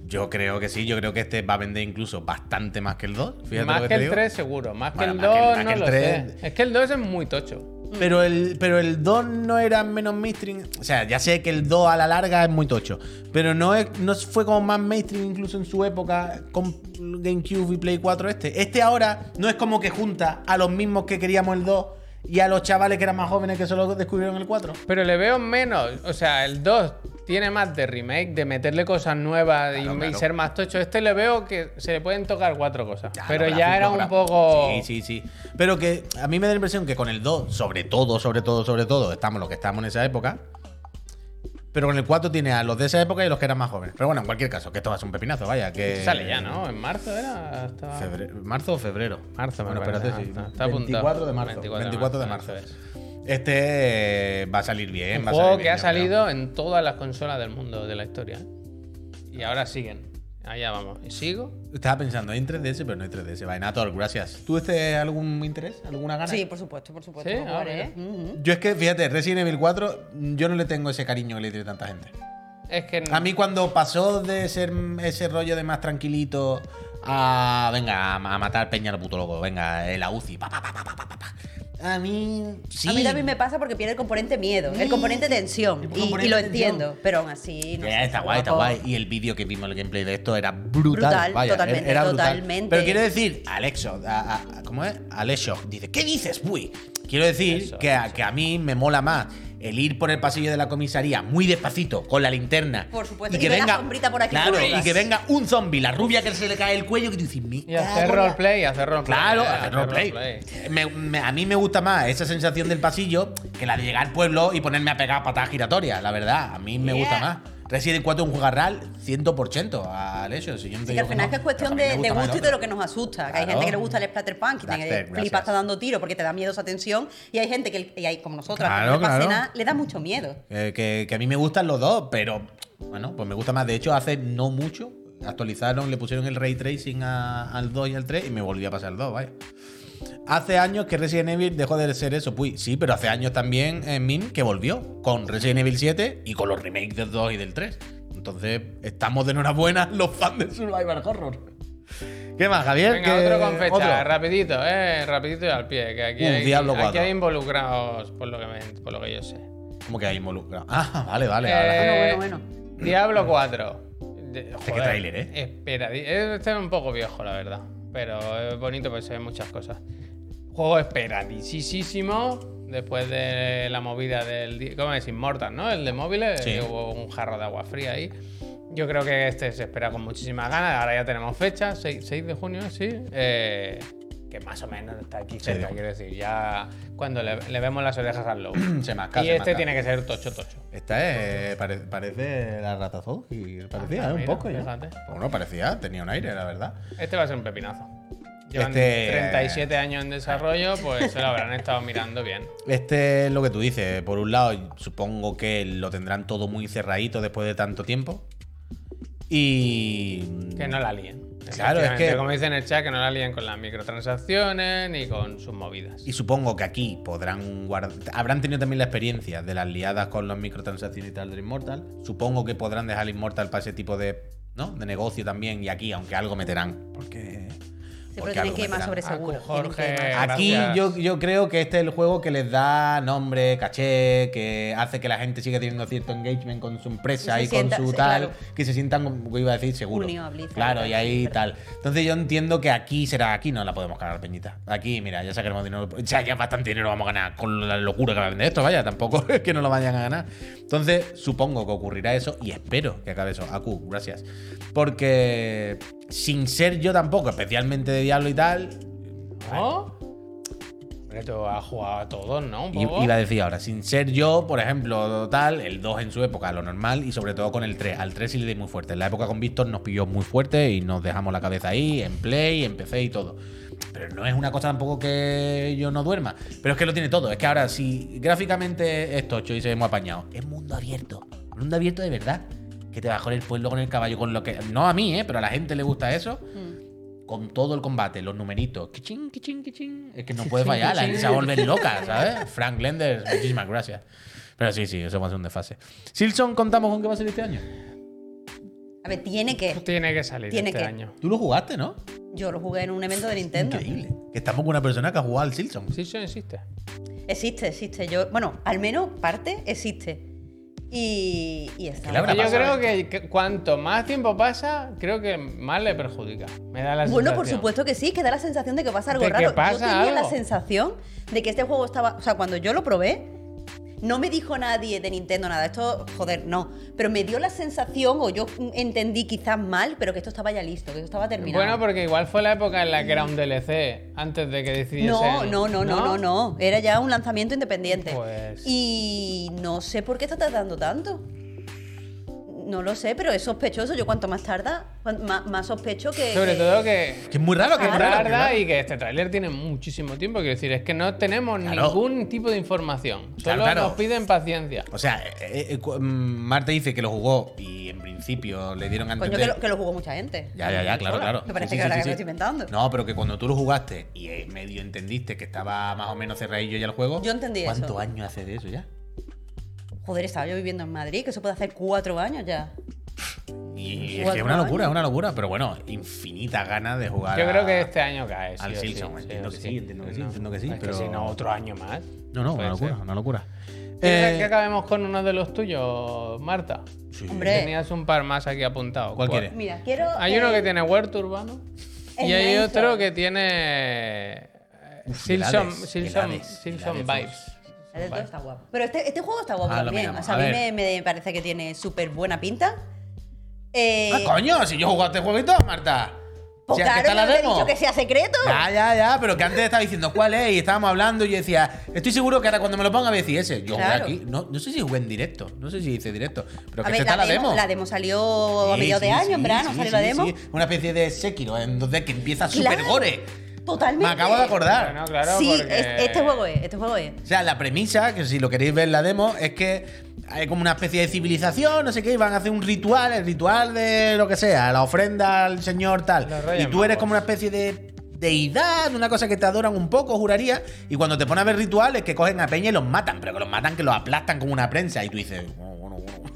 Speaker 3: Yo creo que sí, yo creo que este va a vender incluso bastante más que el 2. Fíjate
Speaker 2: más
Speaker 3: lo
Speaker 2: que,
Speaker 3: que, te
Speaker 2: el
Speaker 3: digo.
Speaker 2: 3 seguro, más
Speaker 3: Bueno,
Speaker 2: que el
Speaker 3: más que el-
Speaker 2: 2
Speaker 3: más
Speaker 2: no
Speaker 3: que el
Speaker 2: lo
Speaker 3: 3.
Speaker 2: sé. Es que el 2 es muy tocho.
Speaker 3: Pero el, pero el 2 no era menos mainstream. O sea, ya sé que el 2 a la larga es muy tocho. Pero no, es, no fue como más mainstream incluso en su época con GameCube y Play 4 este. Este ahora no es como que junta a los mismos que queríamos el 2 y a los chavales que eran más jóvenes que solo descubrieron el 4.
Speaker 2: Pero le veo menos. O sea, el 2 tiene más de remake, de meterle cosas nuevas y,
Speaker 3: Claro,
Speaker 2: y
Speaker 3: claro.
Speaker 2: ser más tocho. Este le veo que se le pueden tocar cuatro cosas.
Speaker 3: Ya,
Speaker 2: pero
Speaker 3: los
Speaker 2: ya era un
Speaker 3: gráficos,
Speaker 2: poco.
Speaker 3: gra- Sí, sí, sí. Pero que a mí me da la impresión que con el 2, sobre todo, sobre todo, sobre todo, estamos lo que estamos en esa época. Pero con el 4 tiene a los de esa época y los que eran más jóvenes. Pero bueno, en cualquier caso, que esto va a ser un pepinazo, vaya. Que...
Speaker 2: Sale ya, ¿no? En marzo era. Estaba-
Speaker 3: Febre- ¿Marzo o febrero?
Speaker 2: Marzo, me
Speaker 3: bueno,
Speaker 2: parece,
Speaker 3: espérate, sí.
Speaker 2: marzo. Está apuntado.
Speaker 3: 24 de marzo. 24,
Speaker 2: 24 de
Speaker 3: de marzo.
Speaker 2: marzo,
Speaker 3: Este va a salir bien.
Speaker 2: Un
Speaker 3: va a
Speaker 2: juego
Speaker 3: salir
Speaker 2: que
Speaker 3: bien,
Speaker 2: ha
Speaker 3: yo creo.
Speaker 2: salido en todas las consolas del mundo de la historia. ¿eh? Y ahora siguen. Allá vamos. ¿Y sigo?
Speaker 3: Estaba pensando en 3DS, pero no hay 3DS. Vainator, gracias. ¿Tú este algún interés? ¿Alguna gana?
Speaker 1: Sí, por supuesto, por supuesto.
Speaker 2: Sí,
Speaker 1: por favor,
Speaker 2: ah,
Speaker 1: ¿eh?
Speaker 2: mira.
Speaker 1: Mm, mm.
Speaker 3: Yo es que, fíjate, Resident Evil 4, yo no le tengo ese cariño que le tiene tanta gente.
Speaker 2: Es que.
Speaker 3: A mí cuando pasó de ser ese rollo de más tranquilito a, venga, a ma- a matar peña al puto loco, venga, eh, la UCI, pa, pa, pa, pa, pa, pa, pa, pa. A mí, sí.
Speaker 1: A mí también me pasa porque pierde el componente miedo,
Speaker 3: Sí.
Speaker 1: el componente tensión.
Speaker 3: El
Speaker 1: Y, y
Speaker 3: componente
Speaker 1: lo
Speaker 3: tensión.
Speaker 1: entiendo, pero aún así. no
Speaker 3: Ya,
Speaker 1: sé,
Speaker 3: está guay, está
Speaker 1: guapo.
Speaker 3: guay. Y el vídeo que vimos, el gameplay de esto, era brutal.
Speaker 1: Brutal,
Speaker 3: vaya,
Speaker 1: totalmente,
Speaker 3: era brutal.
Speaker 1: totalmente.
Speaker 3: Pero quiero decir, Alexo, a- a- ¿cómo es? Alexo, dice, ¿qué dices, Puy? Quiero decir que, A, que a mí me mola más el ir por el pasillo de la comisaría muy despacito, con la linterna.
Speaker 1: Por supuesto, y ver la sombrita por aquí
Speaker 3: Claro,
Speaker 1: por
Speaker 3: y
Speaker 1: detrás.
Speaker 3: que venga un zombie, la rubia que se le cae el cuello, que tú dices, "Me
Speaker 2: Y
Speaker 3: cago en
Speaker 2: hacer
Speaker 3: la-".
Speaker 2: roleplay, hacer roleplay.
Speaker 3: Claro,
Speaker 2: eh,
Speaker 3: hacer roleplay. Me- me- a mí me gusta más esa sensación del pasillo que la de llegar al pueblo y ponerme a pegar patadas giratorias, la verdad. A mí me gusta más. Resident Evil 4 es un jugarral 100% al hecho. Si yo no
Speaker 1: Sí,
Speaker 3: te
Speaker 1: que
Speaker 3: digo
Speaker 1: al final
Speaker 3: no.
Speaker 1: que es cuestión
Speaker 3: Pero a
Speaker 1: de,
Speaker 3: mí me
Speaker 1: de
Speaker 3: gusta más
Speaker 1: gusto y
Speaker 3: el
Speaker 1: de
Speaker 3: otro.
Speaker 1: lo que nos asusta. Que hay
Speaker 3: Claro.
Speaker 1: gente que le gusta el Splatterpunk, que tiene que
Speaker 3: Blaster,
Speaker 1: flipa
Speaker 3: gracias.
Speaker 1: hasta dando tiro porque te da miedo esa tensión. Y hay gente que, el- y hay, como nosotras,
Speaker 3: Claro,
Speaker 1: que no le pase
Speaker 3: claro.
Speaker 1: nada, le da mucho miedo.
Speaker 3: Eh, que, que a mí me gustan los dos, pero bueno, pues me gusta más. De hecho, hace no mucho actualizaron, le pusieron el ray tracing a- al 2 y al 3 y me volví a pasar al 2, vaya. Hace años que Resident Evil dejó de ser eso, pues sí, pero hace años también en Min que volvió con Resident Evil 7 y con los remakes del 2 y del 3. Entonces, estamos de enhorabuena los fans de Survivor Horror. ¿Qué más, Javier?
Speaker 2: Venga,
Speaker 3: ¿Qué-
Speaker 2: otro con fecha,
Speaker 3: otro?
Speaker 2: rapidito, eh, rapidito y al pie, que aquí,
Speaker 3: Un
Speaker 2: hay,
Speaker 3: Diablo
Speaker 2: aquí
Speaker 3: cuatro.
Speaker 2: hay involucrados, por lo que, me- por lo que yo sé.
Speaker 3: ¿Cómo que hay involucrado? Ah, vale, vale. vale.
Speaker 2: Eh,
Speaker 1: bueno, bueno,
Speaker 2: Diablo 4. De-
Speaker 3: qué
Speaker 2: joder,
Speaker 3: tráiler, ¿eh?
Speaker 2: Espera, di- eh, este es un poco viejo, la verdad. Pero es bonito porque se ven muchas cosas. Juego esperadísimo. Después de la movida del. di- ¿Cómo es? Inmortal, ¿no? El de móviles.
Speaker 3: Sí.
Speaker 2: que Hubo un jarro de agua fría ahí. Yo creo que este se espera con muchísimas ganas. Ahora ya tenemos fecha, 6, de junio, sí. Eh, que más o menos está aquí
Speaker 3: de
Speaker 2: cerca,
Speaker 3: junio.
Speaker 2: quiero decir. Ya cuando le, le vemos las orejas al lobo.
Speaker 3: Se masca,
Speaker 2: y
Speaker 3: se
Speaker 2: este
Speaker 3: masca.
Speaker 2: tiene que ser tocho, tocho.
Speaker 3: Esta es, pare- parece la ratazón y parecía,
Speaker 2: Ah,
Speaker 3: ¿eh? un
Speaker 2: mira,
Speaker 3: poco. ¿eh?
Speaker 2: fíjate.
Speaker 3: Bueno, parecía, tenía un aire, la verdad.
Speaker 2: Este va a ser un pepinazo. Llevan
Speaker 3: Este-
Speaker 2: 37 años en desarrollo, pues se lo habrán estado mirando bien.
Speaker 3: Este es lo que tú dices. Por un lado, supongo que lo tendrán todo muy cerradito después de tanto tiempo. Y.
Speaker 2: Que no la líen.
Speaker 3: Claro, es
Speaker 2: Efectivamente,
Speaker 3: que-
Speaker 2: Como dicen en el chat, que no la líen con las microtransacciones ni con sus movidas.
Speaker 3: Y supongo que aquí podrán guardar. Habrán tenido también la experiencia de las liadas con los microtransacciones y tal de Immortal. Supongo que podrán dejar Immortal para ese tipo de. ¿No? De negocio también. Y aquí, aunque algo meterán. Porque.
Speaker 1: siempre
Speaker 3: algo
Speaker 1: tienen que ir más
Speaker 3: meterán.
Speaker 1: sobre seguro.
Speaker 2: Acu, Jorge.
Speaker 1: tienen que ir más-
Speaker 3: Aquí
Speaker 2: Gracias.
Speaker 3: yo, yo creo que este es el juego que les da nombre, caché, que hace que la gente siga teniendo cierto engagement con su empresa
Speaker 1: Que
Speaker 3: y,
Speaker 1: se sienta-
Speaker 3: con su
Speaker 1: sí,
Speaker 3: tal,
Speaker 1: claro.
Speaker 3: que se sientan, como iba a decir, seguro.
Speaker 1: Unido a Blizzard,
Speaker 3: claro, y ahí
Speaker 1: etcétera.
Speaker 3: tal. Entonces yo entiendo que aquí será, aquí no la podemos ganar, Peñita. Aquí, mira, ya sacaremos dinero, o sea, ya bastante dinero vamos a ganar con la locura que va a vender esto, vaya, tampoco es que no lo vayan a ganar. Entonces supongo que ocurrirá eso y espero que acabe eso. Aku, gracias. Porque sin ser yo tampoco, especialmente de Diablo y tal,
Speaker 2: ¿No? Hombre, tú has jugado a todos, ¿no? Un
Speaker 3: I-
Speaker 2: poco.
Speaker 3: Iba a decir ahora, sin ser yo, por ejemplo, tal, el 2 en su época, lo normal, y sobre todo con el 3. Al 3 sí le di muy fuerte. En la época con Víctor nos pilló muy fuerte y nos dejamos la cabeza ahí, en play, en PC y todo. Pero no es una cosa tampoco que yo no duerma. Pero es que lo tiene todo. Es que ahora, si gráficamente es tocho y se ve muy apañado, es mundo abierto. Mundo abierto de verdad. Que te vas con el pueblo, con el caballo, con lo que. No a mí, ¿eh? pero a la gente le gusta eso con todo el combate, los numeritos, kichín, kichín, kichín. Es que no puede fallar, la gente se va a volver loca, ¿sabes? Frank Lenders, muchísimas gracias. Pero sí, sí, eso va a ser un desfase. Silson, contamos con qué va a salir este año.
Speaker 1: A ver, tiene que.
Speaker 2: Tiene que salir
Speaker 1: Tiene
Speaker 2: este
Speaker 1: que.
Speaker 2: año.
Speaker 3: Tú lo jugaste, ¿no?
Speaker 1: Yo lo jugué en un evento de Nintendo.
Speaker 3: Increíble. Que estamos con una persona que ha jugado al Silson.
Speaker 2: Sí, eso existe.
Speaker 1: Existe, existe. Yo, bueno, al menos parte existe. Y, y está.
Speaker 3: ¿Qué le habrá
Speaker 2: Yo
Speaker 3: pasado
Speaker 2: creo
Speaker 3: ¿eh?
Speaker 2: que, que cuanto más tiempo pasa, creo que más le perjudica. Me da la
Speaker 1: Bueno, por
Speaker 2: sensación.
Speaker 1: supuesto que sí, que da la sensación de que pasa algo
Speaker 2: De que
Speaker 1: raro.
Speaker 2: pasa
Speaker 1: yo tenía la
Speaker 2: algo.
Speaker 1: sensación de que este juego estaba. O sea, cuando yo lo probé, no me dijo nadie de Nintendo nada. Esto, joder, no. Pero me dio la sensación, o yo entendí quizás mal, pero que esto estaba ya listo, que esto estaba terminado.
Speaker 2: Bueno, porque igual fue la época en la que era un DLC, antes de que decidiesen.
Speaker 1: No, no, no, no, no, no. Era ya un lanzamiento independiente.
Speaker 2: Pues-
Speaker 1: Y no sé por qué está tardando tanto. No lo sé, pero es sospechoso. Yo cuanto más tarda, cuan- más, más sospecho que.
Speaker 2: Sobre
Speaker 1: que-
Speaker 2: todo que.
Speaker 3: Que es muy raro, que
Speaker 2: Ah,
Speaker 3: es muy raro. que es
Speaker 2: tarda
Speaker 3: raro.
Speaker 2: y que este tráiler tiene muchísimo tiempo. Quiero decir, es que no tenemos
Speaker 3: Claro.
Speaker 2: ningún tipo de información. Solo
Speaker 3: Claro, claro.
Speaker 2: nos piden paciencia.
Speaker 3: O sea, eh, eh, cu- mm, Marte dice que lo jugó y en principio le dieron antes
Speaker 1: Coño,
Speaker 3: de-
Speaker 1: que lo, que lo jugó mucha gente.
Speaker 3: Ya, ya, ya, claro,
Speaker 1: Hola.
Speaker 3: claro.
Speaker 1: Me parece
Speaker 3: Sí,
Speaker 1: que
Speaker 3: sí,
Speaker 1: ahora
Speaker 3: sí,
Speaker 1: que me lo
Speaker 3: sí.
Speaker 1: estoy inventando.
Speaker 3: No, pero que cuando tú lo jugaste y eh, medio entendiste que estaba más o menos cerradillo ya el juego.
Speaker 1: Yo entendí
Speaker 3: ¿Cuántos
Speaker 1: eso.
Speaker 3: años hace de eso ya?
Speaker 1: Joder, estaba yo viviendo en Madrid, que eso puede hacer cuatro años ya.
Speaker 3: Y es que es
Speaker 1: Cuatro
Speaker 3: una locura,
Speaker 1: años.
Speaker 3: es una locura. Pero bueno, infinita ganas de jugar.
Speaker 2: Yo creo
Speaker 3: a-
Speaker 2: que este año cae.
Speaker 3: al
Speaker 2: o
Speaker 3: Silson,
Speaker 2: o
Speaker 3: entiendo
Speaker 2: o
Speaker 3: que sí, entiendo que sí,
Speaker 2: No.
Speaker 3: entiendo que sí,
Speaker 2: Es
Speaker 3: pero-
Speaker 2: si no, otro año más.
Speaker 3: No, no,
Speaker 2: Puede
Speaker 3: una locura,
Speaker 2: ser.
Speaker 3: una locura.
Speaker 2: ¿Quieres
Speaker 3: Eh,
Speaker 2: que acabemos con uno de los tuyos, Marta?
Speaker 3: sí.
Speaker 1: Hombre.
Speaker 2: Tenías un par más aquí apuntado. Pues,
Speaker 3: ¿Cuál quieres?
Speaker 1: Mira, quiero.
Speaker 2: Hay
Speaker 1: eh,
Speaker 2: uno que tiene huerto urbano
Speaker 1: el
Speaker 2: y hay
Speaker 1: Mason.
Speaker 2: otro que eh, tiene Silson,
Speaker 3: Hades,
Speaker 2: Silson,
Speaker 3: Hades,
Speaker 2: Silson
Speaker 3: Hades.
Speaker 2: Vibes.
Speaker 1: El otro está guapo. Pero este, este juego está guapo
Speaker 3: Ah, lo
Speaker 1: también.
Speaker 3: miramos.
Speaker 1: O sea, a
Speaker 3: A
Speaker 1: mí me,
Speaker 3: ver.
Speaker 1: me parece que tiene súper buena pinta. Eh,
Speaker 3: Ah, coño, si yo he jugado este jueguito, Marta.
Speaker 1: Pues
Speaker 3: Si aquí
Speaker 1: claro,
Speaker 3: está
Speaker 1: yo
Speaker 3: la
Speaker 1: no te he
Speaker 3: demo.
Speaker 1: dicho que sea secreto.
Speaker 3: Ya, ya, ya, pero que antes estaba diciendo cuál es y estábamos hablando y yo decía, estoy seguro que ahora cuando me lo ponga me decís ese. Yo
Speaker 1: Claro.
Speaker 3: jugué aquí, no, no sé si jugué en directo, no sé si hice directo, pero
Speaker 1: A
Speaker 3: que
Speaker 1: ver,
Speaker 3: este está
Speaker 1: la demo, la demo salió a
Speaker 3: Sí,
Speaker 1: mediados de
Speaker 3: sí,
Speaker 1: año,
Speaker 3: sí,
Speaker 1: en verano
Speaker 3: sí,
Speaker 1: salió
Speaker 3: sí,
Speaker 1: la demo.
Speaker 3: sí. Una especie de Sekiro, en donde que empieza
Speaker 1: Claro.
Speaker 3: super gore.
Speaker 1: Totalmente.
Speaker 3: Me acabo de acordar.
Speaker 2: Bueno, claro,
Speaker 1: sí,
Speaker 2: porque-
Speaker 1: es- este juego es, este juego es.
Speaker 3: O sea, la premisa, que si lo queréis ver en la demo, es que hay como una especie de civilización, no sé qué, y van a hacer un ritual, el ritual de lo que sea, la ofrenda al señor tal.
Speaker 2: Los Reyes
Speaker 3: Y tú eres
Speaker 2: Magos.
Speaker 3: como una especie de deidad, una cosa que te adoran un poco, juraría, y cuando te pones a ver rituales que cogen a peña y los matan, pero que los matan, que los aplastan con una prensa, y tú dices, bueno, bueno, bueno.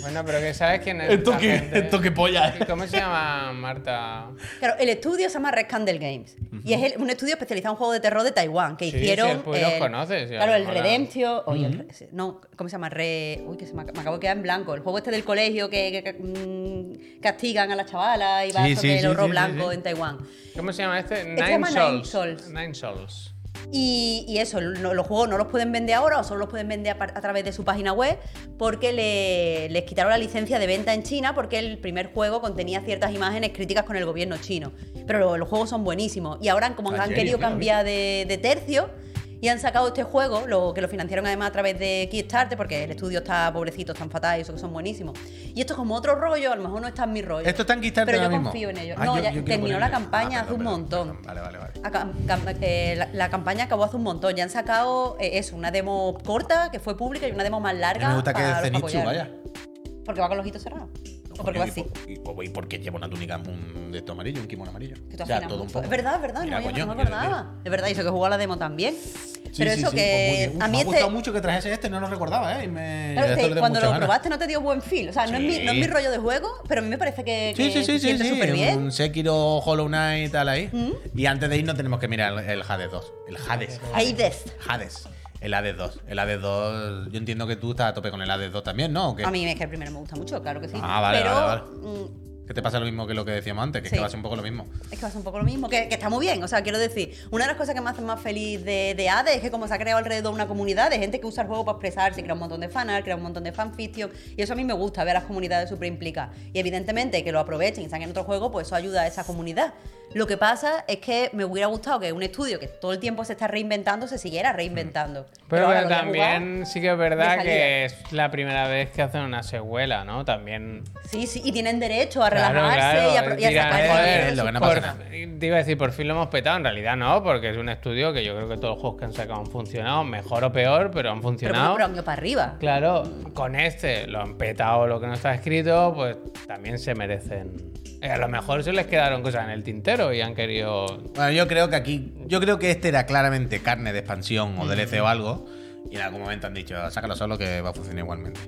Speaker 2: Bueno, pero que sabes quién es.
Speaker 3: ¿Esto
Speaker 2: esta
Speaker 3: qué,
Speaker 2: gente.
Speaker 3: esto qué polla es?
Speaker 2: ¿Y ¿Cómo se llama Marta?
Speaker 1: Claro, el estudio se llama Red Candle Games. Y es el- un estudio especializado en juegos de terror de Taiwán que
Speaker 2: Sí,
Speaker 1: hicieron.
Speaker 2: sí, el Puy los conoces, sí,
Speaker 1: claro, el
Speaker 2: mola.
Speaker 1: Redemption. oye, el Re- no, ¿cómo se llama? Re, uy, que se me, ac- me acabo de quedar en blanco. El juego este del colegio que, que- que, mm, castigan a las chavalas y va
Speaker 3: Sí,
Speaker 1: sobre
Speaker 3: sí,
Speaker 1: el
Speaker 3: sí,
Speaker 1: oro
Speaker 3: sí,
Speaker 1: blanco
Speaker 3: sí, sí.
Speaker 1: en Taiwán.
Speaker 2: ¿Cómo se llama este?
Speaker 1: se llama Nine Souls.
Speaker 2: Nine Souls.
Speaker 1: Y, y eso, no- los juegos no los pueden vender ahora o solo los pueden vender a, par- a través de su página web porque le- les quitaron la licencia de venta en China porque el primer juego contenía ciertas imágenes críticas con el gobierno chino. Pero lo- los juegos son buenísimos y ahora como han,
Speaker 3: Ah,
Speaker 1: han
Speaker 3: sí,
Speaker 1: querido
Speaker 3: claro.
Speaker 1: cambiar de, de tercio y han sacado este juego, lo, que lo financiaron además a través de Kickstarter porque el estudio está pobrecito, están fatal y eso que son buenísimos. Y esto es como otro rollo, a lo mejor no está en mi rollo.
Speaker 3: Esto está en Kickstarter
Speaker 1: Pero yo
Speaker 3: ahora mismo.
Speaker 1: confío en ellos.
Speaker 3: Ah,
Speaker 1: no,
Speaker 3: yo-
Speaker 1: ya
Speaker 3: yo quiero
Speaker 1: terminó la
Speaker 3: ponerlo.
Speaker 1: campaña
Speaker 3: Ah,
Speaker 1: hace
Speaker 3: perdón,
Speaker 1: un
Speaker 3: perdón,
Speaker 1: montón.
Speaker 3: perdón. Vale, vale, vale.
Speaker 1: Acá- cam- eh, la, la campaña acabó hace un montón. Ya han sacado eh, eso, una demo corta que fue pública y una demo más
Speaker 3: A mí
Speaker 1: larga.
Speaker 3: me gusta que
Speaker 1: para los
Speaker 3: Zenichu
Speaker 1: apoyar.
Speaker 3: vaya.
Speaker 1: Porque va con los ojitos cerrados. O porque va así.
Speaker 3: Y, y- y porque lleva una túnica un, de esto amarillo, un kimono amarillo.
Speaker 1: Que tú
Speaker 3: O sea,
Speaker 1: afinas
Speaker 3: todo un
Speaker 1: mucho.
Speaker 3: poco.
Speaker 1: Es verdad, es verdad.
Speaker 3: Mira,
Speaker 1: no, yo
Speaker 3: coño,
Speaker 1: no me
Speaker 3: quiero decir.
Speaker 1: acordaba. Es verdad, y eso que jugó a la demo también.
Speaker 3: Sí,
Speaker 1: Pero
Speaker 3: sí,
Speaker 1: eso
Speaker 3: sí,
Speaker 1: que.
Speaker 3: pues muy bien. Uf,
Speaker 1: a mí
Speaker 3: me ha
Speaker 1: este.
Speaker 3: gustado mucho que trajese este, no lo recordaba, ¿eh? Y me-
Speaker 1: claro, este,
Speaker 3: ya esto le tengo
Speaker 1: cuando
Speaker 3: muchas
Speaker 1: lo
Speaker 3: ganas.
Speaker 1: probaste no te dio buen feel. O sea, no, es mi, no es mi
Speaker 3: Sí.
Speaker 1: rollo de juego, pero a mí me parece que.
Speaker 3: Sí, sí, sí, sí, sí.
Speaker 1: súper bien.
Speaker 3: Un Sekiro, Hollow Knight, tal ahí. Y antes de irnos tenemos que mirar el, el Hades 2. El Hades.
Speaker 1: Ahí des.
Speaker 3: Hades. El Hades 2. El Hades 2. Yo entiendo que tú estás a tope con el Hades 2 también, ¿no? ¿O qué?
Speaker 1: A mí es que el primero me gusta mucho, claro que sí.
Speaker 3: Ah, vale,
Speaker 1: pero.
Speaker 3: vale,
Speaker 1: mm,
Speaker 3: Que te pasa lo mismo que lo que decíamos antes, que, es
Speaker 1: Sí.
Speaker 3: que va a ser un poco lo mismo.
Speaker 1: Es que va a ser un poco lo mismo, que, que está muy bien. O sea, quiero decir, una de las cosas que me hacen más feliz de, de Hades es que como se ha creado alrededor una comunidad de gente que usa el juego para expresarse, crea un montón de fanart, crea un montón de fanfiction, y eso a mí me gusta, ver a las comunidades súper implicadas. Y evidentemente que lo aprovechen y saquen otro juego, pues eso ayuda a esa comunidad. Lo que pasa es que me hubiera gustado que un estudio que todo el tiempo se está reinventando se siguiera reinventando.
Speaker 2: Pero,
Speaker 1: ahora lo que he
Speaker 2: también sí que es verdad
Speaker 1: de
Speaker 2: que es la primera vez que hacen una secuela, ¿no? También.
Speaker 1: jugado- Sí, sí, y tienen derecho a
Speaker 2: Claro,
Speaker 1: relajarse
Speaker 2: claro, eh,
Speaker 1: y a pro- y a,
Speaker 2: dirán,
Speaker 1: sacar
Speaker 2: "Joder,
Speaker 1: contenido de
Speaker 3: eh, lo
Speaker 1: sus
Speaker 3: que no
Speaker 2: por-
Speaker 3: pasa nada".
Speaker 2: Te iba a decir, por fin lo hemos petado. En realidad no, porque es un estudio que yo creo que todos los juegos que han sacado han funcionado, mejor o peor, pero han
Speaker 1: Pero,
Speaker 2: funcionado.
Speaker 1: pero, pero año para arriba.
Speaker 2: Claro, con este lo han petado lo que no está escrito, pues también se merecen. Eh, A lo mejor se les quedaron cosas en el tintero y han querido.
Speaker 3: Bueno, yo creo que aquí. Yo creo que este era claramente carne de expansión o DLC o algo. Y en algún momento han dicho, sácalo solo que va a funcionar igualmente.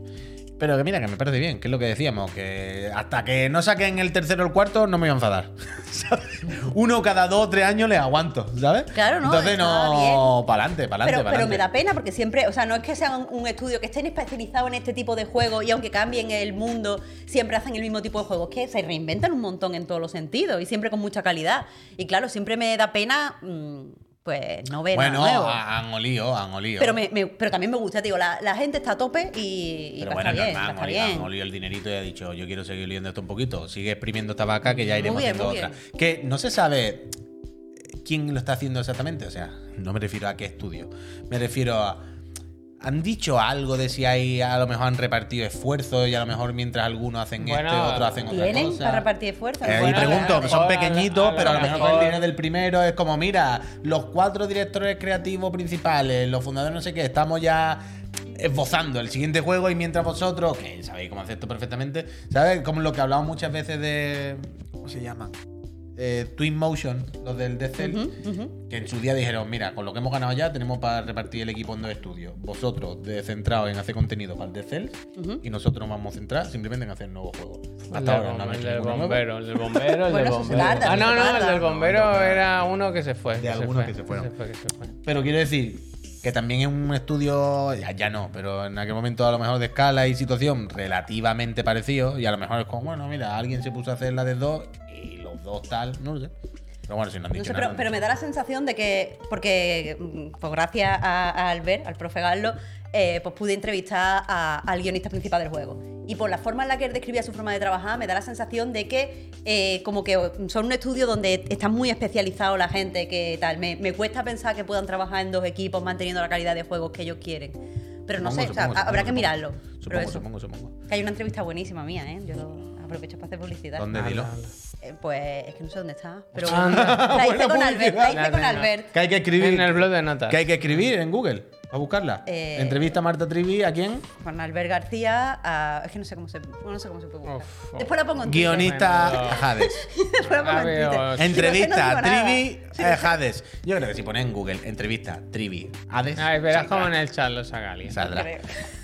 Speaker 3: Pero que mira, que me parece bien, que es lo que decíamos, que hasta que no saquen el tercero o el cuarto no me voy a enfadar. ¿sabes? Uno cada dos o tres años le aguanto, ¿sabes?
Speaker 1: Claro, no,
Speaker 3: Entonces
Speaker 1: está
Speaker 3: no, para adelante, para
Speaker 1: Pero,
Speaker 3: adelante.
Speaker 1: pero me da pena porque siempre, o sea, no es que sean un estudio que estén especializados en este tipo de juegos y aunque cambien el mundo, siempre hacen el mismo tipo de juegos, que se reinventan un montón en todos los sentidos y siempre con mucha calidad. Y claro, siempre me da pena, mm, pues, no ver
Speaker 3: Bueno, ah,
Speaker 1: nada nuevo.
Speaker 3: a- han olido, han olido.
Speaker 1: Pero, me- me- pero también me gusta, te digo, la, la gente está a tope y, y va
Speaker 3: Pero
Speaker 1: a
Speaker 3: bueno,
Speaker 1: estar
Speaker 3: es
Speaker 1: bien, va
Speaker 3: normal,
Speaker 1: a estar
Speaker 3: han olido,
Speaker 1: bien.
Speaker 3: han olido el dinerito y ha dicho, yo quiero seguir oliendo esto un poquito. Sigue exprimiendo esta vaca que ya iremos
Speaker 1: bien,
Speaker 3: haciendo
Speaker 1: muy
Speaker 3: otra.
Speaker 1: bien.
Speaker 3: Que no se sabe quién lo está haciendo exactamente. O sea, no me refiero a qué estudio. Me refiero a, ¿Han dicho algo de si hay, a lo mejor han repartido esfuerzos y a lo mejor mientras algunos hacen
Speaker 2: Bueno,
Speaker 3: esto y otros hacen otra
Speaker 1: ¿Tienen
Speaker 3: cosa?
Speaker 1: para repartir esfuerzos?
Speaker 3: Eh,
Speaker 2: Bueno,
Speaker 3: y pregunto,
Speaker 2: a lo
Speaker 3: son
Speaker 2: mejor,
Speaker 3: pequeñitos,
Speaker 2: a lo
Speaker 3: pero a lo mejor con el
Speaker 2: mejor-
Speaker 3: dinero del primero es como, mira, los cuatro directores creativos principales, los fundadores no sé qué, estamos ya esbozando el siguiente juego y mientras vosotros, que sabéis cómo hacer esto perfectamente, ¿sabes? Como lo que hablamos muchas veces de... ¿Cómo se llama? Eh, Twin Motion, los del Death Cell,
Speaker 1: Ujú, ujú.
Speaker 3: que en su día dijeron, mira, con lo que hemos ganado ya tenemos para repartir el equipo en dos estudios. Vosotros de centrados en hacer contenido para el Death Cell
Speaker 1: Ujú. Pues
Speaker 3: y nosotros nos vamos a centrar simplemente en hacer nuevos juegos.
Speaker 2: El del
Speaker 3: Hasta ahora no
Speaker 2: bom-
Speaker 3: habéis
Speaker 2: el
Speaker 3: hecho
Speaker 2: del
Speaker 3: ninguno nuevo.
Speaker 2: bombero, el del bombero, el del
Speaker 1: Bueno, eso se
Speaker 2: bombero.
Speaker 1: tarda,
Speaker 2: Ah,
Speaker 1: eso
Speaker 2: no,
Speaker 1: se
Speaker 2: no, el
Speaker 1: tarda.
Speaker 2: del bombero
Speaker 3: No, no, no.
Speaker 2: era uno que se fue.
Speaker 3: De
Speaker 2: que se
Speaker 3: algunos
Speaker 2: fue,
Speaker 3: que se fueron.
Speaker 2: fue, que se fue.
Speaker 3: Pero quiero decir que también es un estudio, ya, ya no, pero en aquel momento a lo mejor de escala y situación relativamente parecido. Y a lo mejor es como, bueno, mira, alguien se puso a hacer la de dos y los dos tal, no lo sé. Pero bueno, si no han
Speaker 1: No
Speaker 3: dicho
Speaker 1: sé, pero,
Speaker 3: nada.
Speaker 1: pero me da la sensación de que, porque mm, pues gracias a, a Albert, al profe Garlo, eh, pues pude entrevistar a- al guionista principal del juego. Y por la forma en la que él describía su forma de trabajar, me da la sensación de que eh, como que son un estudio donde está muy especializado la gente, que tal. Me, me cuesta pensar que puedan trabajar en dos equipos manteniendo la calidad de juegos que ellos quieren. Pero no
Speaker 3: Supongo,
Speaker 1: sé, o sea,
Speaker 3: supongo,
Speaker 1: habrá
Speaker 3: supongo,
Speaker 1: que mirarlo.
Speaker 3: supongo.
Speaker 1: Pero
Speaker 3: Supongo,
Speaker 1: eso,
Speaker 3: supongo, supongo.
Speaker 1: que hay una entrevista buenísima mía, ¿eh? Yo lo aprovecho para hacer publicidad.
Speaker 3: ¿Dónde dilo?
Speaker 1: Eh, pues es que no sé dónde está, pero
Speaker 2: Anda.
Speaker 1: la hice
Speaker 3: Ah, Buena
Speaker 1: con Albert, la hice
Speaker 2: publicidad.
Speaker 1: con
Speaker 2: Nada,
Speaker 1: Albert.
Speaker 3: Que hay que
Speaker 2: En el
Speaker 3: escribir.
Speaker 2: blog de notas.
Speaker 3: Que hay que escribir en Google. A buscarla.
Speaker 1: Eh,
Speaker 3: Entrevista a Marta Trivi, ¿a quién?
Speaker 1: Juan Albert García, a- es que no sé cómo se, no sé cómo se puede buscar.
Speaker 2: Uf, uf.
Speaker 1: Después la pongo en Twitter.
Speaker 3: Guionista
Speaker 2: Tremendo.
Speaker 3: Jades.
Speaker 1: Después la pongo en
Speaker 2: Adiós.
Speaker 1: Twitter.
Speaker 3: Entrevista
Speaker 1: digo nada.
Speaker 3: Trivi eh, Hades. Yo creo que si pones en Google entrevista Trivi Hades.
Speaker 2: Ay, verás
Speaker 3: saldrá.
Speaker 2: cómo en el chat lo saca alguien.
Speaker 3: Saldrá.
Speaker 1: Creo.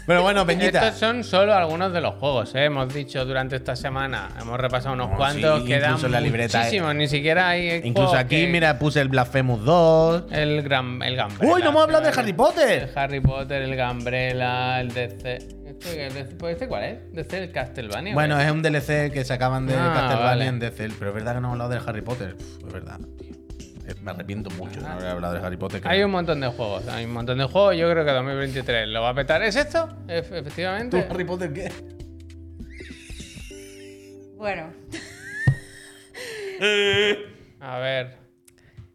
Speaker 3: Pero bueno, Peñita.
Speaker 2: Estos son solo algunos de los juegos, ¿eh? hemos dicho durante esta semana, hemos repasado unos
Speaker 3: No,
Speaker 2: cuantos,
Speaker 3: sí,
Speaker 2: quedan
Speaker 3: incluso en la libreta, eh.
Speaker 2: muchísimos, ni siquiera hay
Speaker 3: Incluso
Speaker 2: juegos
Speaker 3: aquí,
Speaker 2: que-
Speaker 3: mira, puse el Blasphemous 2.
Speaker 2: el gran el Gambrela.
Speaker 3: ¡Uy, no hemos hablado de
Speaker 2: claro.
Speaker 3: Harry Potter!
Speaker 2: El Harry Potter, el Gambrela, el DC. ¿Este, el DC pues, ¿este cuál es? DC el Castlevania.
Speaker 3: Bueno, es un DLC que sacaban de
Speaker 2: Ah, vale.
Speaker 3: Castlevania en DCL, pero es verdad que no hemos hablado de Harry Potter. Uf, es verdad. tío. Eh, Me arrepiento mucho de no haber hablado de Harry Potter. creo.
Speaker 2: Hay un montón de juegos, hay un montón de juegos. Yo creo que 2023 lo va a petar. ¿Es esto? Ef-
Speaker 3: ¿Tú,
Speaker 2: efectivamente.
Speaker 3: Harry Potter qué?
Speaker 1: Bueno,
Speaker 2: A ver.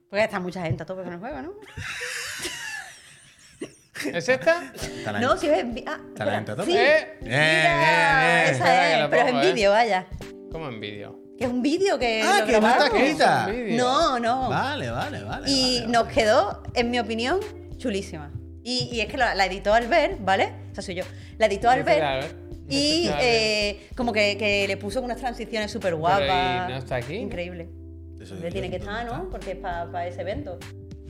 Speaker 1: pues está mucha gente a tope con el juego, ¿no?
Speaker 2: ¿Es esta?
Speaker 3: Está la
Speaker 1: No,
Speaker 3: gente-
Speaker 1: si es en vi- ah,
Speaker 3: Está la
Speaker 1: espera,
Speaker 3: gente a tope.
Speaker 1: Sí.
Speaker 2: ¿Eh?
Speaker 3: Bien,
Speaker 1: Mira,
Speaker 3: bien, bien.
Speaker 2: Espera que
Speaker 1: esa
Speaker 2: lo
Speaker 1: es, pero es en
Speaker 2: pongo, ¿eh?
Speaker 1: vídeo, vaya.
Speaker 2: Como en vídeo.
Speaker 1: Que es un vídeo que
Speaker 3: Ah,
Speaker 1: lo
Speaker 3: que no está
Speaker 1: grabamos.
Speaker 3: escrita.
Speaker 2: Es un vídeo.
Speaker 1: No, no.
Speaker 3: Vale, vale, vale.
Speaker 1: Y
Speaker 3: vale,
Speaker 1: nos
Speaker 3: vale.
Speaker 1: quedó, en mi opinión, chulísima. Y, y es que la, la editó Albert, ¿vale? O sea, soy yo. La editó Albert.
Speaker 2: Albert.
Speaker 1: Y
Speaker 2: Albert.
Speaker 1: eh, como que, que le puso unas transiciones súper
Speaker 2: Pero,
Speaker 1: guapas.
Speaker 2: ¿y no está aquí?
Speaker 1: Increíble.
Speaker 3: Eso
Speaker 1: Hombre,
Speaker 3: digo,
Speaker 1: tiene que
Speaker 3: ¿dónde
Speaker 1: estar, ¿no?
Speaker 3: está?
Speaker 1: Porque es para ese evento.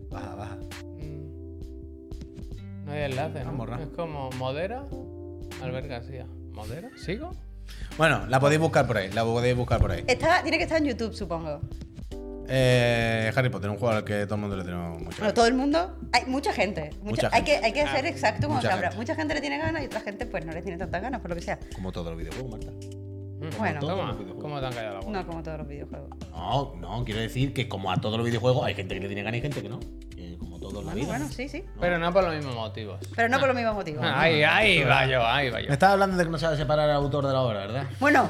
Speaker 3: Baja, baja.
Speaker 2: Mm. No hay enlace,
Speaker 3: Ah,
Speaker 2: ¿no?
Speaker 3: morra.
Speaker 2: Es como Modera, Albert García. ¿Modera? ¿Sigo?
Speaker 3: Bueno, la podéis buscar por ahí. La podéis buscar por ahí.
Speaker 1: Está, tiene que estar en YouTube, supongo.
Speaker 3: Eh, Harry Potter, un juego al que todo el mundo le tiene mucho.
Speaker 1: Bueno, todo el mundo. Hay mucha gente. Mucha,
Speaker 3: Mucha
Speaker 1: Hay, que,
Speaker 3: gente.
Speaker 1: hay que
Speaker 2: Ah,
Speaker 1: ser exacto como
Speaker 3: mucha
Speaker 1: se habla.
Speaker 3: gente.
Speaker 1: Mucha gente le tiene ganas y otra gente, pues no le tiene tantas ganas, por lo que sea.
Speaker 3: Como todos los videojuegos, Marta.
Speaker 1: Bueno.
Speaker 3: todo
Speaker 2: Toma,
Speaker 3: el videojuego.
Speaker 2: ¿cómo te han caído la boca?
Speaker 1: No como todos los videojuegos.
Speaker 3: No, no, quiero decir que como a todos los videojuegos hay gente que le tiene ganas y gente que no. Que como todos la vida.
Speaker 1: Ah, Bueno, sí, sí.
Speaker 2: Pero no por los mismos motivos.
Speaker 1: Pero no por los mismos motivos.
Speaker 2: Ahí, ahí va yo, ahí va yo.
Speaker 3: Me estabas hablando de que no sabes separar al autor de la obra, ¿verdad?
Speaker 1: Bueno,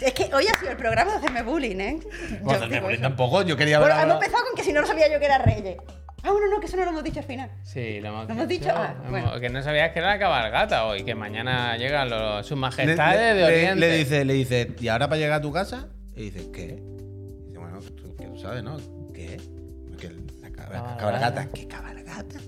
Speaker 1: es que hoy ha sido el programa de hacerme bullying, ¿eh? Yo
Speaker 3: Pues me
Speaker 1: digo
Speaker 3: morí
Speaker 1: eso.
Speaker 3: tampoco, yo quería
Speaker 1: Bueno,
Speaker 3: hablar-
Speaker 1: hemos empezado con que si no lo sabía yo que era Reyes. Ah, bueno, no, que eso no lo hemos dicho al final.
Speaker 2: Sí, lo hemos,
Speaker 1: ¿Lo hemos dicho? Ah,
Speaker 2: Hemos-
Speaker 1: bueno.
Speaker 2: Que no sabías que era la cabalgata hoy, que mañana llegan los, sus
Speaker 3: Le-
Speaker 2: majestades de
Speaker 3: le- le-
Speaker 2: Oriente.
Speaker 3: Le, dice, le dice, ¿y ahora para llegar a tu casa? Y dice, ¿qué? Y dice, bueno, tú, que tú sabes, ¿no? ¿Qué? Que la cabra-
Speaker 2: Cabalgata.
Speaker 3: cabalgata. ¿Qué cabalgata?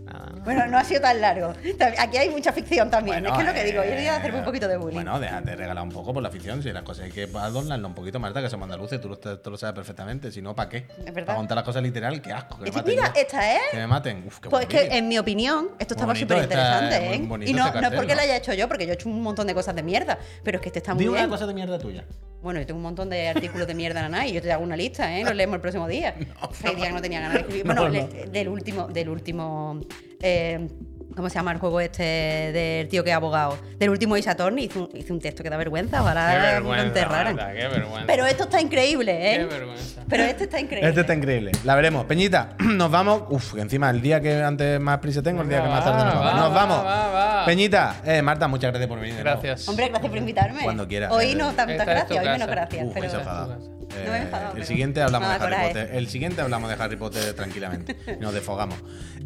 Speaker 2: Ah.
Speaker 1: Bueno, no ha sido tan largo. Tam- Aquí hay mucha ficción también.
Speaker 3: Bueno,
Speaker 1: es que es lo que
Speaker 3: eh,
Speaker 1: digo, yo voy a hacerme un poquito de bullying.
Speaker 3: Bueno, déjate regalar un poco por la afición. Si las cosas hay que adornarlo un poquito, Marta, que somos andaluces, tú lo, tú lo sabes perfectamente. Si no, ¿para qué?
Speaker 1: Es verdad.
Speaker 3: Para contar las cosas literal, qué asco. Que me
Speaker 1: Este-
Speaker 3: maten
Speaker 1: mira,
Speaker 3: ya.
Speaker 1: esta es.
Speaker 3: Que me maten. Uf, qué
Speaker 1: Pues
Speaker 3: buen
Speaker 1: que,
Speaker 3: vídeo.
Speaker 1: en mi opinión, esto
Speaker 3: Muy
Speaker 1: estaba
Speaker 3: bonito,
Speaker 1: súper interesante,
Speaker 3: está-
Speaker 1: ¿eh?
Speaker 3: muy bonito
Speaker 1: Y no,
Speaker 3: este
Speaker 1: no es
Speaker 3: cartel,
Speaker 1: porque
Speaker 3: ¿no?
Speaker 1: lo haya hecho yo, porque yo he hecho un montón de cosas de mierda. Pero es que este está muy
Speaker 3: Di una
Speaker 1: bien.
Speaker 3: cosa de mierda tuya.
Speaker 1: Bueno, yo tengo un montón de artículos de mierda nana y yo te hago una lista, ¿eh? Los leemos el próximo día. Ese día que no tenía ganas de escribir. Bueno,
Speaker 3: No, no.
Speaker 1: le- del último, del último. eh, ¿Cómo se llama el juego este del tío que es abogado? Del último Isa Torni hice un, hice un texto que da vergüenza,
Speaker 2: Qué
Speaker 1: ojalá lo
Speaker 2: vergüenza,
Speaker 1: enterraran.
Speaker 2: Marta, qué vergüenza.
Speaker 1: Ah, Pero esto está increíble,
Speaker 2: Qué
Speaker 1: ¿eh?
Speaker 2: vergüenza.
Speaker 1: Pero este está increíble.
Speaker 3: Este está increíble. La veremos. Peñita, nos vamos. Uf, que encima el día que antes más prisa tengo, el día que más tarde nos
Speaker 2: Va,
Speaker 3: vamos.
Speaker 2: va,
Speaker 3: Nos
Speaker 2: va,
Speaker 3: vamos.
Speaker 2: va, va.
Speaker 3: Peñita, eh, Marta, muchas gracias por venir. de nuevo.
Speaker 2: Gracias.
Speaker 1: Hombre, gracias por invitarme.
Speaker 3: Cuando quieras.
Speaker 1: Hoy no tantas
Speaker 2: Esta es tu
Speaker 1: gracias, hoy menos
Speaker 2: casa.
Speaker 1: gracias.
Speaker 3: Uf,
Speaker 1: pero...
Speaker 3: eso es verdad. Eh,
Speaker 1: me he enfadado,
Speaker 3: el
Speaker 1: pero-
Speaker 3: siguiente hablamos
Speaker 1: me
Speaker 3: de
Speaker 1: da
Speaker 3: Harry
Speaker 1: coraje.
Speaker 3: Potter. El siguiente hablamos de Harry Potter tranquilamente. y Nos desfogamos.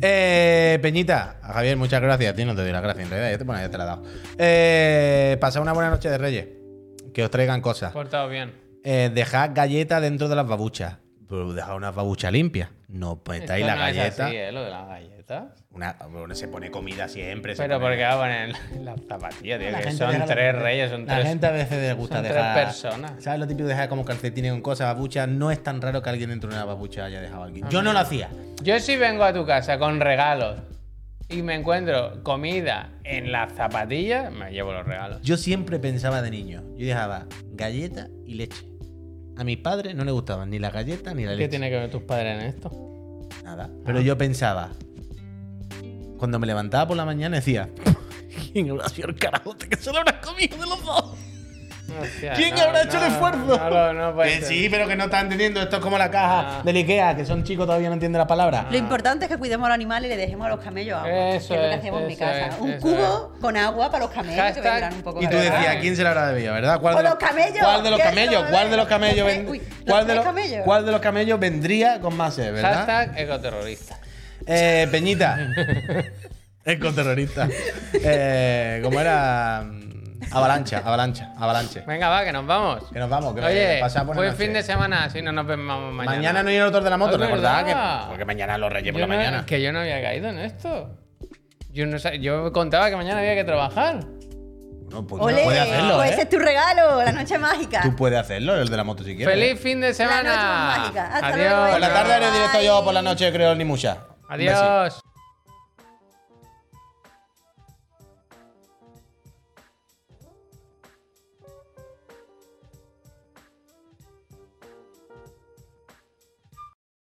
Speaker 3: Eh, Peñita, a Javier, muchas gracias. A ti no te doy las gracias en realidad. Ya te, bueno, ya te la he dado. Eh, pasa una buena noche de Reyes. Que os traigan cosas.
Speaker 2: Portado bien.
Speaker 3: Eh, dejad galletas dentro de las babuchas. Pero dejad una babucha limpia. No metáis
Speaker 2: Esto
Speaker 3: la
Speaker 2: no es
Speaker 3: galleta.
Speaker 2: así, ¿eh? Lo de las galletas.
Speaker 3: Una- bueno, se pone comida siempre. se
Speaker 2: Pero
Speaker 3: pone-
Speaker 2: porque va a poner las zapatillas, tío.
Speaker 3: La
Speaker 2: Que
Speaker 3: gente
Speaker 2: son
Speaker 3: deja la-
Speaker 2: tres reyes, son
Speaker 3: la
Speaker 2: tres.
Speaker 3: gente a veces le gusta
Speaker 2: son tres
Speaker 3: dejar.
Speaker 2: personas.
Speaker 3: ¿Sabes lo típico de dejar como calcetines con cosas, babuchas? No es tan raro que alguien dentro de una babucha haya dejado aquí. Yo no lo hacía.
Speaker 2: Yo si vengo a tu casa con regalos y me encuentro comida en las zapatillas, me llevo los regalos.
Speaker 3: Yo siempre pensaba de niño. Yo dejaba galleta y leche. A mis padres no les gustaban ni la galleta ni la leche.
Speaker 2: ¿Qué tiene Ah. que ver tus padres en esto?
Speaker 3: Nada. Pero yo pensaba. Cuando me levantaba por la mañana decía. ¿Quién habrá sido el carajote que se lo habrá comido de los dos?
Speaker 2: Hostia,
Speaker 3: ¿Quién
Speaker 2: no,
Speaker 3: habrá hecho el
Speaker 2: no,
Speaker 3: esfuerzo?
Speaker 2: No, no, no puede
Speaker 3: que
Speaker 2: ser.
Speaker 3: sí, pero que no están entendiendo. Esto es como la caja
Speaker 2: Ah.
Speaker 3: del Ikea, que son chicos todavía no entienden la palabra.
Speaker 1: Lo importante es que cuidemos al animal y le dejemos a los camellos agua. que
Speaker 2: Eso
Speaker 1: es lo que
Speaker 2: es,
Speaker 1: hacemos en mi
Speaker 2: eso
Speaker 1: casa.
Speaker 2: es,
Speaker 1: un
Speaker 2: eso
Speaker 1: cubo con agua para los camellos que
Speaker 2: Hashtag-
Speaker 1: vendrán un poco
Speaker 3: Y tú
Speaker 1: cargados.
Speaker 3: decías, ¿quién se la habrá bebido, verdad? ¿Cuál
Speaker 1: ¡O los camellos!
Speaker 3: ¿Cuál de los
Speaker 1: ¿Qué
Speaker 3: camellos?
Speaker 1: son?
Speaker 3: ¿Cuál de los camellos?
Speaker 1: Los
Speaker 3: ven-
Speaker 1: tres- uy, los
Speaker 3: ¿Cuál de
Speaker 1: tres
Speaker 3: los
Speaker 1: camellos.
Speaker 3: cuál de los camellos vendría con más sed, verdad?
Speaker 2: Hashtag ecoterrorista.
Speaker 3: Eh, Peñita. Ecoterrorista. Eh, ¿Cómo era? Mm, Avalancha, avalancha, avalanche.
Speaker 2: Venga, va, que nos vamos.
Speaker 3: Que nos vamos, que
Speaker 2: Oye,
Speaker 3: pasad buena
Speaker 2: buen
Speaker 3: noche.
Speaker 2: fin de semana, si no nos vemos mañana. Ah,
Speaker 3: Mañana no hay el autor de la moto,
Speaker 2: Es
Speaker 3: recordad
Speaker 2: verdad.
Speaker 3: que. Porque mañana lo reyes por
Speaker 2: Yo
Speaker 3: la
Speaker 2: no-
Speaker 3: mañana.
Speaker 2: Que yo no había caído en esto. Yo, no, sa- yo contaba que mañana había que trabajar.
Speaker 3: No, pues,
Speaker 1: ¡Ole!
Speaker 3: puedes hacerlo.
Speaker 1: Pues
Speaker 3: ¿eh?
Speaker 1: ese es tu regalo, la noche mágica.
Speaker 3: Tú puedes hacerlo, el de la moto si quieres.
Speaker 2: ¡Feliz fin de
Speaker 1: noche
Speaker 2: semana!
Speaker 1: mágica. Hasta luego.
Speaker 2: Adiós.
Speaker 3: Por la tarde haré
Speaker 1: Bye.
Speaker 3: directo yo, por la noche creo ni mucha. Un
Speaker 2: Adiós.